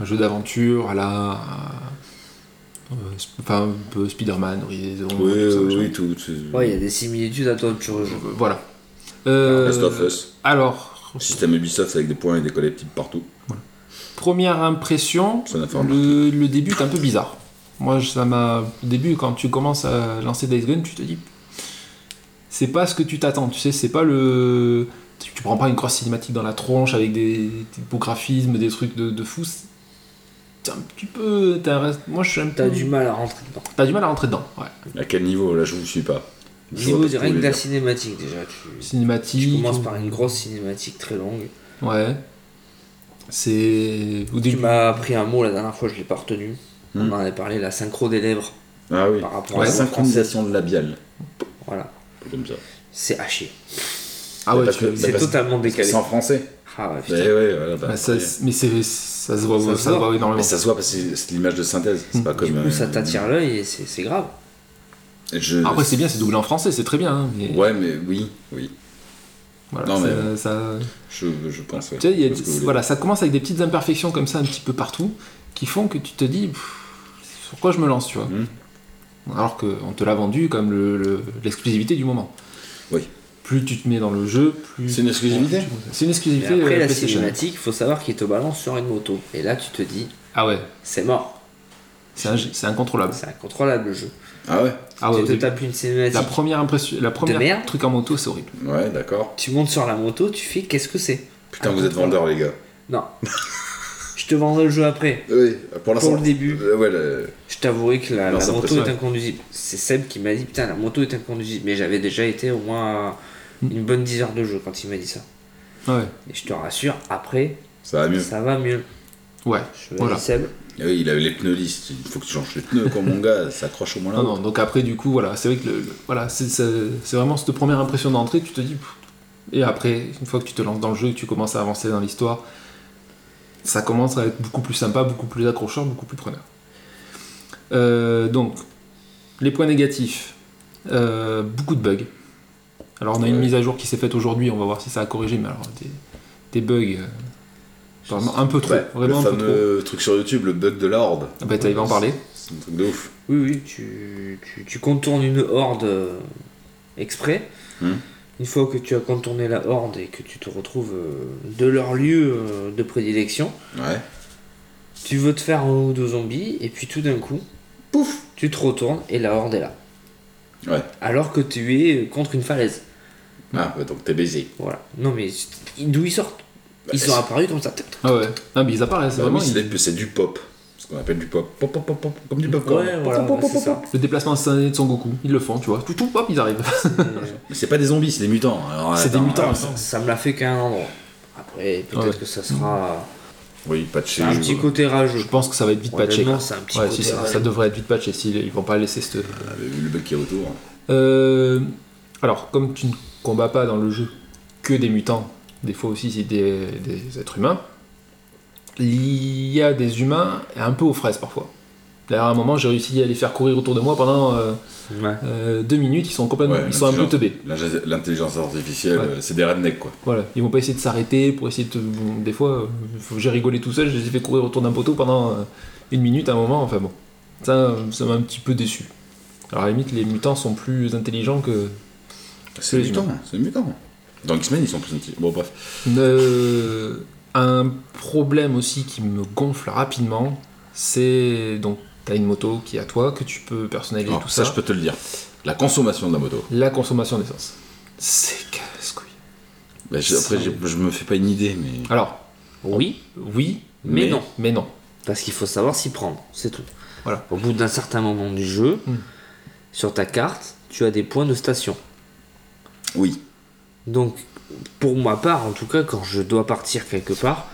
un jeu d'aventure à la, euh, sp- enfin un peu Spider-Man, Horizon, Oui, tout ça, oui, machin. oui, tout. tout- Ouais, il y a des similitudes à toi, tu rejoues. Euh, Voilà. Euh, Last of Us. Alors, Système Ubisoft avec des points et des collectibles partout. première impression, Ça n'a fait un le, le début est un peu bizarre. Moi, je- ça m'a. Au début, quand tu commences à lancer Days Gone, tu te dis, c'est pas ce que tu t'attends. Tu sais, c'est pas le. Tu tu prends pas une croix cinématique dans la tronche avec des typographismes, des trucs de, de fou. C'est- T'es un petit peu. t'es un reste- Moi, je suis un T'as peu- du Hmm. mal à rentrer dedans. T'as du mal à rentrer dedans. Ouais. À quel niveau Là, je vous suis pas. Je vois Niveau pas ce que direct vous de voulez la dire. cinématique, déjà. Tu, Cinématique. tu commences par une grosse cinématique très longue. Ouais. C'est. Au Tu début. m'as appris un mot la dernière fois, je l'ai pas retenu. On en avait parlé, la synchro des lèvres Ah oui. par rapport La à la synchronisation de labiale. Voilà. Comme ça. C'est haché. Ah ouais, parce tu- que- ça- C'est parce- totalement décalé. C'est en français. Ah ouais, Mais putain. ouais, voilà, bah, mais ça, après. c'est- ça se voit, Ça ça se se voit. voit énormément. Mais ça se voit parce que c'est- c'est l'image de synthèse. C'est pas Du comme. coup, euh, ça t'attire l'œil et c'est c'est grave. Je... Ah, [LAUGHS] Après, c'est bien, c'est doublé en français, c'est très bien. hein, mais Ouais, mais oui, oui. voilà, non, ça- mais- ça- Je, je pense. ouais. Tu sais, il y a- Je pense que vous voulez. voilà, ça commence avec des petites imperfections comme ça un petit peu partout qui font que tu te dis pff, sur quoi je me lance, tu vois. Mhm. Alors qu'on te l'a vendu comme le- le- l'exclusivité du moment. Oui. Plus tu te mets dans le jeu, plus. C'est une exclusivité C'est une Et exclusivité. après euh, la PlayStation. cinématique, faut savoir qu'il te balance sur une moto. Et là, tu te dis, Ah ouais, c'est mort. c'est un- c'est incontrôlable. C'est incontrôlable le jeu. Ah ouais Ah ouais, tu au te début, tapes une cinématique, la première impression, la première merde. truc en moto, c'est horrible. Ouais, d'accord. tu montes sur la moto, tu fais qu'est-ce que c'est Putain, vous êtes vendeur, les gars. Non. je te vendrai le jeu après. Oui, pour Ah Pour l'instant. le début, Euh, ouais, le- je t'avouerai que la, Non, la c'est moto impressionnant. est inconduisible. C'est Seb qui m'a dit putain la moto est inconduisible. Mais j'avais déjà été au moins à Mm. une bonne 10 heures de jeu quand il m'a dit ça. Ouais, Et je te rassure, après, ça va mieux. ça va mieux. ouais. Je Voilà. voilà. Seb. Ah oui, il avait les pneus lisses. Il faut que tu changes les pneus, quoi, mon gars. Ça accroche au moins là. Ah Non, non, donc après, du coup, voilà, c'est vrai que le, le- voilà, c'est ça- c'est vraiment cette première impression d'entrée, tu te dis. pff. Et après, une fois que tu te lances dans le jeu et que tu commences à avancer dans l'histoire, ça commence à être beaucoup plus sympa, beaucoup plus accrocheur, beaucoup plus preneur. Euh, donc, les points négatifs Euh, beaucoup de bugs. Alors, on a une Ouais. mise à jour qui s'est faite aujourd'hui, on va voir si ça a corrigé, mais alors, des, des bugs. euh, Vraiment un peu trop, Ouais, vraiment un le peu trop. fameux truc sur YouTube, le bug de la horde. Ah Bah, t'allais en parler. C'est un truc de ouf. Oui, oui, tu, tu, tu contournes une horde euh, exprès. Hmm. Une fois que tu as contourné la horde et que tu te retrouves euh, de leur lieu euh, de prédilection, Ouais. tu veux te faire un ou deux zombies et puis tout d'un coup, pouf, tu te retournes et la horde est là. Ouais. Alors que tu es contre une falaise. Ah, bah, donc t'es baisé. Voilà. Non mais d'où ils sortent Bah, Ils sont apparus comme ça. Ah ouais, ah, mais ils apparaissent, Bah vraiment. oui, ils- c'est c'est du pop. Ce qu'on appelle du pop. Pop, pop, pop, pop. Comme du popcorn. Ouais, voilà, ouais, c'est ça. Le déplacement instantané de Son Goku, ils le font, tu vois. Tout, tout, hop, ils arrivent. Mais c'est pas des zombies, c'est des mutants. Alors, C'est des attends, mutants. alors, ils sont- euh, Ça me l'a fait qu'à un endroit. Après, peut-être Ouais. euh, que ça sera Oui, patché. un petit côté rageux. Je pense que ça va être vite Ouais, patché. non, quoi. c'est un petit Ouais, côté si, ça, rageux. ça devrait être vite patché s'ils ils vont pas laisser cette. Ah, mais vu le bug qui est autour. Euh, alors, comme tu ne combats pas dans le jeu que des mutants, des fois aussi c'est des, des êtres humains, il y a des humains un peu aux fraises parfois. D'ailleurs, à un moment, j'ai réussi à les faire courir autour de moi pendant euh, Ouais. euh, deux minutes. Ils sont complètement, Ouais, ils sont un peu l'intelligence- teubés. l'ingé- L'intelligence artificielle, Ouais. euh, c'est des rednecks, quoi. Voilà, ils vont pas essayer de s'arrêter pour essayer de. te- bon, des fois, euh, faut- j'ai rigolé tout seul, je les ai fait courir autour d'un poteau pendant euh, une minute, un moment, enfin bon. Ça, euh, ça m'a un petit peu déçu. Alors à la limite, les mutants sont plus intelligents que. C'est les mutant, c'est mutant. Dans X-Men, ils sont plus intelligents. Bon, bref. Euh, un problème aussi qui me gonfle rapidement, c'est. Donc, t'as une moto qui est à toi, que tu peux personnaliser Alors, tout ça, ça. je peux te le dire. La consommation de la moto. La consommation d'essence. C'est casse-couille. Bah, j'ai- après, C'est- j'ai- je me fais pas une idée, mais. Alors, Oui, oui, Mais non. Mais non. parce qu'il faut savoir s'y prendre, c'est tout. Voilà. Au bout d'un certain moment du jeu, Hmm. sur ta carte, tu as des points de station. Oui. Donc, pour ma part, en tout cas, quand je dois partir quelque part,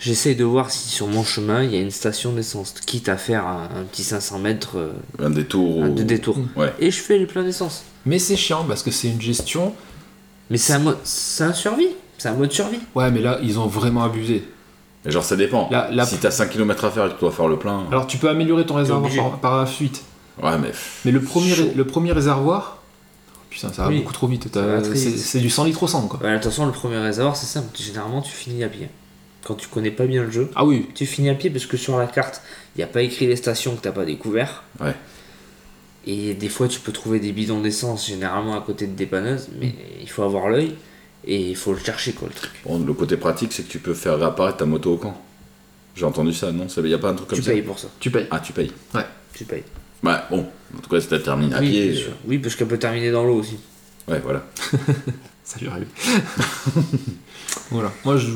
j'essaye de voir si sur mon chemin il y a une station d'essence, quitte à faire un, un petit 500 mètres euh, Un détour. au- de détour. Ouais. Et je fais le plein d'essence. Mais c'est chiant parce que c'est une gestion. Mais c'est un, mode- c'est un survie, c'est un mode survie. Ouais, mais là, ils ont vraiment abusé. Mais genre, ça dépend. La- la- Si t'as 5 km à faire et que tu dois faire le plein. Alors tu peux améliorer ton réservoir obligé. par, par la fuite, Ouais, mais. pff, mais le premier, Chaud. le premier réservoir, oh, putain ça va Oui. beaucoup trop vite, Ça va t'as- très c'est vite. c'est du 100 litres au 100 quoi. Ouais, attention, le premier réservoir, c'est simple. Généralement, tu finis à pied. Quand tu connais pas bien le jeu, Ah oui, tu finis à pied parce que sur la carte, il n'y a pas écrit les stations que t'as pas découvert. Ouais. Et des fois, tu peux trouver des bidons d'essence généralement à côté de dépanneuses, mais il faut avoir l'œil et il faut le chercher quoi le truc. Bon, le côté pratique, c'est que tu peux faire réapparaître ta moto au camp. J'ai entendu ça, non Il y a pas un truc comme tu ça payes pour ça. tu payes. Ah, tu payes. Tu payes. Bah, bon. En tout cas, si t'as terminé à oui, pied. bien sûr. Oui, parce qu'elle peut terminer dans l'eau aussi. euh, Ouais, voilà. Ça lui [LAUGHS] arrive. voilà, moi je,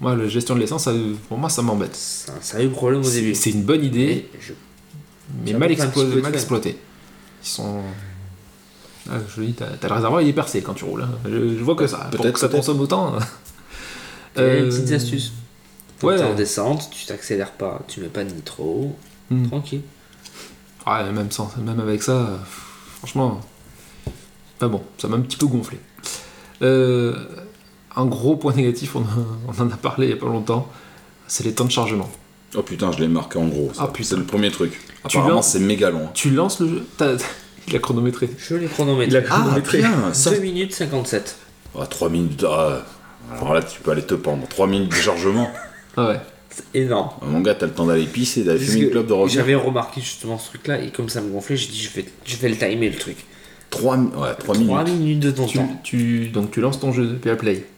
moi la gestion de l'essence, ça- pour moi ça m'embête. C'est un sérieux problème au C'est début. c'est une bonne idée, Je- mais Ça mal, peut faire un explo- petit peu de mal peine. exploitée. Ils sont, Ah, je te dis, t'as t'as le réservoir il est percé quand tu roules. hein. Je, je vois que ça, pour Peut-être, que ça peut-être. consomme autant. Il y a des Euh, petites astuces. Quand ouais. t'es en descente, tu t'accélères pas, tu mets pas de nitro, Hmm. tranquille. Ouais, même, sans, même avec ça, euh, franchement. Enfin bon, ça m'a un petit peu gonflé. Euh, un gros point négatif, on, en- on en a parlé il n'y a pas longtemps, c'est les temps de chargement. Oh putain, je l'ai marqué en gros. ça. Ah, putain. C'est le premier truc. Tu Apparemment, lances- c'est méga long. hein. Tu lances le jeu, t'as- [LAUGHS] il a chronométré. Je l'ai Il a chronométré. Ah, chronométré. bien, ça. 2 minutes 57. Ah, 3 minutes. ah, alors là, tu peux aller te pendre. 3 minutes de chargement. Ah ouais. C'est énorme. Mon gars, t'as le temps d'aller pisser, d'aller Parce fumer une que clope, de revenir. J'avais remarqué justement ce truc là et comme ça me gonflait, j'ai dit je vais, je vais le timer le truc. 3, ouais, 3 minutes. 3 minutes de ton Tu, temps. tu- donc tu lances ton jeu depuis la Play.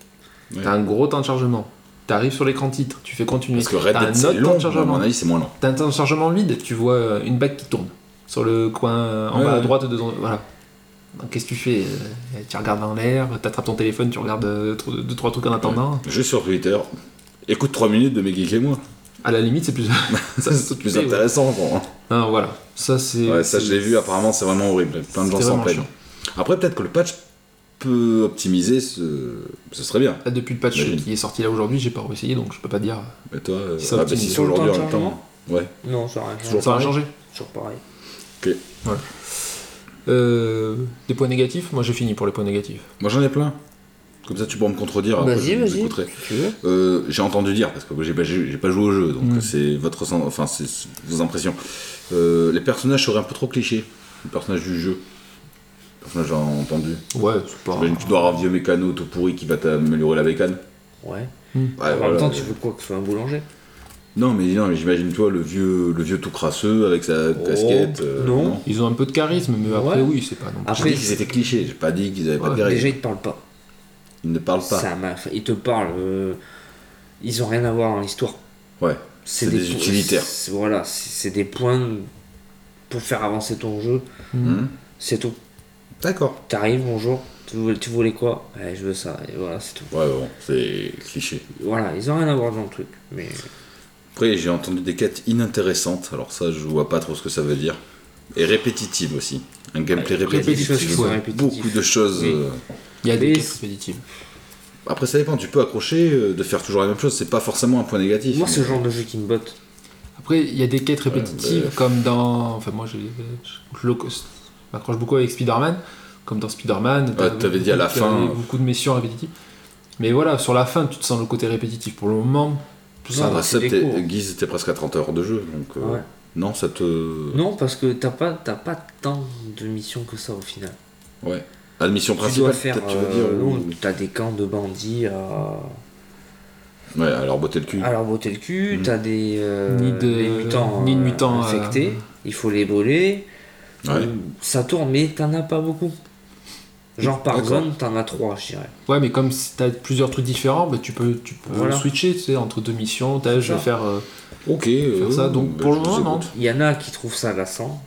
Ouais. T'as un gros temps de chargement. T'arrives sur l'écran titre, tu fais continuer. Parce que Red T'as Dead, un c'est autre long, temps de mais à mon chargement. avis, c'est moins long. T'as un temps de chargement vide, tu vois euh, une bague qui tourne sur le coin euh, en Ouais, bas à ouais. droite de ton. Voilà. Donc, Qu'est-ce que tu fais Euh, Tu regardes dans l'air, t'attrapes ton téléphone, tu regardes euh, 2-3 trucs en attendant. Juste sur Twitter. Écoute 3 minutes de mes geeks et moi. [LAUGHS] À la limite, c'est plus. [LAUGHS] ça, C'est plus ouais. intéressant, quoi. Non, voilà. Ça, c'est. Ouais, ça je l'ai c'est- vu, apparemment c'est vraiment horrible. Plein de gens C'était s'en vraiment plaignent. chiant. Après, peut-être que le patch peut optimiser ce. Ce serait bien. Là, depuis le patch J'imagine. qui est sorti là aujourd'hui, j'ai pas essayé donc je peux pas dire. Mais toi, euh, Ça ah, bah, optimise. si c'est aujourd'hui en Sur le même temps de temps. Ouais. Non, ça n'a rien changé. Toujours Ça va pareil. changer. Toujours pareil. Euh, des points négatifs Moi, j'ai fini pour les points négatifs. Moi j'en ai plein. Comme ça tu pourras me contredire. après, Vas-y, je vous vas-y. écouterai. si Tu veux Euh, j'ai entendu dire, parce que moi, j'ai pas, j'ai j'ai pas joué au jeu, donc Mm. c'est votre ressent- enfin c'est vos impressions. Euh, les personnages seraient un peu trop clichés. Les personnages du jeu. Les personnages j'ai entendu. Ouais, c'est Oh. pas. J'imagine que tu dois avoir un vieux mécano tout pourri qui va t'améliorer la bécane. Ouais. Ouais, en voilà. même temps, tu veux quoi que ce soit un boulanger Non mais non mais j'imagine tu vois le vieux le vieux tout crasseux avec sa casquette. euh, Oh, non. Ils ont un peu de charisme, mais après, Ouais. oui, c'est pas non plus. J'ai Après, dit qu'ils étaient clichés, j'ai pas dit qu'ils avaient pas Ouais, de déjà, règles. ils te parlent pas. Ils ne parlent pas. Ça m'a fait- Ils te parlent. euh, Ils ont rien à voir dans l'histoire. Ouais. C'est des po- utilitaires. c'est- Voilà, c'est c'est des points pour faire avancer ton jeu. Hmm. C'est tout. D'accord. T'arrives, bonjour. Tu voulais, tu voulais quoi Ouais, Je veux ça. Et voilà, c'est tout. Ouais bon, c'est cliché. Voilà, ils ont rien à voir dans le truc. Mais Après j'ai entendu des quêtes inintéressantes, alors ça je vois pas trop ce que ça veut dire. Et répétitives aussi. Un gameplay Ouais, il y a des répétitif. choses qui Répétitif, sont ouais. répétitives. Beaucoup de choses. Oui. euh, Il y a des Mais quêtes c'est- expéditives. Après ça dépend, tu peux accrocher, euh, de faire toujours la même chose, c'est pas forcément un point négatif. Moi, c'est Mais- le genre de jeu qui me botte. Après, il y a des quêtes répétitives, Ouais, bah. comme dans. Enfin, moi, j'ai- je, je le- je m'accroche beaucoup avec Spider-Man, comme dans Spider-Man. t'as- t'avais dit à la t'avais fin. Beaucoup de missions répétitives. Mais voilà, sur la fin, tu te sens le côté répétitif. Pour le moment, Ça, Non, bah, c'est ça, des t'es- cours. Guise était presque à 30 heures de jeu, donc euh, Ouais. non ça te. Non, parce que t'as pas, t'as pas tant de missions que ça au final. Ouais. La mission Tu principale, dois faire. peut-être, tu euh, veux dire. non, ou- t'as des camps de bandits euh, à, Ouais, alors botter le cul. à leur botter le cul. Mm. T'as des, euh, Ni de- des mutants, ni de euh, mutants, infectés. euh, Il faut les brûler. Ouais. Euh, Ça tourne, mais t'en as pas beaucoup. Genre par D'accord. zone, t'en as trois, je dirais. Ouais, mais comme si t'as plusieurs trucs différents, bah, tu peux, tu peux Voilà. switcher tu sais, entre deux missions. T'as, je ça. vais faire. euh, Ok. faire euh, ça, donc, bah, pour je le vous moment, écoute. Il y en a qui trouvent ça lassant.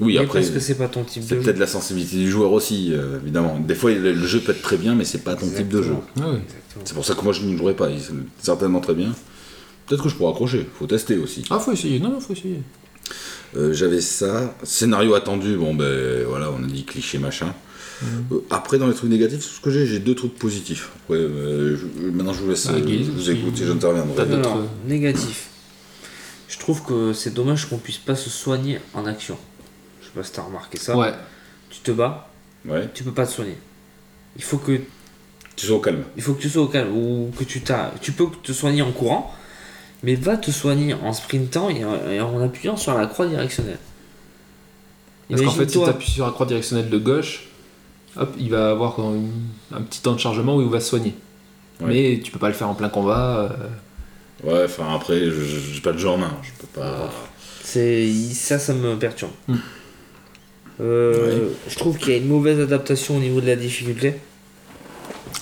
Oui, mais après, parce que c'est pas ton type c'est de jeu. peut-être la sensibilité du joueur aussi, euh, évidemment. Des fois, le, le jeu peut être très bien, mais c'est pas ton type de jeu. Exactement. ouais, ouais. Exactement. C'est pour ça que moi, je n'y jouerai pas. Il- c'est Certainement très bien. Peut-être que je pourrais accrocher. Faut tester aussi. Ah, faut essayer. Non, non, faut essayer. Euh, J'avais ça. Scénario attendu. Bon, ben voilà, on a dit cliché machin. Euh, après, dans les trucs négatifs, ce que j'ai, j'ai deux trucs positifs. Après, euh, je- maintenant, je vous laisse. Bah, euh, Guise, vous si- écoutez, j'interviendrai. T'as d'autres- Alors, euh, négatif. Je trouve que c'est dommage qu'on puisse pas se soigner en action. Je sais pas si t'as remarqué ça. Ouais. Tu te bats, Ouais. tu peux pas te soigner. Il faut que, Tu sois au calme. il faut que tu sois au calme ou que tu t'as. Tu peux te soigner en courant, mais va te soigner en sprintant et en, et en appuyant sur la croix directionnelle. Parce qu'en fait, si Imagine-toi- t'appuies sur la croix directionnelle de gauche, hop, il va avoir un, un petit temps de chargement où il va se soigner. Ouais. Mais tu peux pas le faire en plein combat. euh, Ouais, enfin, après, je- je- j'ai pas le jeu en main. Je peux pas. C'est ça, ça me perturbe. Hmm. Euh, Je trouve qu'il y a une mauvaise adaptation au niveau de la difficulté.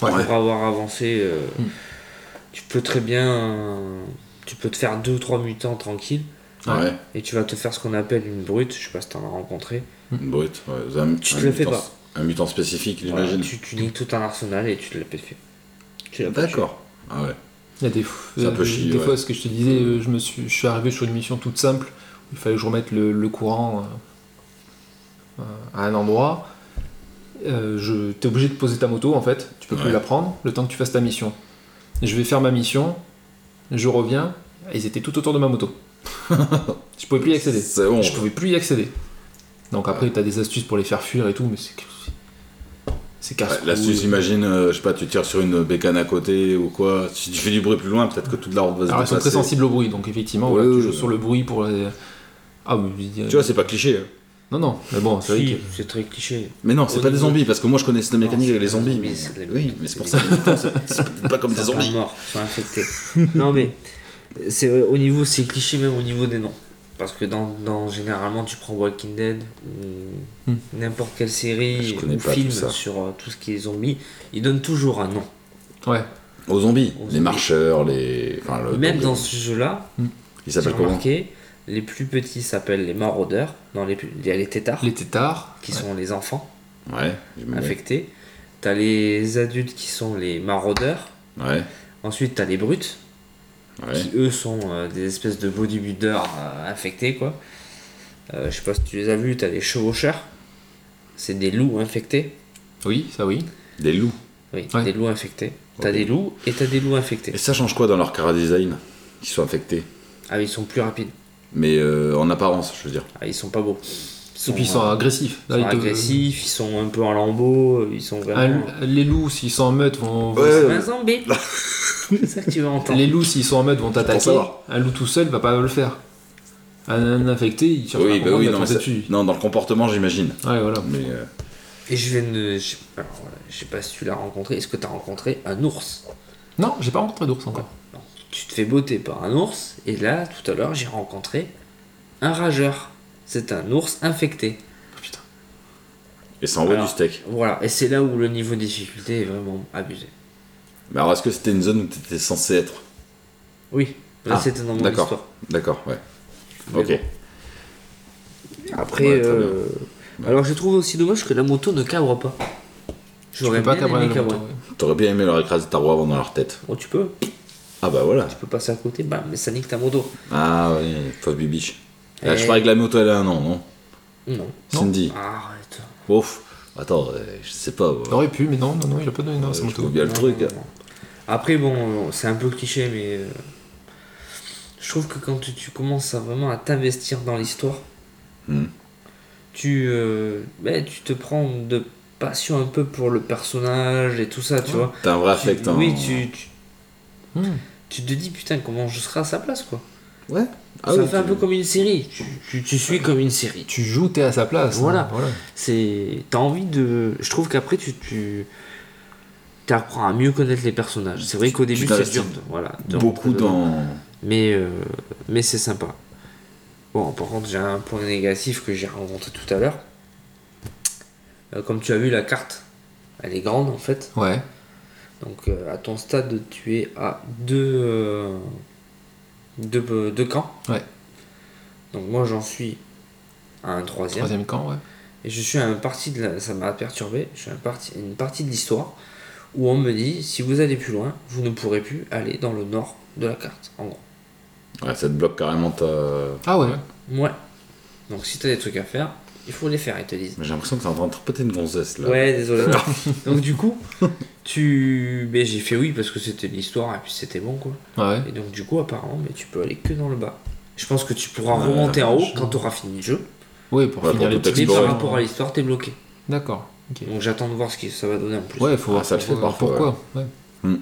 Ouais. Pour avoir avancé, euh, Mm. tu peux très bien, euh, tu peux te faire deux ou trois mutants tranquilles Ouais. ouais. et tu vas te faire ce qu'on appelle une brute. Je sais pas si t'en as rencontré. Une brute, ouais. Un, Tu un te le fais mutant- pas. Un mutant spécifique, Voilà, j'imagine. tu, tu niques tout un arsenal et tu te l'as pété. Tu l'as pas tué. D'accord. Ah ouais. Il y a des, C'est un peu des- chiant, des ouais. fois, ce que je te disais, euh, je, me suis, je suis arrivé sur une mission toute simple où il fallait que je remette le, le courant euh, euh, à un endroit. Euh, je- T'es obligé de poser ta moto en fait, tu peux plus Ouais. la prendre le temps que tu fasses ta mission. Je vais faire ma mission, je reviens, et ils étaient tout autour de ma [LAUGHS] moto. je pouvais plus y accéder. C'est bon. Je pouvais plus y accéder. Donc après, t'as des astuces pour les faire fuir et tout, mais c'est. C'est Ouais, casse L'astuce, imagine, euh, je sais pas, tu tires sur une bécane à côté ou quoi. Si tu fais du bruit plus loin, peut-être que toute la route Ah va se Alors, ils sont très déplacer. sensibles au bruit, donc effectivement, Ouais, voilà, ouais, tu joues ouais. sur le bruit pour les. Ah, mais. je veux dire- Tu vois, c'est pas cliché. hein. Non, non, mais bon, c'est vrai Si, que. C'est très cliché. Mais non, c'est Au pas des niveau- zombies, parce que moi je connais cette mécanique c'est avec les pas zombies. des mais- zombies, c'est de la- Oui, mais c'est pour ça que les mutants, c'est c'est pas comme Ils des sont pas zombies. morts, ils sont infectés. non mais C'est vrai, au niveau, c'est cliché même au niveau des noms. Parce que dans, dans- généralement, tu prends Walking Dead ou Hmm. n'importe quelle série Je connais ou pas film tout ça. sur euh, tout ce qui est zombie, ils donnent toujours un nom. Ouais. Aux zombies, Aux les zombies. marcheurs, les. Enfin, le- même le- dans ce jeu-là, Ils j'ai s'appellent comment remarqué, les plus petits s'appellent les maraudeurs. Dans les, plus- il y a les tétards, Les tétards. qui sont les enfants Ouais. je me- infectés. T'as les adultes qui sont les maraudeurs. Ouais. Ensuite, t'as les brutes, Ouais. qui eux sont euh, des espèces de bodybuilders euh, infectés quoi. Euh, je sais pas si tu les as vus, t'as les chevaucheurs, c'est des loups infectés. Oui, ça oui. Des loups. Oui, Ouais. des loups infectés. T'as Ok. des loups et t'as des loups infectés. Et ça change quoi dans leur cara design Qu'ils soient infectés Ah, ils sont plus rapides. Mais euh, en apparence, je veux dire. Ah, ils sont pas beaux. Ils Et puis ils sont euh, agressifs. ils sont Là, ils te- agressifs, ils sont un peu en lambeaux, ils sont Ah, vraiment. les loups, s'ils sont en meute, vont. vont- Ouais. Un zombie Euh. [LAUGHS] C'est ça que tu veux entendre. Les loups, s'ils sont en meute, vont t'attaquer. savoir. Un loup tout seul va pas le faire. Un, un infecté, il cherche Oui, à bah oui, non, non, mais ça- dessus. non, dans le comportement, j'imagine. Ouais, voilà. Mais euh, Et je viens de. Je alors, voilà, je sais pas si tu l'as rencontré. Est-ce que t'as rencontré un ours Non, j'ai pas rencontré d'ours encore. tu te fais botter par un ours, et là, tout à l'heure, j'ai rencontré un rageur. C'est un ours infecté. Putain. et ça envoie Alors. du steak. Voilà, et c'est là où le niveau de difficulté est vraiment abusé. Mais alors, est-ce que c'était une zone où t'étais censé être Oui, là, Ah, c'était dans mon histoire. D'accord. D'accord, ouais. Mais Ok. bon. Ah, Après, Ouais, très euh, alors je trouve aussi dommage que la moto ne cabre pas. J'aurais Tu peux bien aimé cabrer la cabrer. moto, ouais. T'aurais bien aimé leur écraser ta roue avant dans leur tête. Oh, tu peux, tu Ah bah voilà. peux passer à côté, bam, mais ça nique ta moto. Ah oui, fausse bibiche. Ah, Eh. Je parie que la moto elle a un an, non Non, Cindy. arrête. Ouf. Attends, euh, je sais pas. moi. Euh, Il aurait pu, mais non, non, non, il a pas donné non, sa je moto. trouve bien le Non, truc. non, non. Après, bon, c'est un peu cliché, mais euh, je trouve que quand tu, tu commences à vraiment à t'investir dans l'histoire, Hmm. tu, euh, ben, tu te prends de passion un peu pour le personnage et tout ça, tu vois. T'as un vrai Tu- affect. hein. Oui, tu, tu, Hmm. tu te dis putain, comment je serai à sa place, quoi. Ouais. Ah ça oui, fait un tu- peu comme une série. Tu, tu- tu suis comme une série. Tu joues, t'es à sa place. Voilà. hein, voilà. C'est, t'as envie de. Je trouve qu'après tu, tu, t'apprends à mieux connaître les personnages. C'est vrai qu'au début c'est t'investis dur. de- voilà. de Beaucoup rentrer dedans. dans. Mais, euh, mais c'est sympa. Bon, par contre, j'ai un point négatif que j'ai rencontré tout à l'heure. Euh, comme tu as vu, la carte, elle est grande en fait. Ouais. Donc, euh, à ton stade, tu es à deux, euh, deux, euh, deux camps. Ouais. Donc, moi, j'en suis à un troisième. Troisième camp, ouais. Et je suis à un parti de la- ça m'a perturbé. Je suis à un parti- une partie de l'histoire où on me dit si vous allez plus loin, vous ne pourrez plus aller dans le nord de la carte, en gros. Ouais, ça te bloque carrément ta. Ah ouais. Ouais. Donc si t'as des trucs à faire, il faut les faire, ils te disent. Mais J'ai l'impression que t'es en train de tripoter une gonzesse là. Ouais, désolé. donc du coup, tu... Mais j'ai fait oui parce que c'était l'histoire et puis c'était bon quoi. Ah Ouais. Et donc du coup, apparemment, mais tu peux aller que dans le bas. Je pense que tu pourras Ouais, remonter en haut je- quand t'auras fini le jeu. Oui, pour Ouais, finir pour les tout petits Mais explorer. par bouts. rapport à l'histoire, t'es bloqué. D'accord. ok. Donc j'attends de voir ce que ça va donner en plus. Ouais, faut voir Ah, ça le fait pourquoi- parfois, Pourquoi ouais.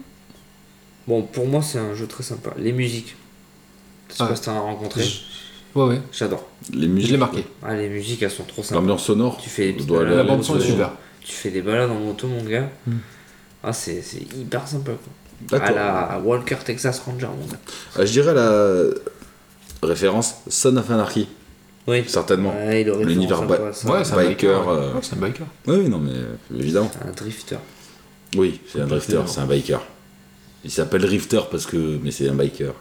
Bon, pour moi, c'est un jeu très sympa. Les musiques. Je sais Ah. pas si t'en as rencontré. Ouais, ouais. J'adore. Les musiques. Je l'ai marqué. Ah, les musiques, elles sont trop sympas. L'ambiance sonore. Tu fais- on doit aller la à La bande bande son son l'autre est est super. Tu fais des balades en moto, mon gars. Hmm. Ah, c'est c'est hyper sympa quoi. D'accord. à la Walker Texas Ranger, mon gars. Ah, je dirais la référence Son of Anarchy, Oui. certainement. Ouais, il aurait L'univers pensé ba- à quoi, ça. Ouais, c'est un biker, biker. ouais. euh, Ouais, c'est un biker. Oui, oui, non, mais euh, évidemment. C'est un drifter. Oui, c'est un drifter, Complètement. c'est un biker. Il s'appelle Drifter parce que. Mais c'est un biker.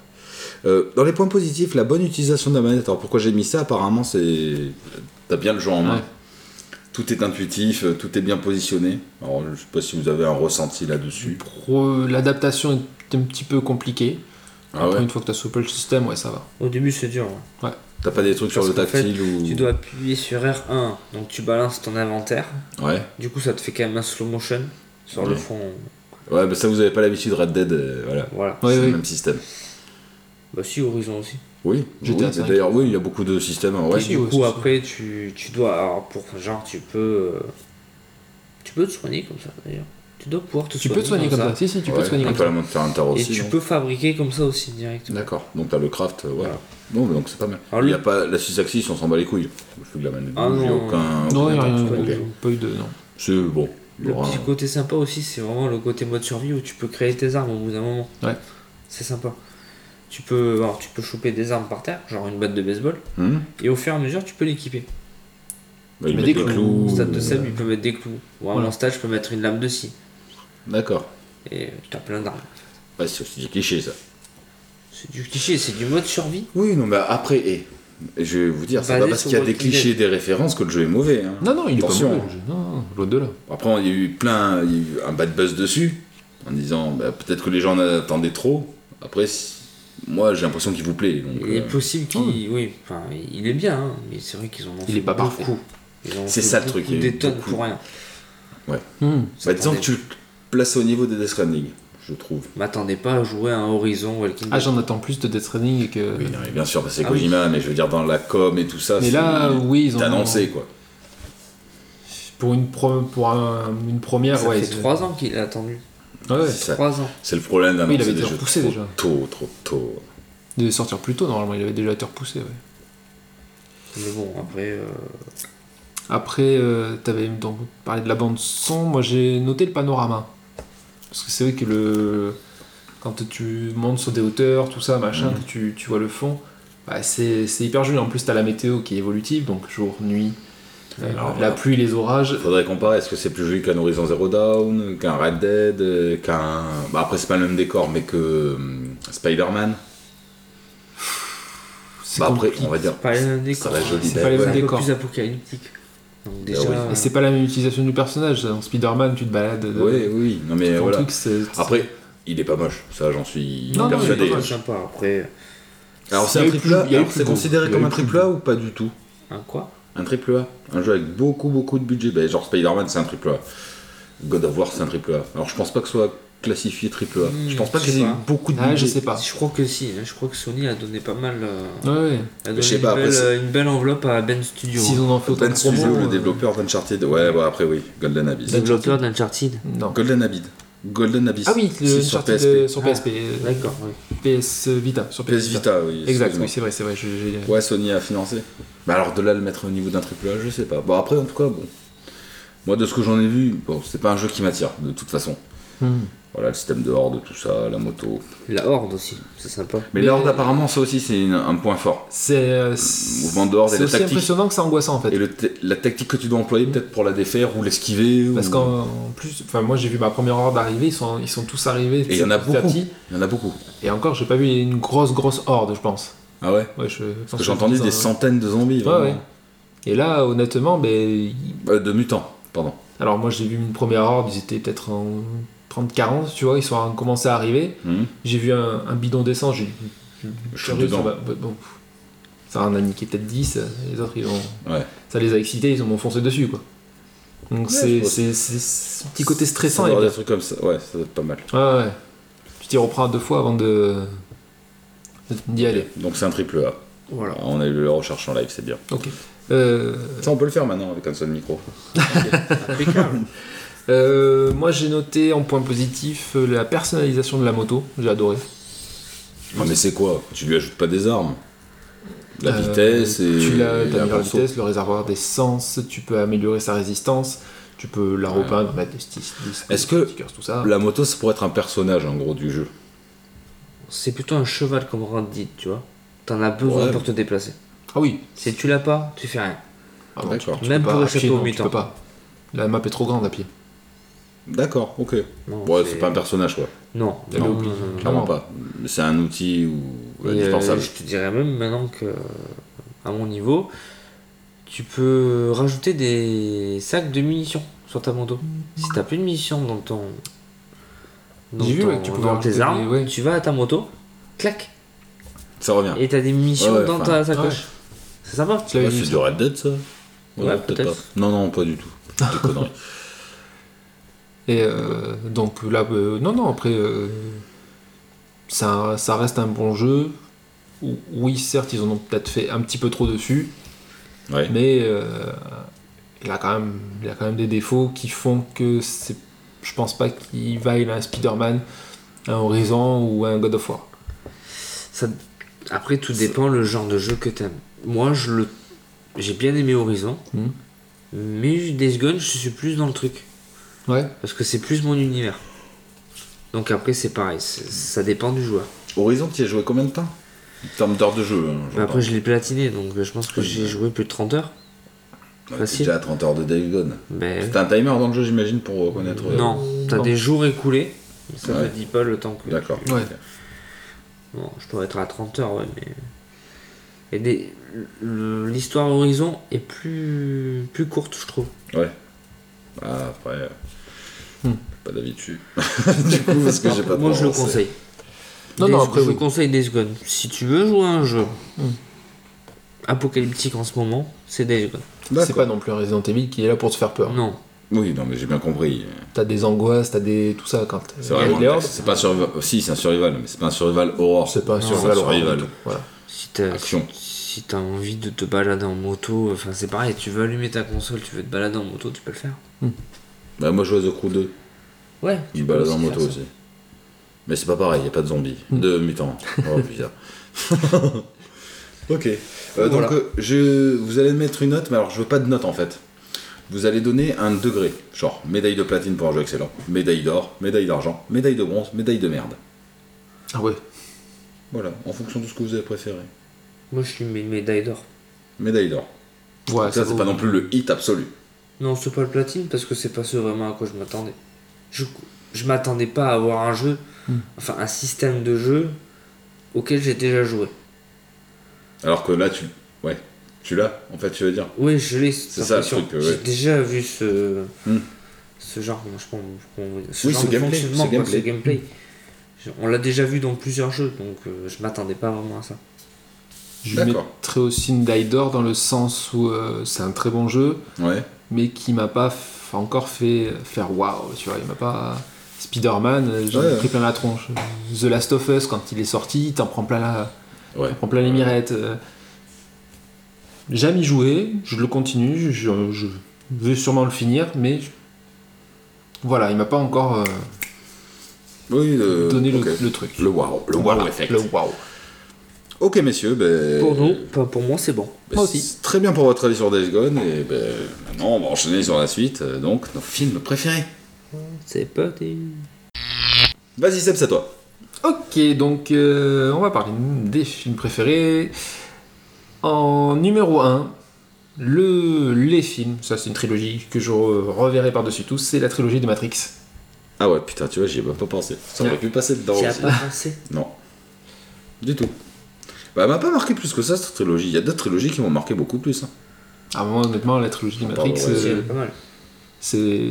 Euh, dans les points positifs, la bonne utilisation de la manette. Alors pourquoi j'ai mis ça Apparemment, c'est. T'as bien le jeu en main. Ouais. Tout est intuitif, euh, tout est bien positionné. Alors je sais pas si vous avez un ressenti là-dessus. Pro- L'adaptation est un petit peu compliquée. Ah Après, ouais une fois que t'as soupé le système, ouais, ça va. Au début, c'est dur. hein. T'as pas des trucs sur Parce le qu'en fait, tactile ou. Tu dois appuyer sur R1, donc tu balances ton inventaire. Ouais. Du coup, ça te fait quand même un slow motion sur le Ouais. fond. Ouais, bah ça vous avez pas l'habitude, Red Dead, euh, voilà. Voilà. Ouais, c'est le ouais. même système. Bah, si, Horizon aussi. Oui, GTA oui, cinq. d'ailleurs, oui, il y a beaucoup de systèmes. hein, Ouais. Et si, du ouais, coup, c'est ça. après, tu, tu dois. Alors, pour genre, tu peux. euh, Tu peux te soigner comme ça, d'ailleurs. Tu dois pouvoir te Tu soigner. peux te soigner comme ça. Si, si, tu peux Ouais, te soigner on comme peut ça. hein. la monter à l'intérieur Et aussi, tu non peux fabriquer comme ça aussi, direct. D'accord, donc t'as le craft, euh, ouais. Voilà. Bon, mais donc c'est pas mal. Alors, il le- n'y a pas la 6 axis, on s'en bat les couilles. Je fais de la manette. Ah, J'ai non. aucun. Non, aucun il n'y a impact. pas rien. Ok. du tout. Pas eu de. Non. C'est bon. il y Le aura hein. petit un- côté sympa aussi, c'est vraiment le côté mode survie où tu peux créer tes armes au bout d'un moment. Ouais. C'est sympa. Tu peux, alors, tu peux choper des armes par terre, genre une batte de baseball, Hmm et au fur et à mesure, tu peux l'équiper. Bah, ils Mais mettent des des clous, clous. Au stade de euh, sable, il peut mettre des clous. Ou à Voilà. mon stade, je peux mettre une lame de scie. D'accord. Et euh, t'as plein d'armes. Bah, c'est aussi du cliché ça. C'est du cliché, c'est du mode survie. Oui, non, mais après, et, je vais vous dire, c'est Basé pas parce sur qu'il y a des Walking clichés et des références que le jeu est mauvais. hein. Non, non, il est Attention. pas mauvais. le jeu. Non, non, l'autre de là. Après, il y a eu plein, il y a eu un bad buzz dessus, en disant bah, peut-être que les gens en attendaient trop. Après, si- moi j'ai l'impression qu'il vous plaît. donc, Il est euh, possible qu'il. Oui, enfin, il est bien, hein, mais c'est vrai qu'ils en ont Il fait est pas beaucoup. parfait. Ils en ont C'est fait ça, le beaucoup, truc, il y a eu Des tonnes beaucoup. pour rien. bah, Hmm. Ça disons dépend que tu le places au niveau des Death Stranding, je trouve. M'attendez pas à jouer à un Horizon Walking Ah, Dead. j'en attends plus de Death Stranding que. Oui, non, mais bien sûr, bah, c'est Ah oui. Kojima, mais je veux dire, dans la com et tout ça, Mais c'est- là, euh, oui, ils ont. c'est annoncé quoi. Pour une, pro- pour un- une première, ça ouais. fait c'est- 3 ans qu'il est attendu. Ouais, ouais. C'est ça. 3 ans. C'est le problème Oui, il d'annoncer avait des été jeux repoussé, trop déjà. tôt, trop tôt. Il devait sortir plus tôt, normalement, il avait déjà été repoussé, ouais. Mais bon, après. euh, Après, euh, t'avais donc parlé de la bande son. Moi, j'ai noté le panorama. Parce que c'est vrai que le quand tu montes sur des hauteurs, tout ça, machin, Mhm. que tu, tu vois le fond, bah, c'est c'est hyper joli. En plus, t'as la météo qui est évolutive, donc jour, nuit, euh, alors, la voilà. pluie, les orages. Faudrait comparer, est-ce que c'est plus joli qu'un Horizon Zero Dawn, qu'un Red Dead, euh, qu'un. Bah après, c'est pas le même décor, mais que hum, Spider-Man. C'est Bah après, compliqué. on va dire. Pas les mêmes Ça décors. va être joli. C'est pas les C'est mêmes un peu décors. plus apocalyptique. Donc déjà. Bah euh, oui. Et c'est pas la même utilisation du personnage. ça. Dans Spider-Man, tu te balades. euh, Oui, oui, non mais ton voilà. truc, c'est- c'est- Après, il est pas moche, ça j'en suis Non, non, c'est persuadé. il est pas sympa. Après. euh, Alors c'est Il un y a eu plus- triple A, il y a eu alors, plus c'est beau. considéré Il y a comme eu un plus triple A ou pas du tout Un hein, quoi Un triple A, un jeu avec beaucoup beaucoup de budget. Bah, genre Spider-Man c'est un triple A. God of War c'est un triple A. Alors je pense pas que ce soit classifié triple A. Hmm, je pense pas je qu'il sais y ait pas. beaucoup de Ah, budget. je sais pas. Je crois que si. hein. Je crois que Sony a donné pas mal. euh, Ouais, ouais. a je donné sais une, pas, après, belle, c'est- euh, une belle enveloppe à Ben Studio. S'ils ont en fait autant Ben de promos, Studio, le euh, développeur d'Uncharted. Ouais, bah après oui, Golden Abyss. Ben- Développeur d'Uncharted. Non. Golden Abyss. Golden Abyss. Ah oui, Si, le sur Uncharted, PSP. euh, sur Ah. PSP. euh, D'accord, oui. PS Vita. Sur PS Ah. Vita, oui. Exact, excuse-moi. oui, c'est vrai, c'est vrai. je- j'ai- Ouais, Sony a financé. Bah alors de là le mettre au niveau d'un triple A, je sais pas. Bon après en tout cas, bon. Moi de ce que j'en ai vu, bon, c'est pas un jeu qui m'attire de toute façon. Hmm. Voilà, le système de horde, tout ça, la moto. La Horde aussi, c'est sympa. Mais, Mais- la horde apparemment ça aussi c'est une- un point fort. C'est euh, mouvement de horde et c'est la aussi tactique. impressionnant que c'est angoissant en fait. Et le ta- la tactique que tu dois employer peut-être pour la défaire ou l'esquiver. ou- Hmm. Parce qu'en en plus, enfin moi j'ai vu ma première horde arriver, ils sont, ils sont tous arrivés Et il y en a petit à beaucoup. petit. Il y en a beaucoup. Et encore, j'ai pas vu une grosse grosse horde, je pense. Ah ouais Ouais, je, Parce que j'ai entendu des centaines de zombies. Ouais, vraiment. ouais. Et là, honnêtement, ben, ils- Euh, de mutants, pardon. alors moi j'ai vu une première horde, ils étaient peut-être en 30-40, tu vois, ils sont en- commencé à arriver. Hum. J'ai vu un, un bidon d'essence, j'ai j'ai- Je suis j'ai- dedans. bah, bah, bon, ça en a niqué peut-être 10, les autres ils ont. Ouais. ça les a excités, ils m'ont foncé dessus quoi. Donc c'est je vois. c'est c'est ce petit côté stressant. Ça et doit avoir bien. des trucs comme ça. Ouais, ça doit être pas mal. Ouais, ouais. Tu t'y reprends deux fois avant de de- d'y aller. Donc c'est un triple A. Voilà. On a eu le recherche en live, c'est bien. Ok. Euh, Ça, on peut le faire maintenant avec un seul micro. Impeccable. euh, moi j'ai noté en point positif euh, la personnalisation de la moto, j'ai adoré. Ah, mais c'est quoi Tu lui ajoutes pas des armes La Euh, vitesse et. Tu l'as, et t'as un mis la morceau. vitesse, le réservoir d'essence, tu peux améliorer sa résistance, tu peux la Ouais. repeindre, mettre des petits des petits Est-ce que- stickers, tout ça. La moto, c'est pour être un personnage en gros du jeu. C'est plutôt un cheval comme Randy, tu vois. T'en as besoin Ouais. pour te déplacer. Ah oui, Si tu l'as pas, tu fais rien. Ah non, tu- D'accord. tu Même peux pas, pour à échapper pied, aux non, tu mutants. peux pas. La map est trop grande à pied. D'accord, ok. Non, Ouais, c'est pas un personnage quoi. Non, Elle non, l'oublie. non, non, non. Clairement Non. pas. C'est un outil ou ouais, Et, euh, indispensable. je te dirais même maintenant que, à mon niveau, tu peux rajouter des sacs de munitions sur ta moto. Si t'as plus de munitions dans ton. Dans, J'ai vu, ton- ouais, que tu pouvais dans rajouter tes des- armes, ouais. tu vas à ta moto, clac, Ça revient. et t'as des munitions Ah Ouais, ouais, dans enfin, ta sacoche. C'est sympa. Tu l'avais Ouais, vu, c'est ça. du Red Dead ça Ouais, non, peut-être. pas. Non, non, pas du tout. Des conneries. Et euh, donc là, euh, non, non, après, euh, ça, ça reste un bon jeu. O- Oui, certes, ils en ont peut-être fait un petit peu trop dessus, Ouais. mais euh, il, a quand même, il a quand même des défauts qui font que c'est, je pense pas qu'il vaille un Spider-Man, un Horizon ou un God of War. Ça- Après, tout dépend le genre de jeu que t'aimes. Moi, je le, j'ai bien aimé Horizon, Hmm. Mhm. mais Days Gone, je suis plus dans le truc Ouais. parce que c'est plus mon univers. Donc après, c'est pareil, c'est- ça dépend du joueur. Horizon, tu y as joué combien de temps En termes d'heures de jeu. hein, j'entends. Après, je l'ai platiné, donc euh, je pense que j'ai joué plus de 30 heures. Ouais, t'es facile. déjà à 30 heures de Days Gone. Mais C'est un timer dans le jeu, j'imagine, pour reconnaître. euh, non, t'as non. des jours écoulés. mais Ça Ouais. te dit pas le temps que. D'accord. Ouais. Bon, je dois être à 30 heures, ouais, mais. Et des... le- L'histoire Horizon est plus... plus courte, je trouve. Ouais. Ah, après. euh, Hmm. Pas d'habitude. [LAUGHS] du coup, [LAUGHS] parce que j'ai pas Moi, trop je le avancé. conseille. Non, Days- non, après, je oui. conseille Days Gone. Si tu veux jouer à un jeu Hmm. apocalyptique en ce moment, c'est Days Gone. C'est D'accord. pas non plus un Resident Evil qui est là pour te faire peur. Non, Oui, non, mais j'ai bien compris. T'as des angoisses, t'as des. tout ça quand. C'est hein. vraiment. Il est hors- C'est pas un survival. oh, Si, c'est un survival, mais c'est pas un survival horror. C'est pas un Non, survival. c'est un horror du survival. tout. Voilà. si t'as si, Action. si t'as envie de te balader en moto, enfin c'est pareil, tu veux allumer ta console, tu veux te balader en moto, tu peux le faire. Bah, moi, je joue à The Crew 2. Ouais. Il balade en aussi moto faire aussi. Mais c'est pas pareil, y a pas de zombies. De mutants. Oh, [LAUGHS] bizarre. ok. Euh, Voilà. Donc, euh, je... vous allez mettre une note, mais alors je veux pas de note en fait. Vous allez donner un degré. Genre, médaille de platine pour un jeu excellent, médaille d'or, médaille d'argent, médaille de bronze, médaille de merde. Ah ouais. Voilà, en fonction de ce que vous avez préféré. Moi je suis une médaille d'or. Médaille d'or. Ouais, ça, Ah, vaut- c'est pas non plus le hit absolu. Non, c'est pas le platine parce que c'est pas ce vraiment à quoi je m'attendais. Je, je m'attendais pas à avoir un jeu, Hmm. enfin un système de jeu auquel j'ai déjà joué. Alors que là, tu. Ouais. Tu l'as, en fait, tu veux dire. Oui, je l'ai. cette C'est ça, le impression. truc, euh, ouais. J'ai déjà vu ce. Hmm. Ce genre, comment je pense, comment on dit, ce Oui, genre ce de gameplay, fonctionnement, ce quoi, gameplay. Hmm. gameplay. Je- On l'a déjà vu dans plusieurs jeux, donc euh, je m'attendais pas vraiment à ça. Je D'accord. mettrais aussi une die d'or dans le sens où euh, c'est un très bon jeu, Ouais. mais qui m'a pas f- encore fait faire waouh, tu vois. Il m'a pas. Spider-Man, euh, j'en ai Ouais. pris plein la tronche. The Last of Us, quand il est sorti, il t'en prend plein la, Ouais. t'en prend plein les mirettes. euh. Jamais joué, je le continue, je, je vais sûrement le finir, mais je- voilà, il m'a pas encore euh, Oui, euh, donné le, ok. le truc. Le wow, le wow Voilà, effect. Le wow. Ok, messieurs, ben. Pour nous, pas pour moi, c'est bon. Ben, Moi aussi. c'est Très bien pour votre avis sur Days Gone. Et ben, maintenant, on va enchaîner sur la suite. euh, donc, nos films préférés. C'est petit. Vas-y, Seb, c'est à toi. Ok, donc euh, on va parler des films préférés. En numéro 1, le, les films, ça c'est une trilogie que je re- reverrai par-dessus tout, c'est la trilogie de Matrix. Ah ouais, putain, tu vois, j'y ai même pas pensé. Ça Tiens. aurait pu passer dedans J'y ai aussi. pas pensé. Non. Du tout. Bah, elle m'a pas marqué plus que ça, cette trilogie. Il y a d'autres trilogies qui m'ont marqué beaucoup plus. hein. Ah, moi honnêtement, la trilogie de Ah, Matrix, pardon, ouais, euh, C'est pas mal. c'est.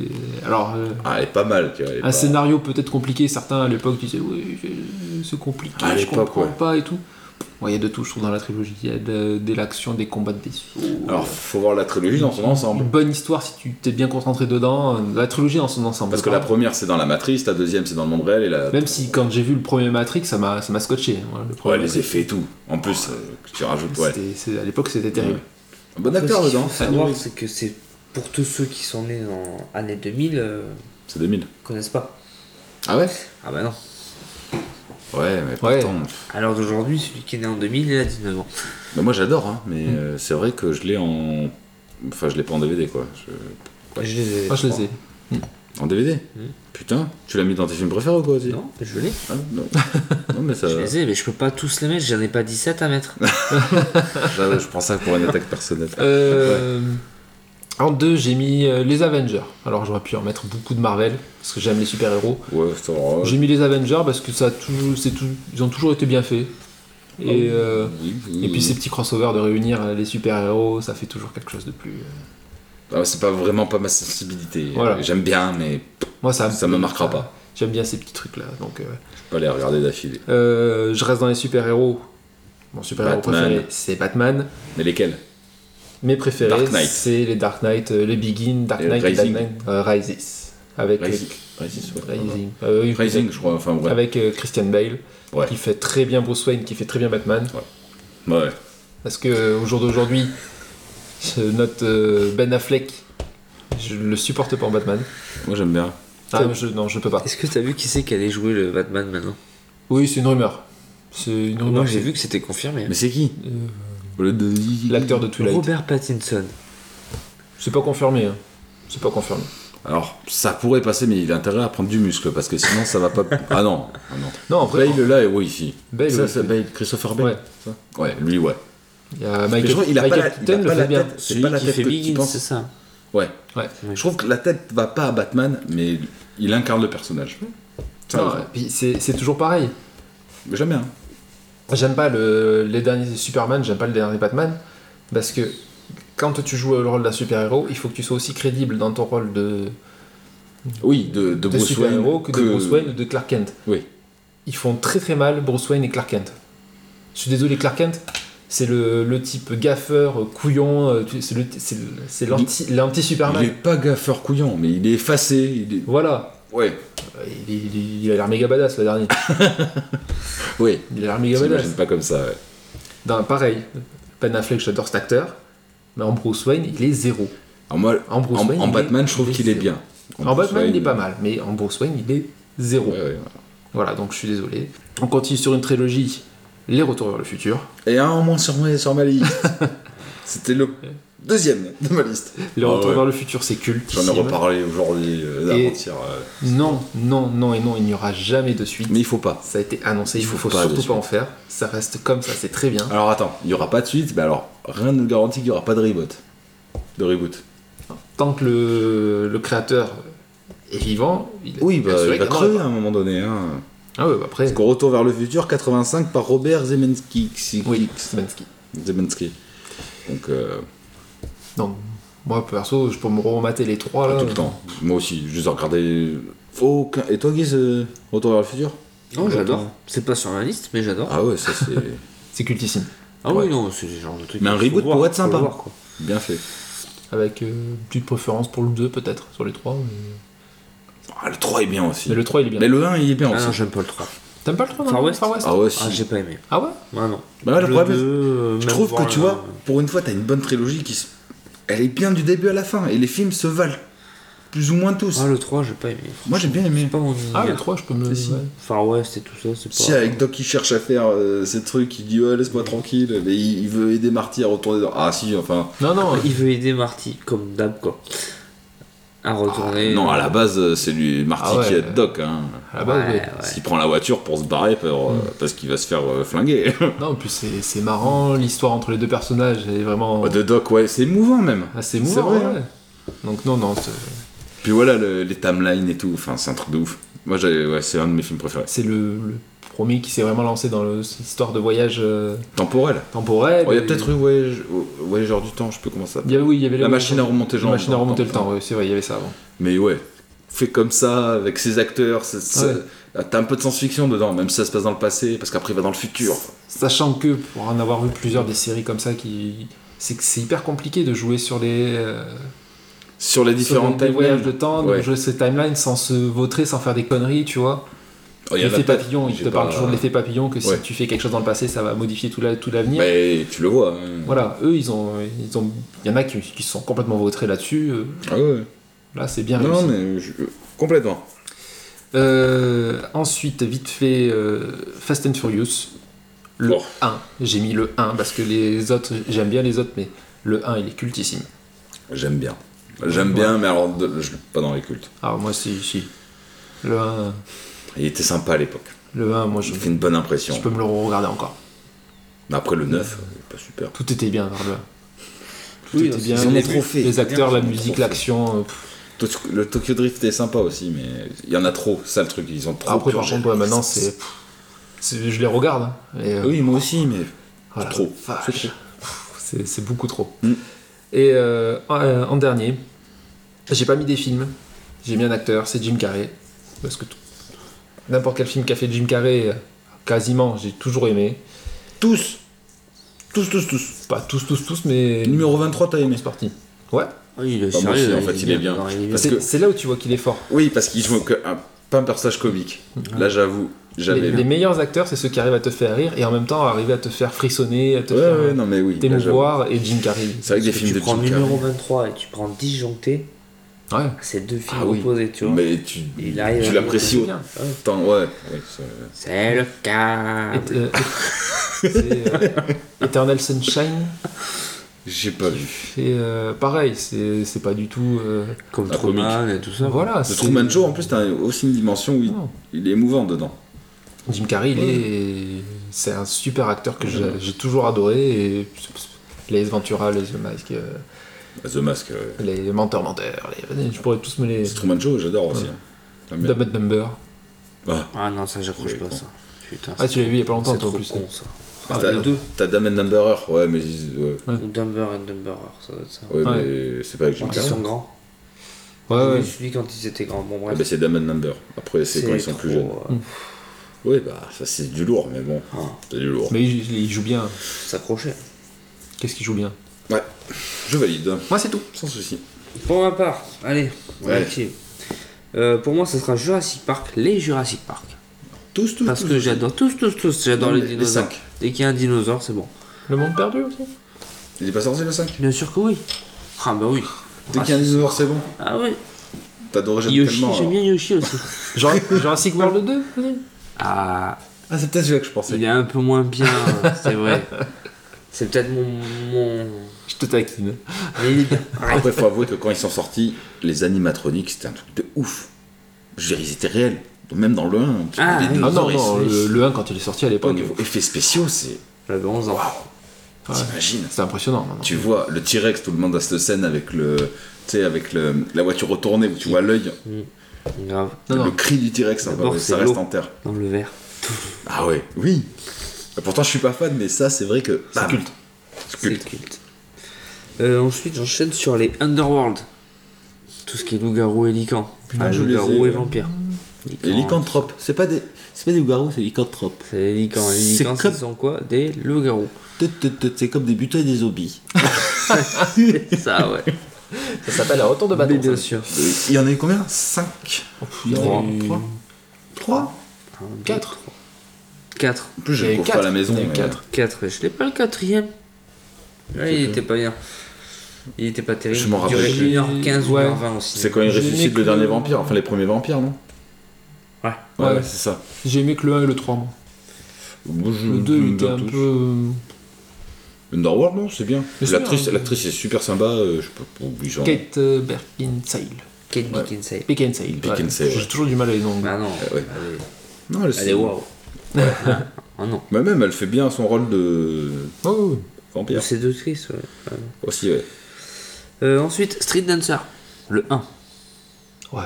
Alors. euh, Ah, elle est pas mal, tu vois. elle est un pas- scénario peut-être compliqué, certains à l'époque disaient oui, je- c'est compliqué, À je l'époque, comprends ouais. pas et tout. Ouais, Il y a de tout, je trouve, dans la trilogie. Il y a de, de l'action, des combats de vaisseaux. Alors, faut voir la trilogie dans son ensemble. Une bonne histoire si tu t'es bien concentré dedans. euh, La trilogie dans son ensemble. Parce que la première, c'est dans la matrice, la deuxième, c'est dans le monde réel, et la. Même si quand j'ai vu le premier Matrix, ça m'a ça m'a scotché. hein, le Ouais, premier les Matrix. effets et tout. En plus, euh, que tu rajoutes, ouais. C'était- c'est- À l'époque, c'était terrible. Un bon acteur Ce qu'il dedans. faut savoir, c'est que c'est pour tous ceux qui sont nés en année 2000, euh, C'est 2000. ils connaissent pas. Ah ouais Ah bah non. Ouais, mais Ouais. pourtant. À l'heure d'aujourd'hui, celui qui est né en 2000, il a 19 ans. Bah, moi j'adore, hein, mais Mm. euh, c'est vrai que je l'ai en. Enfin, je l'ai pas en DVD quoi. Je- Ah, Je les ai. Moi, Ah, je les ai. En DVD Mm. Mhm. Putain, tu l'as mis dans tes films préférés ou quoi aussi Non, je les ai. Ah, non. Non, mais [LAUGHS] ça. Je les ai, mais je peux pas tous les mettre, j'en ai pas 17 à mettre. Ah ouais, je prends ça pour une attaque personnelle. Euh, En deux, j'ai mis euh, les Avengers. Alors, j'aurais pu en mettre beaucoup de Marvel, parce que j'aime les super-héros. Ouais, ça va. J'ai mis les Avengers parce que ça a toujours, c'est tout- ils ont toujours été bien faits. Et, euh, Oui, oui, et puis oui. ces petits crossovers de réunir euh, les super-héros, ça fait toujours quelque chose de plus. euh. Ah, c'est pas vraiment pas ma sensibilité. Voilà. Ah, euh, J'aime bien, mais Moi, ça, Ça me marquera pas. J'aime bien ces petits trucs là. Donc, euh, je peux pas les regarder d'affilée. euh, je reste dans les super-héros. Mon super-héros Batman. préféré, c'est Batman. Mais lesquels Mes préférés, Dark Knight. c'est les Dark Knight, euh, les Begin, Dark Et Knight et Dark Rising. Knight euh, Rises. Avec euh, Rising. Rising, ouais. Rising. Euh, oui, Rising, je crois. Enfin, ouais. Avec euh, Christian Bale, Ouais. qui fait très bien Bruce Wayne, qui fait très bien Batman. Ouais. Parce que euh, au jour d'aujourd'hui, je note euh, Ben Affleck. Je le supporte pas en Batman. Moi j'aime bien. Ah, T'as- je- non, je peux pas. Est-ce que t'as vu qui c'est qui allait jouer le Batman maintenant Oui, c'est une rumeur. C'est une rumeur. Moi j'ai vu que c'était confirmé. Mais c'est qui Euh, Le de- L'acteur de Twilight. Robert Pattinson. C'est pas confirmé. hein. C'est pas confirmé. Alors, ça pourrait passer, mais il a intérêt à prendre du muscle parce que sinon ça va [LAUGHS] pas. Ah non, ah non. Non, après, Bale là, et oui, si. Bale, ça, oui, c'est Bale, Christopher Bale. ouais, ça. Ouais, lui, ouais. Il y Mais a je Michael, crois qu'il a pas Michael la- il a Keaton pas le la fait bien. tête. C'est Celui pas la qui tête fait que tu Biggins, penses. c'est ça. Ouais. Ouais. Je trouve que la tête va pas à Batman, mais il incarne le personnage. Ça, Non, ouais. et puis c'est c'est toujours pareil. Mais Jamais, hein. J'aime pas le- les derniers Superman, j'aime pas le dernier Batman, parce que quand tu joues le rôle d'un super-héros, il faut que tu sois aussi crédible dans ton rôle de, Oui, de, de de Bruce super-héros Wayne. que, de Bruce Wayne ou de Clark Kent. Oui. Ils font très très mal Bruce Wayne et Clark Kent. Je suis désolé, Clark Kent, c'est le, le type gaffeur, euh, couillon, euh, tu- c'est le- c'est le- c'est l'anti- Il est l'anti-Superman. pas gaffeur couillon, mais il est effacé. Il est... Voilà, Ouais, il, il- il a l'air méga badass le dernier. ouais. Il a [LAUGHS] l'air méga badass. J'imagine pas comme ça, ouais. Dans- pareil, Ben Affleck, j'adore cet acteur, mais en Bruce Wayne, il est zéro. Alors moi, En Bruce en, Wayne, en il est- Batman, je trouve il est qu'il est zéro. bien. En, Bruce Batman, il est Wayne, pas mal, mais en Bruce Wayne, il est zéro. ouais, ouais, ouais. Voilà, donc je suis désolé. On continue sur une trilogie, Les Retours vers le futur. Et un en moins sur ma, sur ma [LAUGHS] liste. C'était le deuxième de ma liste. Les Ah Retours ouais. vers le futur, c'est culte. J'en ai reparlé aujourd'hui, euh, Et- avant-hier, euh. Non, non, non et non, il n'y aura jamais de suite. Mais il faut pas. Ça a été annoncé, il Il faut, faut faut pas de surtout suite. Ah. pas en faire. Ça reste comme ça, c'est très bien. Alors attends, il y aura pas de suite, mais alors rien ne nous garantit qu'il y aura pas de reboot. De reboot. Tant que le, le créateur est vivant, il, Oui, bah, assuré il va qu'il y en crever aura à pas. un moment donné. Hein. Ah ouais, bah après, Parce qu'on retourne vers le futur 85 par Robert Zemensky. oui, Zemensky. Zemensky. Donc euh, Donc, moi perso, je peux me remater les trois là. tout le temps. Moi aussi, je les ai regardés. Aucun... Et toi, Guise, euh, retour vers le futur Non, Oh, j'adore. C'est pas sur ma liste, mais j'adore. Ah, Ah ouais, ça [LAUGHS] c'est C'est cultissime. ouais. oui, non, c'est le genre de truc. Mais un qu'il faut reboot voir, pourrait être faut le sympa. voir, quoi. bien fait. Avec euh, une petite préférence pour le 2 peut-être, sur les 3. Mais, Ah, le 3 est bien aussi. mais le 3 il est bien. Mais le 1 il est bien Ah aussi. non, j'aime pas le 3. T'aimes pas le 3 Far non West Far West Ah ouais, si. Ah, j'ai pas aimé. Ah ouais Ah non. Bah ouais, le problème, deux, euh, je même trouve voir que tu le- vois, pour une fois, t'as une bonne trilogie qui se... Elle est bien du début à la fin, et les films se valent. Plus ou moins tous. Ah, le 3, j'ai pas aimé. Moi j'ai bien aimé. C'est pas mon Ah, univers. le 3, je peux me. Et si. ouais. Far West et tout ça, c'est pas. Si avec Doc il cherche à faire euh, ces trucs, il dit ouais laisse-moi tranquille, mais il, il veut aider Marty à retourner dans... Ah si, enfin... Non, non, Il veut aider Marty, comme d'hab, quoi. À retourner. Non, à la base, euh, c'est lui, Marty Ah ouais. qui aide Doc. Hein. à la base, Ouais, ah bah ouais. ouais. S'il prend la voiture pour se barrer pour, euh, parce qu'il va se faire euh, flinguer. Non, en plus c'est c'est marrant, l'histoire entre les deux personnages est vraiment De Doc, ouais, c'est émouvant même. assez C'est mouvant. vrai, Ah, hein. ouais. Donc, non, non, c'est- Puis voilà, le- les timelines et tout, enfin c'est un truc de ouf. Moi j'ai- ouais, c'est un de mes films préférés. c'est le, le premier qui s'est vraiment lancé dans le- cette histoire de voyage euh, Temporel. temporel. Oh, Il y a Et- peut-être eu voyage, Voyageur du temps, je peux comment ça Il y avait, oui, il y avait La le- machine à remonter, La genre, machine à dans- remonter dans- le temps, ouais, c'est vrai, il y avait ça avant. Mais ouais, fait comme ça, avec ses acteurs, c'est- c'est- ah, t'as un peu de science-fiction dedans, même si ça se passe dans le passé, parce qu'après il va dans le futur. Sachant que, pour en avoir vu plusieurs des séries comme ça, qui c'est que c'est hyper compliqué de jouer sur les, euh, Sur les sur différentes les voyages de temps, de Ouais. jouer ces timelines sans se vautrer, sans faire des conneries, tu vois. Oh, il y en a L'effet peut-être, papillon, il j'ai te parle pas- toujours de l'effet papillon, que Ouais. Bah, si tu fais quelque chose dans le passé, ça va modifier tout la- tout l'avenir. Mais tu le vois. hein. Voilà, eux, ils ont, ils ont, il y en a qui, qui se sont complètement vautrés là-dessus. euh, Ah ouais. Là, c'est bien Non, réussi. mais je- complètement. Euh, ensuite, vite fait, euh, Fast and Furious. Le Oh. 1. J'ai mis le 1 parce que les autres, j'aime bien les autres, mais le 1, il est cultissime. J'aime bien. J'aime bien, mais alors de- je- pas dans les cultes. Alors, moi, si, si. Le 1, Il était sympa à l'époque. le 1 moi, je, Il fait une bonne impression. je peux me le regarder encore. Mais après le 9, il est pas super. Tout était bien dans le 1. Tout Oui, était non, bien. ils ont les, trop fait. les acteurs, Ils ont la trop musique, fait. l'action. euh, pff. Tokyo- Le Tokyo Drift est sympa aussi, mais il y en a trop, c'est ça le truc. Ils ont trop. Après, par purgé. contre, ouais, maintenant, c'est. pff, c'est- Je les regarde. hein, et, euh, Oui, moi aussi, mais Ah la Trop. vache. C'est trop. Pff, C'est c'est beaucoup trop. Mm. Et euh, en, euh, en dernier, j'ai pas mis des films. J'ai mis un acteur, c'est Jim Carrey. Parce que tout- n'importe quel film qu'a fait Jim Carrey, euh, quasiment, j'ai toujours aimé. tous, tous, tous, tous. Pas tous, tous, tous, mais. Numéro 23, t'as aimé C'est parti. Ouais. Oui, Ah, il est Pas moi sérieux. aussi, en il fait, il est bien. Non, Parce C'est que- c'est là où tu vois qu'il est fort. Oui, parce qu'il joue que un, pas un personnage comique. Là, j'avoue, Les, j'avais. les meilleurs acteurs, c'est ceux qui arrivent à te faire rire et en même temps arriver à te faire frissonner, à te Ouais, faire euh, ouais, non, mais oui. là, t'émouvoir. Et Jim Carrey. j'avoue. C'est vrai que des Parce que films de tu prends Jim Carrey. numéro 23 et tu prends disjoncté, Ouais. c'est deux films Ah oui. opposés, tu vois. Mais tu, Il arrive tu à- l'apprécies C'est bien. autant. Ouais, ouais, c'est- C'est le cas. [LAUGHS] Et- euh, et- c'est, euh, Eternal Sunshine J'ai pas vu. Et euh, pareil, c'est c'est pas du tout. euh, Comme Un Truman et tout ça. voilà. Le c'est- Oh. Truman Show, hein. en plus, t'as aussi une dimension où il, Non. il est émouvant dedans. Jim Carrey, il est. C'est un super acteur que j'ai j'ai toujours adoré. Et... Les Ventura, les The Mask, euh, Bah, The Mask, ouais. les Menteurs Menteurs, les- vas-y, je pourrais tous me les. C'est Truman Show, j'adore aussi. hein. Ah, merde. Dumb and Dumber. Ah, Ah non, ça j'accroche Oui, pas bon. ça. Putain, Ah, tu l'as vu il y a pas longtemps, c'est toi, en trop plus. con ça. Ah, t'as, les deux. t'as Dame and Dumberer, ouais, mais, ouais, Ou Dumber and Dumberer, ça doit être ça. ouais, Ouais. mais c'est pas avec Jim Quand Ah, ils Carrey. sont grands. Ouais, ouais. Je suis quand ils étaient grands. Bon, Ah, bref. bah, c'est Dame and Dumber. Après, c'est, quand ils sont plus jeunes. trop, euh, Oui, bah, ça c'est du lourd, mais bon, Ah. c'est du lourd. Mais il, il joue bien. S'accrocher. Qu'est-ce qu'il joue bien Ouais, je valide, Moi, c'est tout. sans souci. Pour ma part, allez, on Ouais. active. Euh, pour moi, ça sera Jurassic Park, les Jurassic Park. Tous, tous, Parce tous. que j'adore tous, tous, tous, j'adore Non, les les- les dinosaures. cinq. Dès qu'il y a un dinosaure, c'est bon. Le monde perdu aussi Il est pas sorti le 5 Bien sûr que oui. Ah bah oui. Dès Ah, qu'il y a un dinosaure, c'est bon. Ah oui. T'adorais jamais Yoshi, tellement. hein. j'aime hein. alors. bien Yoshi aussi. Genre, [LAUGHS] Jurassic World 2 peut-être [LAUGHS] ah, Ah, c'est peut-être celui-là que je pensais. il est un peu moins bien, hein, [LAUGHS] c'est vrai. C'est peut-être mon, mon... Je te taquine. Mais il est bien. Après, faut avouer que quand ils sont sortis, les animatroniques, c'était un truc de ouf. Je veux dire, ils étaient réels. Même dans le 1. Ah, oui. Ah non, Ils non, sont- le, le 1 quand il est sorti à Au l'époque, niveau effets spéciaux, c'est. J'avais 11 ans. Ouais. T'imagines c'était impressionnant. non, non. Tu vois le T-Rex, tout le monde a cette scène avec le. Tu sais, avec le, la voiture retournée où tu vois l'œil, Grave. Non, le non. cri du T-Rex, hein, D'abord, ouais, c'est ça reste l'eau. en terre. Dans le verre. Ah ouais, oui. Et Pourtant, je suis pas fan, mais ça, c'est vrai que. Bam. culte. C'est C'est culte. culte. Euh, ensuite, j'enchaîne sur les Underworld. Tout ce qui est loup-garou et lycan. Ah, je les ai, loup-garou et ouais. vampire. Lycan, Et lycanthrope, c'est pas des. C'est pas des loups-garous, c'est lycanthrope. C'est les lycans. Les C'est lycans, comme- ce sont quoi Des loups-garous. Tut, tut, tut, C'est comme des butins et des zombies. ça, ouais. Ça s'appelle un retour de Mais bâton. bien ça. sûr. Euh, Il y en a eu combien 5 Il y en a Trois. eu Oh, trois. 3 Quatre. 4. En plus, Il y je a eu cours pas quatre. à la maison. Il y a eu mais- quatre. 4. Je l'ai pas le quatrième. Ouais, il était pas bien. Il était pas terrible. Je m'en Il durait rappelle plus. 1h15 Ouais. ou 1h20 aussi. C'est quand il Je n'ai ressuscite que- le dernier vampire, enfin les premiers vampires, non Ouais. Ouais, Ouais. ouais, c'est ça. J'ai aimé que le 1 et le 3. moi. Moi, je- Mm, Le 2 je- il était un je- peu. euh, Underworld, non, c'est bien. Mais c'est L'actrice bien, hein. l'actrice est super sympa, euh, je peux pas obliger. Kate euh, Berkinsale. Kate Ouais. Beckinsale. Beckinsale. Beckinsale, ouais. ouais. J'ai toujours du mal à les noms. Bah non. ouais. Euh, Elle est- Non, elle, Elle est waouh. [LAUGHS] Ah non. Mais même, elle fait bien son rôle de Oh, vampire. C'est deux tristes, ouais. Ouais. Aussi, ouais. Euh, ensuite, Street Dancer, le 1. ouais.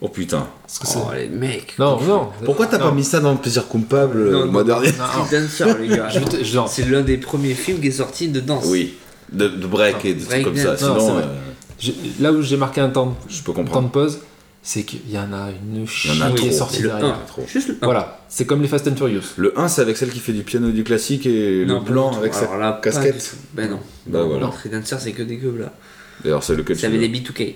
Oh putain. Parce que c'est- Oh les mecs. Non, non. Pourquoi t'as Non. pas mis ça dans le plaisir coupable euh, Non, le mois non. dernier Non, non. Street Dancer, les [LAUGHS] gars. Je vais te- je- non. C'est l'un des premiers films qui est sorti de danse. Oui, de, de break et des trucs break comme ça. dance. Non, c'est Sinon, vrai. euh, J'ai- Là où j'ai marqué un temps, je peux un temps de comprendre. pause, c'est qu'il y en a une Il y en a chienne qui trop. est C'est sortie le derrière. 1. Trop. Ah, Juste le 1. Voilà, c'est comme les Fast and Furious. Le 1, c'est avec celle qui fait du piano et du classique et Non, le pas blanc du tout. avec Alors sa là, pas du casquette. tout. Ben non. Bah Non, voilà. non, Street Dancer, c'est que des gueules là. D'ailleurs, c'est lequel Ça tu avait veux des B2K.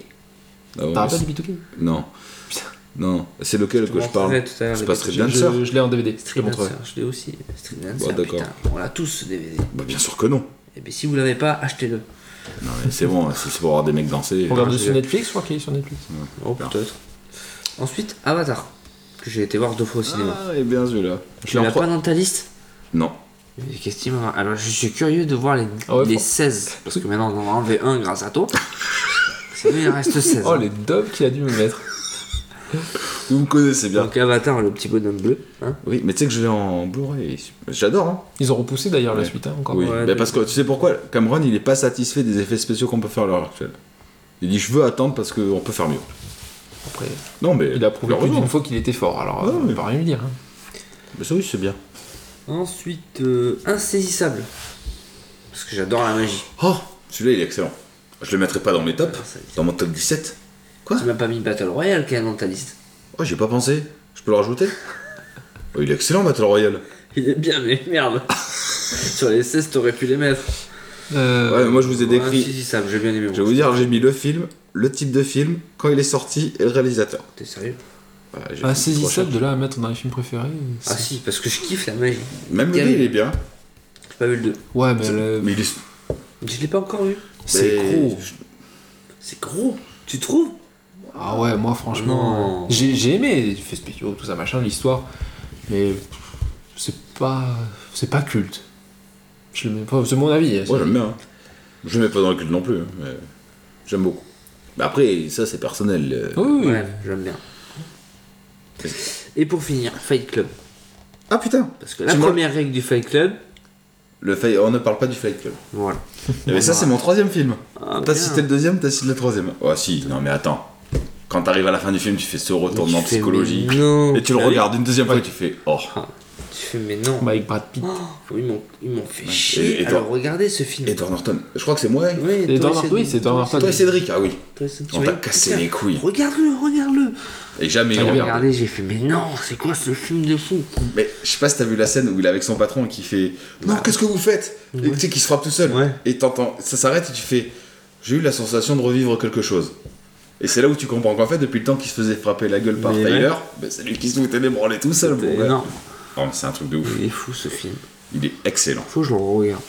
Ah ouais, T'as mais rappelé du B2K c'est- Non. Putain. Non, c'est lequel que je parle tout à l'heure. C'est les pas B2K. Street Je, Dancer je- je l'ai en DVD. Je te Street montrerai. Dancer, je l'ai aussi. Street Dancer, Bon, d'accord. putain. On l'a tous ce DVD. Bah bien sûr que non. Et bien Eh ben, si vous l'avez pas, achetez-le. Non mais c'est bon, si c'est pour voir des mecs danser. On regarde je- sur Netflix, je crois qu'il est sur Netflix. Oh peut-être. Ensuite, Avatar, que j'ai été voir deux fois au cinéma. Ah, et bien celui-là. tu l'ai en l'as pro- pas dans ta liste Non. Mais qu'est-ce qu'il m'a- Alors je suis curieux de voir les, Ah ouais, les faut- 16, parce que maintenant on en a enlevé un grâce [LAUGHS] à toi. Sinon il en reste 16. Oh, hein. les dobs qu'il a dû me mettre. Vous me connaissez bien. Donc Avatar, le petit bonhomme bleu. hein. Oui, mais tu sais que je l'ai en Blu-ray. J'adore, hein. Ils ont repoussé d'ailleurs Ouais. la suite, hein, encore. Oui, Ouais, mais mais- parce que tu sais pourquoi Cameron, il est pas satisfait des effets spéciaux qu'on peut faire à l'heure actuelle. Il dit je veux attendre parce qu'on peut faire mieux. Après, Non mais il a prouvé plus heureusement. d'une fois qu'il était fort, alors Ouais, euh, on mais- peut rien lui dire. hein. Mais ça oui, c'est bien. Ensuite, euh, Insaisissable. Parce que j'adore la magie. Oh, celui-là il est excellent. Je le mettrai pas dans mes tops, dans mon top 17. Quoi Tu m'as pas mis Battle Royale quand même dans ta liste. Oh, j'ai pas pensé. Je peux le [LAUGHS] rajouter Oh, Il est excellent Battle Royale. Il est bien, mais [LAUGHS] merde. Sur les 16, t'aurais pu les mettre. Euh, Ouais, moi je vous ai Ouais, décrit. Insaisissable, j'ai bien aimé. Je vais vous dire, j'ai mis le film, le type de film, quand il est sorti et le réalisateur. T'es sérieux Voilà, j'ai fait une Insaisissable recherche. ah, de là à mettre dans les films préférés. c'est- Ah si, parce que je kiffe la magie. Même le deux, il est bien. J'ai pas vu le 2. Ouais, Ah, mais le- Mais il est. Je l'ai pas encore vu. Euh, c'est mais- gros. C'est gros, tu trouves Ah ouais, moi franchement, euh, Non. j'ai j'ai aimé les effets spéciaux, tout ça machin, l'histoire, mais pff, c'est pas, c'est pas culte. Je le mets pas, c'est mon avis. Ouais, j'aime bien. hein. Je mets pas dans le cul non plus, hein, mais j'aime beaucoup. Mais Après, ça c'est personnel. euh. Ouais, j'aime bien. Et pour finir, Fight Club. Ah putain Parce que la Tu m'en- première règle du Fight Club, le Fight- On ne parle pas du Fight Club. voilà. Mais ça, c'est mon troisième film. Ah, t'as bien. cité le deuxième, t'as cité le troisième. Oh, si, non, mais attends. Quand t'arrives à la fin du film, tu fais ce retournement Tu fais, mais psychologique. Non. Et tu le Ah oui regardes une deuxième fois et tu fais Oh. Tu fais mais non. Bah, avec Brad Pitt. Oh, ils m'ont ils m'ont fait chier. et toi Alors regardez ce film. Et Edward Norton, je crois que c'est moi. Oui, Et toi, Edward Norton, oui, c'est Edward Norton. Toi et Cédric, ah oui. toi, c'est- tu On m'as t'a dit, cassé putain, les couilles. Regarde-le, regarde-le. Et jamais. Ah, il il regarde. Regardez, j'ai fait mais non, c'est quoi ce film de fou Mais je sais pas si t'as vu la scène où il est avec son patron et qui fait Non, qu'est-ce que vous faites Et tu sais, qu'il se frappe tout seul. Ouais. Et t'entends, ça s'arrête et tu fais J'ai eu la sensation de revivre quelque chose. Et c'est là où tu comprends qu'en fait, depuis le temps qu'il se faisait frapper la gueule par Mais ouais. Tyler, bah, c'est lui qui se foutait des branlés tout seul. C'était bon, ouais. énorme. Oh, mais c'est un truc de ouf. Il est fou ce film. Il est excellent. Faut que je le regarde.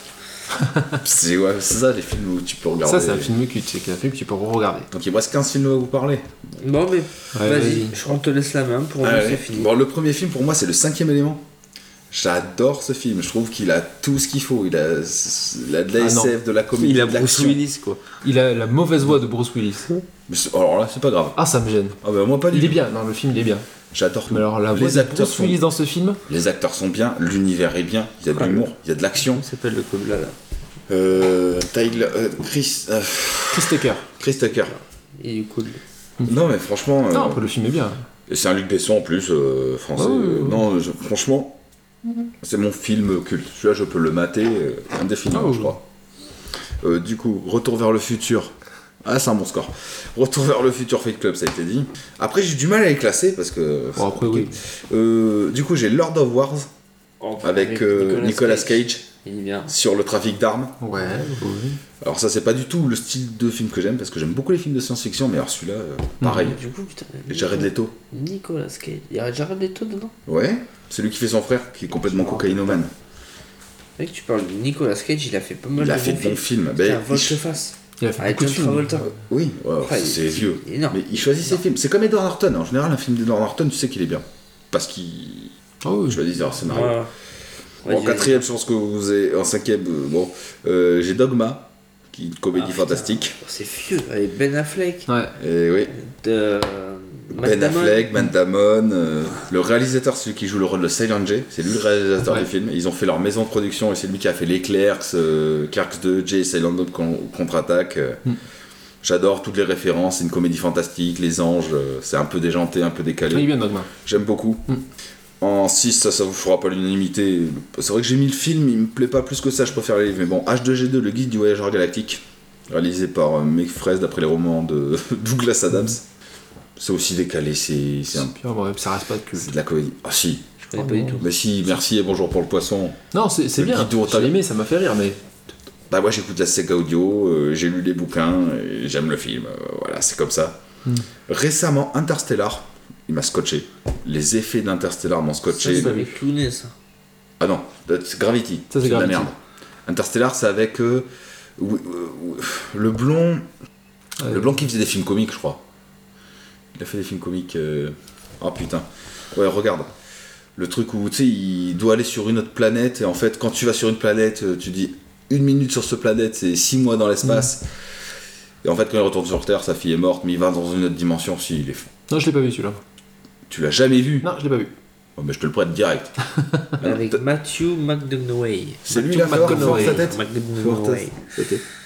C'est ouais, c'est ça les films où tu peux regarder. Ça, c'est un film que tu sais qu'un film que tu peux regarder. Donc il me reste 15 films à vous parler. Bon mais vas-y, vas-y. je on te laisse la main pour nous, Allez. c'est fini. Ah Bon, le premier film pour moi c'est le cinquième élément. J'adore ce film, je trouve qu'il a tout ce qu'il faut. Il a, il a de la Ah, non. SF, de la comédie, de l'action. quoi. Il a la mauvaise voix de Bruce Willis. Mais c'est- Alors là, c'est pas grave. Ah, ça me gêne. Ah bah moi pas du Il est tout. bien, non, le film il est bien. J'adore tout. Mais alors, la voix les, de acteurs Bruce sont... Willis dans ce film, les acteurs sont bien, l'univers est bien, il y a de l'humour, il y a de l'action. Comment s'appelle le club là, là Euh, Tyler- euh, Chris, euh, Chris Tucker. Chris Tucker. Il est cool. Mm. Non mais franchement, euh, Non, le film est bien. Et C'est un Luc Besson en plus, euh, français. Ah oui, oui, Euh, oui. Non, je- franchement, Mhm. c'est mon film culte. Celui-là, je peux le mater euh, indéfiniment, Ah oui. je crois. Euh, du coup, Retour vers le futur. Ah, c'est un bon score. Retour vers le futur Fight Club, ça a été dit. Après, j'ai du mal à les classer parce que. Bon, après, oui. Euh, du coup, j'ai Lord of Wars avec euh, Nicolas, Cage. Il est bien. sur le trafic d'armes. Ouais, ouais. Alors, ça, c'est pas du tout le style de film que j'aime parce que j'aime beaucoup les films de science-fiction, mais alors celui-là, euh, Mhm. pareil. Du coup, putain. Jared Leto. Nicolas Cage. Il y a Jared Leto dedans Ouais, celui qui fait son frère, qui est complètement cocaïnomane. Mec, tu parles de Nicolas Cage, il a fait pas mal Il de a fait de bons bons films. films. C'est Ben, un il- volte-face. Il a fait Avec beaucoup John de films. Travolta. Oui, ouais, Enfin, il- c'est vieux. il est énorme. Mais il choisit ses films. C'est comme Edward Norton. En général, un film d'Edward Norton, tu sais qu'il est bien. Parce qu'il Ah oui. choisit leur scénario. Voilà. Bon, oh, en quatrième, je pense que vous avez. En cinquième, euh, bon. euh, J'ai Dogma, qui est une comédie Ah, fantastique. Oh, C'est vieux. Avec Ben Affleck. Ouais. Et oui. De... Matt ben Damon. Affleck, Matt Damon, euh, le réalisateur, celui qui joue le rôle de Silent J, c'est lui le réalisateur Ouais. du film. Ils ont fait leur maison de production et c'est lui qui a fait les Clerks, euh, Clerks 2, J, Silent Bob con- contre-attaque. euh. Mm. J'adore toutes les références, c'est une comédie fantastique, les anges, euh, c'est un peu déjanté, un peu décalé. Il est bien, Dogma. J'aime beaucoup. En 6, ça, ça vous fera pas l'unanimité. C'est vrai que j'ai mis le film, il me plaît pas plus que ça, je préfère les livres. Mais bon, H2G2, le guide du voyageur galactique, réalisé par euh, Meg Fraise d'après les romans de [LAUGHS] Douglas Adams. C'est aussi décalé, c'est c'est un- Puis, ah, ouais, ça reste pas de c'est culte. de la comédie. Ah si, Je connais pas du tout. mais si, merci et bonjour pour le poisson. Non, c'est c'est Le bien. Guido J'ai Antal- aimé, ça m'a fait rire, mais. Bah moi j'écoute la SEGA audio, euh, j'ai lu les bouquins, et j'aime le film, euh, voilà, c'est comme ça. Mm. Récemment, Interstellar, il m'a scotché. Les effets d'Interstellar m'ont Ça, scotché. c'est avec Clooney, ça. Ah non, c'est Gravity. Ça, c'est de la Gravity. merde. Interstellar, c'est avec euh, ou- ou- ou- le blond, Ouais. le blond qui faisait des films comiques, je crois. Il a fait des films comiques. euh, Oh putain. Ouais, regarde. Le truc où tu sais, il doit aller sur une autre planète et en fait, quand tu vas sur une planète, euh, tu dis une minute sur ce planète, c'est six mois dans Mm. l'espace. Et en fait, quand il retourne sur Terre, sa fille est morte, mais il va dans une autre dimension. Si, il est... Non, je l'ai pas vu celui-là. tu l'as jamais vu Non, je l'ai pas vu. Oh, Mais je te le prête [LAUGHS] direct. Avec Matthew McDonaughey. Ah, C'est lui, il a fait avoir McConaughey. sa tête. McDonaughey.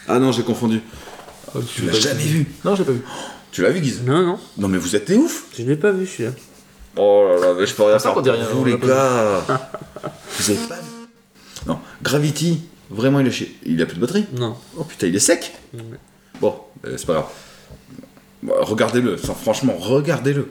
Ah non, j'ai confondu. Oh, Tu l'as jamais vu Non, je l'ai pas vu. Tu l'as vu, Guise Non, non, Non, mais vous êtes des ouf je l'ai pas vu celui-là. Oh là là, mais je peux rien C'est pour ça qu'on dit pour rien, vous, on les l'a pas gars Vous avez pas vu Non, Gravity, vraiment, il a, chier. il a plus de batterie Non. Oh putain, il est sec Bon, euh, c'est pas grave. Bah, regardez-le, sans- franchement, regardez-le.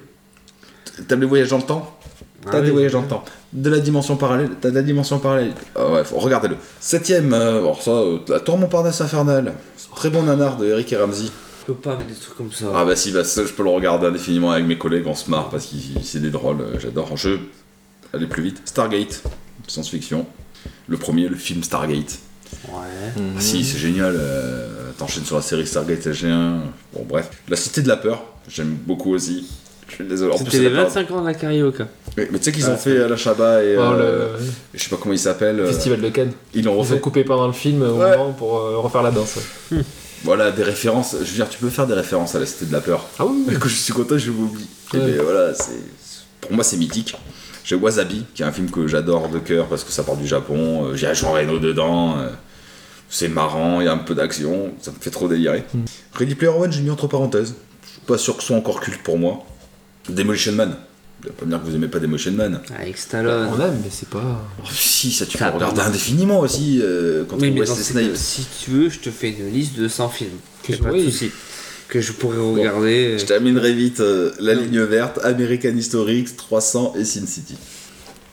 T'as des voyages dans le temps T'as Ah des oui. voyages dans le temps. De la dimension parallèle T'as de la dimension parallèle. Ah ouais, faut- regardez-le. Septième, euh, alors ça, euh, la tour Montparnasse infernale. Très bon nanar de Eric et Ramsey. Je peux pas mettre des trucs comme ça. Ah bah si, bah ça, je peux le regarder indéfiniment avec mes collègues, on se marre parce que c'est des drôles, euh, j'adore. Je aller plus vite. Stargate, science-fiction. Le premier, le film Stargate. Ouais. Ah si, c'est génial. euh, T'enchaînes sur la série Stargate SG1. Bon bref. La Cité de la Peur, j'aime beaucoup aussi. Je suis désolé. En plus, C'était c'est les la parole. 25 ans de la carioca. Mais, mais tu sais qu'ils ont fait à la Shabbat et. Par euh, Oh, le Je sais pas comment il s'appelle. euh, festival de Cannes. Ils l'ont Ils ont refait. coupé pendant le film au Ouais. moment pour euh, refaire la danse. ouais. Voilà, des références. Je veux dire, tu peux faire des références à la Cité de la Peur. Ah oui, oui, Quand je suis content, je m'oublie. Et Ouais. ben voilà, c'est pour moi c'est mythique. J'ai Wasabi, qui est un film que j'adore de cœur parce que ça part du Japon. euh, J'ai Jean Reno dedans. euh, C'est marrant, il y a un peu d'action, ça me fait trop délirer. Hmm. Mm. Ready Player One, j'ai mis entre parenthèses. Je suis pas sûr que ce soit encore culte pour moi. Demolition Man. Vous allez Pas me dire que vous aimez pas Demolition Man. Avec oui. Stallone. Euh, On aime, mais c'est pas. Oh, si, ça tu peux Ça a regarder perdu. indéfiniment aussi euh, quand Oui, on mais voit dans ces Snipes. cette- si tu veux, je te fais une liste de 100 films. Que Y a je- pas de oui. souci. Que je pourrais regarder. Je terminerai vite euh, la ligne verte, American Historics, 300 et Sin City.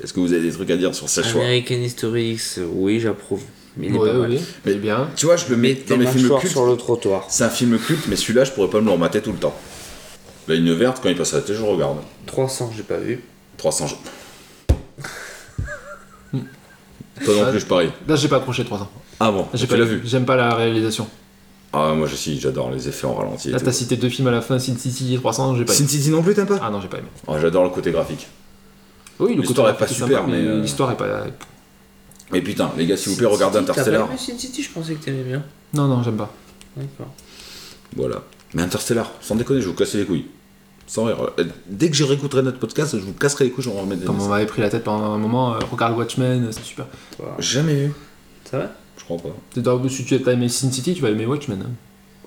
Est-ce que vous avez des trucs à dire sur Ah ces choix American History X, oui, j'approuve. Mais il est Ouais, pas mal. oui. Mais- Mais bien. Tu vois, je le mets Mets dans tes mes films mâchoires cultes. sur le trottoir. C'est un film culte, mais celui-là, je pourrais pas me le remater tout le temps. La ligne verte, quand il passe à la télé, je regarde. 300, j'ai pas vu. 300 [LAUGHS] jours. Toi non plus, je parie. Là, j'ai pas accroché 300. Ah bon, J'ai tu pas l'as vu J'aime pas la réalisation. Ah, moi, je si, j'adore les effets en ralenti. et Là, tout. t'as cité deux films à la fin, Sin City et 300, j'ai pas aimé. Sin City non plus, t'aimes pas Ah non, j'ai pas aimé. Ah, J'adore le côté graphique. Oui, le L'histoire côté est pas graphique super, mais, euh, L'histoire est pas. Mais putain, les gars, s'il vous plaît, regardez Interstellar. T'as pas aimé Ah, Sin City, je pensais que t'aimais bien. Non, non, j'aime pas. D'accord. Voilà. Mais Interstellar, sans déconner, je vous casserai les couilles. Sans rire. Euh, Dès que je réécouterai notre podcast, je vous casserai les couilles, j'en remettrai. Comme on m'avait pris la tête pendant un moment, euh, regarde Watchmen, euh, c'est super. Bah, Jamais vu. Ça va Je crois pas. T'es dans- Si tu as aimé Sin City, tu vas aimer Watchmen. hein.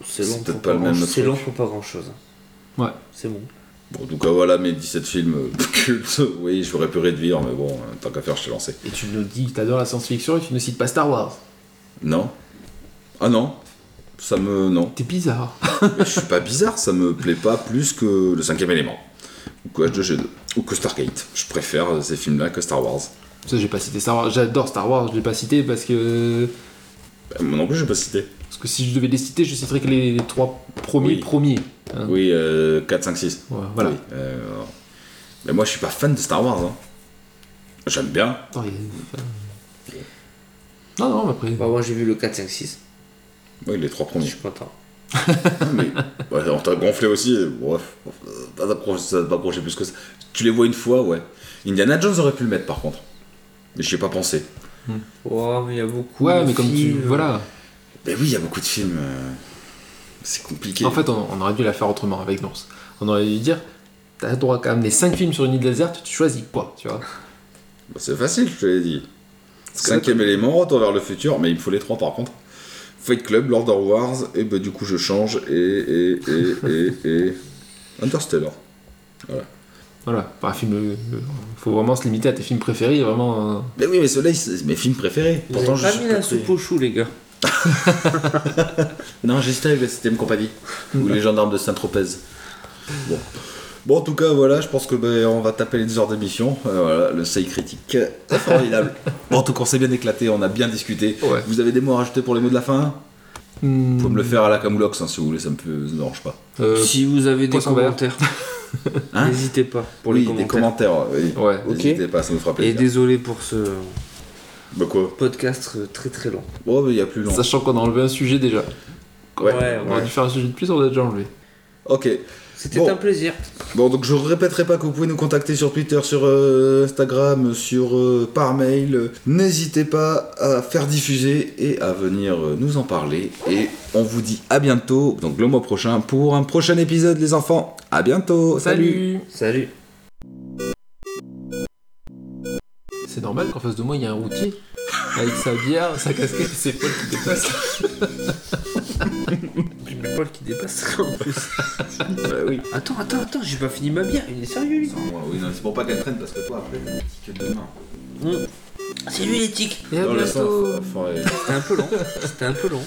C'est C'est long, peut-être pour pas le grand- même c'est truc. long pour pas grand chose. Ouais. C'est bon. Bon, en tout cas, voilà mes 17 films [LAUGHS] euh, cultes. Oui, j'aurais pu réduire, mais bon, euh, tant qu'à faire, je t'ai lancé. Et tu nous dis que t'adores la science-fiction et tu ne cites pas Star Wars. Non Ah non Ça me. Non. [LAUGHS] T'es bizarre. Mais je suis pas bizarre, ça me plaît pas plus que le cinquième élément. Ou que H2G2. Ou que Stargate. Je préfère euh, ces films-là que Star Wars. Ça, j'ai pas cité Star Wars. J'adore Star Wars, je l'ai pas cité parce que. Bah, moi non plus, je vais pas citer. Parce que si je devais les citer, je citerais que les, les trois premiers Oui. premiers. hein. Oui, euh, 4, 5, 6. Ouais, voilà. Oui, euh, Mais moi, je suis pas fan de Star Wars. hein. J'aime bien. Attends, il y a- Non, non, mais après. Bah, moi j'ai vu le 4, 5, 6. Oui, les trois Je premiers. suis content. Mais, ouais, on t'a gonflé aussi. euh, Bref, euh, pas t'approcher- ça va pas approcher plus que ça. Tu les vois une fois, ouais. Indiana Jones aurait pu le mettre, par contre. Mais j'y ai pas pensé. Oh, mais il y a beaucoup. Ouais, de mais comme tu. films. Voilà. Mais oui, il y a beaucoup de films. euh, C'est compliqué. En fait, on, on aurait dû la faire autrement avec Nours. On aurait dû dire t'as le droit quand même des 5 films sur une île déserte, tu choisis quoi, tu vois. Bah, c'est facile, je te l'ai dit. que Cinquième élément, retour vers le futur, mais il me faut les trois par contre. Fight Club, Lord of Wars, et bah du coup je change, et, et, et, et, [LAUGHS] et. Interstellar. Voilà, pas un film. euh, euh, faut vraiment se limiter à tes films préférés, vraiment. euh, Mais oui, mais ceux-là, c'est mes films préférés. Vous Pourtant, avez je pas suis mis la pas très- soupe aux choux, les gars. Non, j'hésitais avec la septième compagnie. ou les gendarmes de Saint-Tropez. Bon. Bon, en tout cas, voilà, je pense que ben, on va taper les deux heures d'émission. Euh, voilà, le seuil critique est [LAUGHS] formidable. bon, en tout cas, on s'est bien éclaté, on a bien discuté. Ouais. Vous avez des mots à rajouter pour les mots de la fin hmm, Vous pouvez me le faire à la Camoulox, hein, si vous voulez, ça me, fait- ça me dérange pas. euh, Si vous avez des poisson vert. commentaires, [LAUGHS] Hein n'hésitez pas pour oui, les commentaires. des commentaires, oui. Ouais. Ok. N'hésitez pas, ça nous fera Et plaisir. désolé pour ce Bah quoi podcast euh, très très long. Oh, mais il y a plus long. Sachant qu'on a enlevé un sujet déjà. Ouais. On aurait dû faire un sujet de plus, on l'a déjà enlevé. Ok. C'était Bon. un plaisir. Bon, donc je répéterai pas que vous pouvez nous contacter sur Twitter, sur euh, Instagram, sur euh, par mail. N'hésitez pas à faire diffuser et à venir euh, nous en parler. Et on vous dit à bientôt, donc le mois prochain, pour un prochain épisode, les enfants. À bientôt. Salut Salut. C'est normal qu'en face de moi il y a un routier avec sa bière, sa casquette et ses poils qui dépassent. [LAUGHS] Le poil qui dépasse. en plus. Bah oui. attends, attends, attends, j'ai pas fini ma bière. Il est sérieux lui. oui, non, c'est pour pas qu'elle traîne parce que toi, après, que demain. C'est lui l'éthique. Et à bientôt C'était un peu long. C'était un peu long.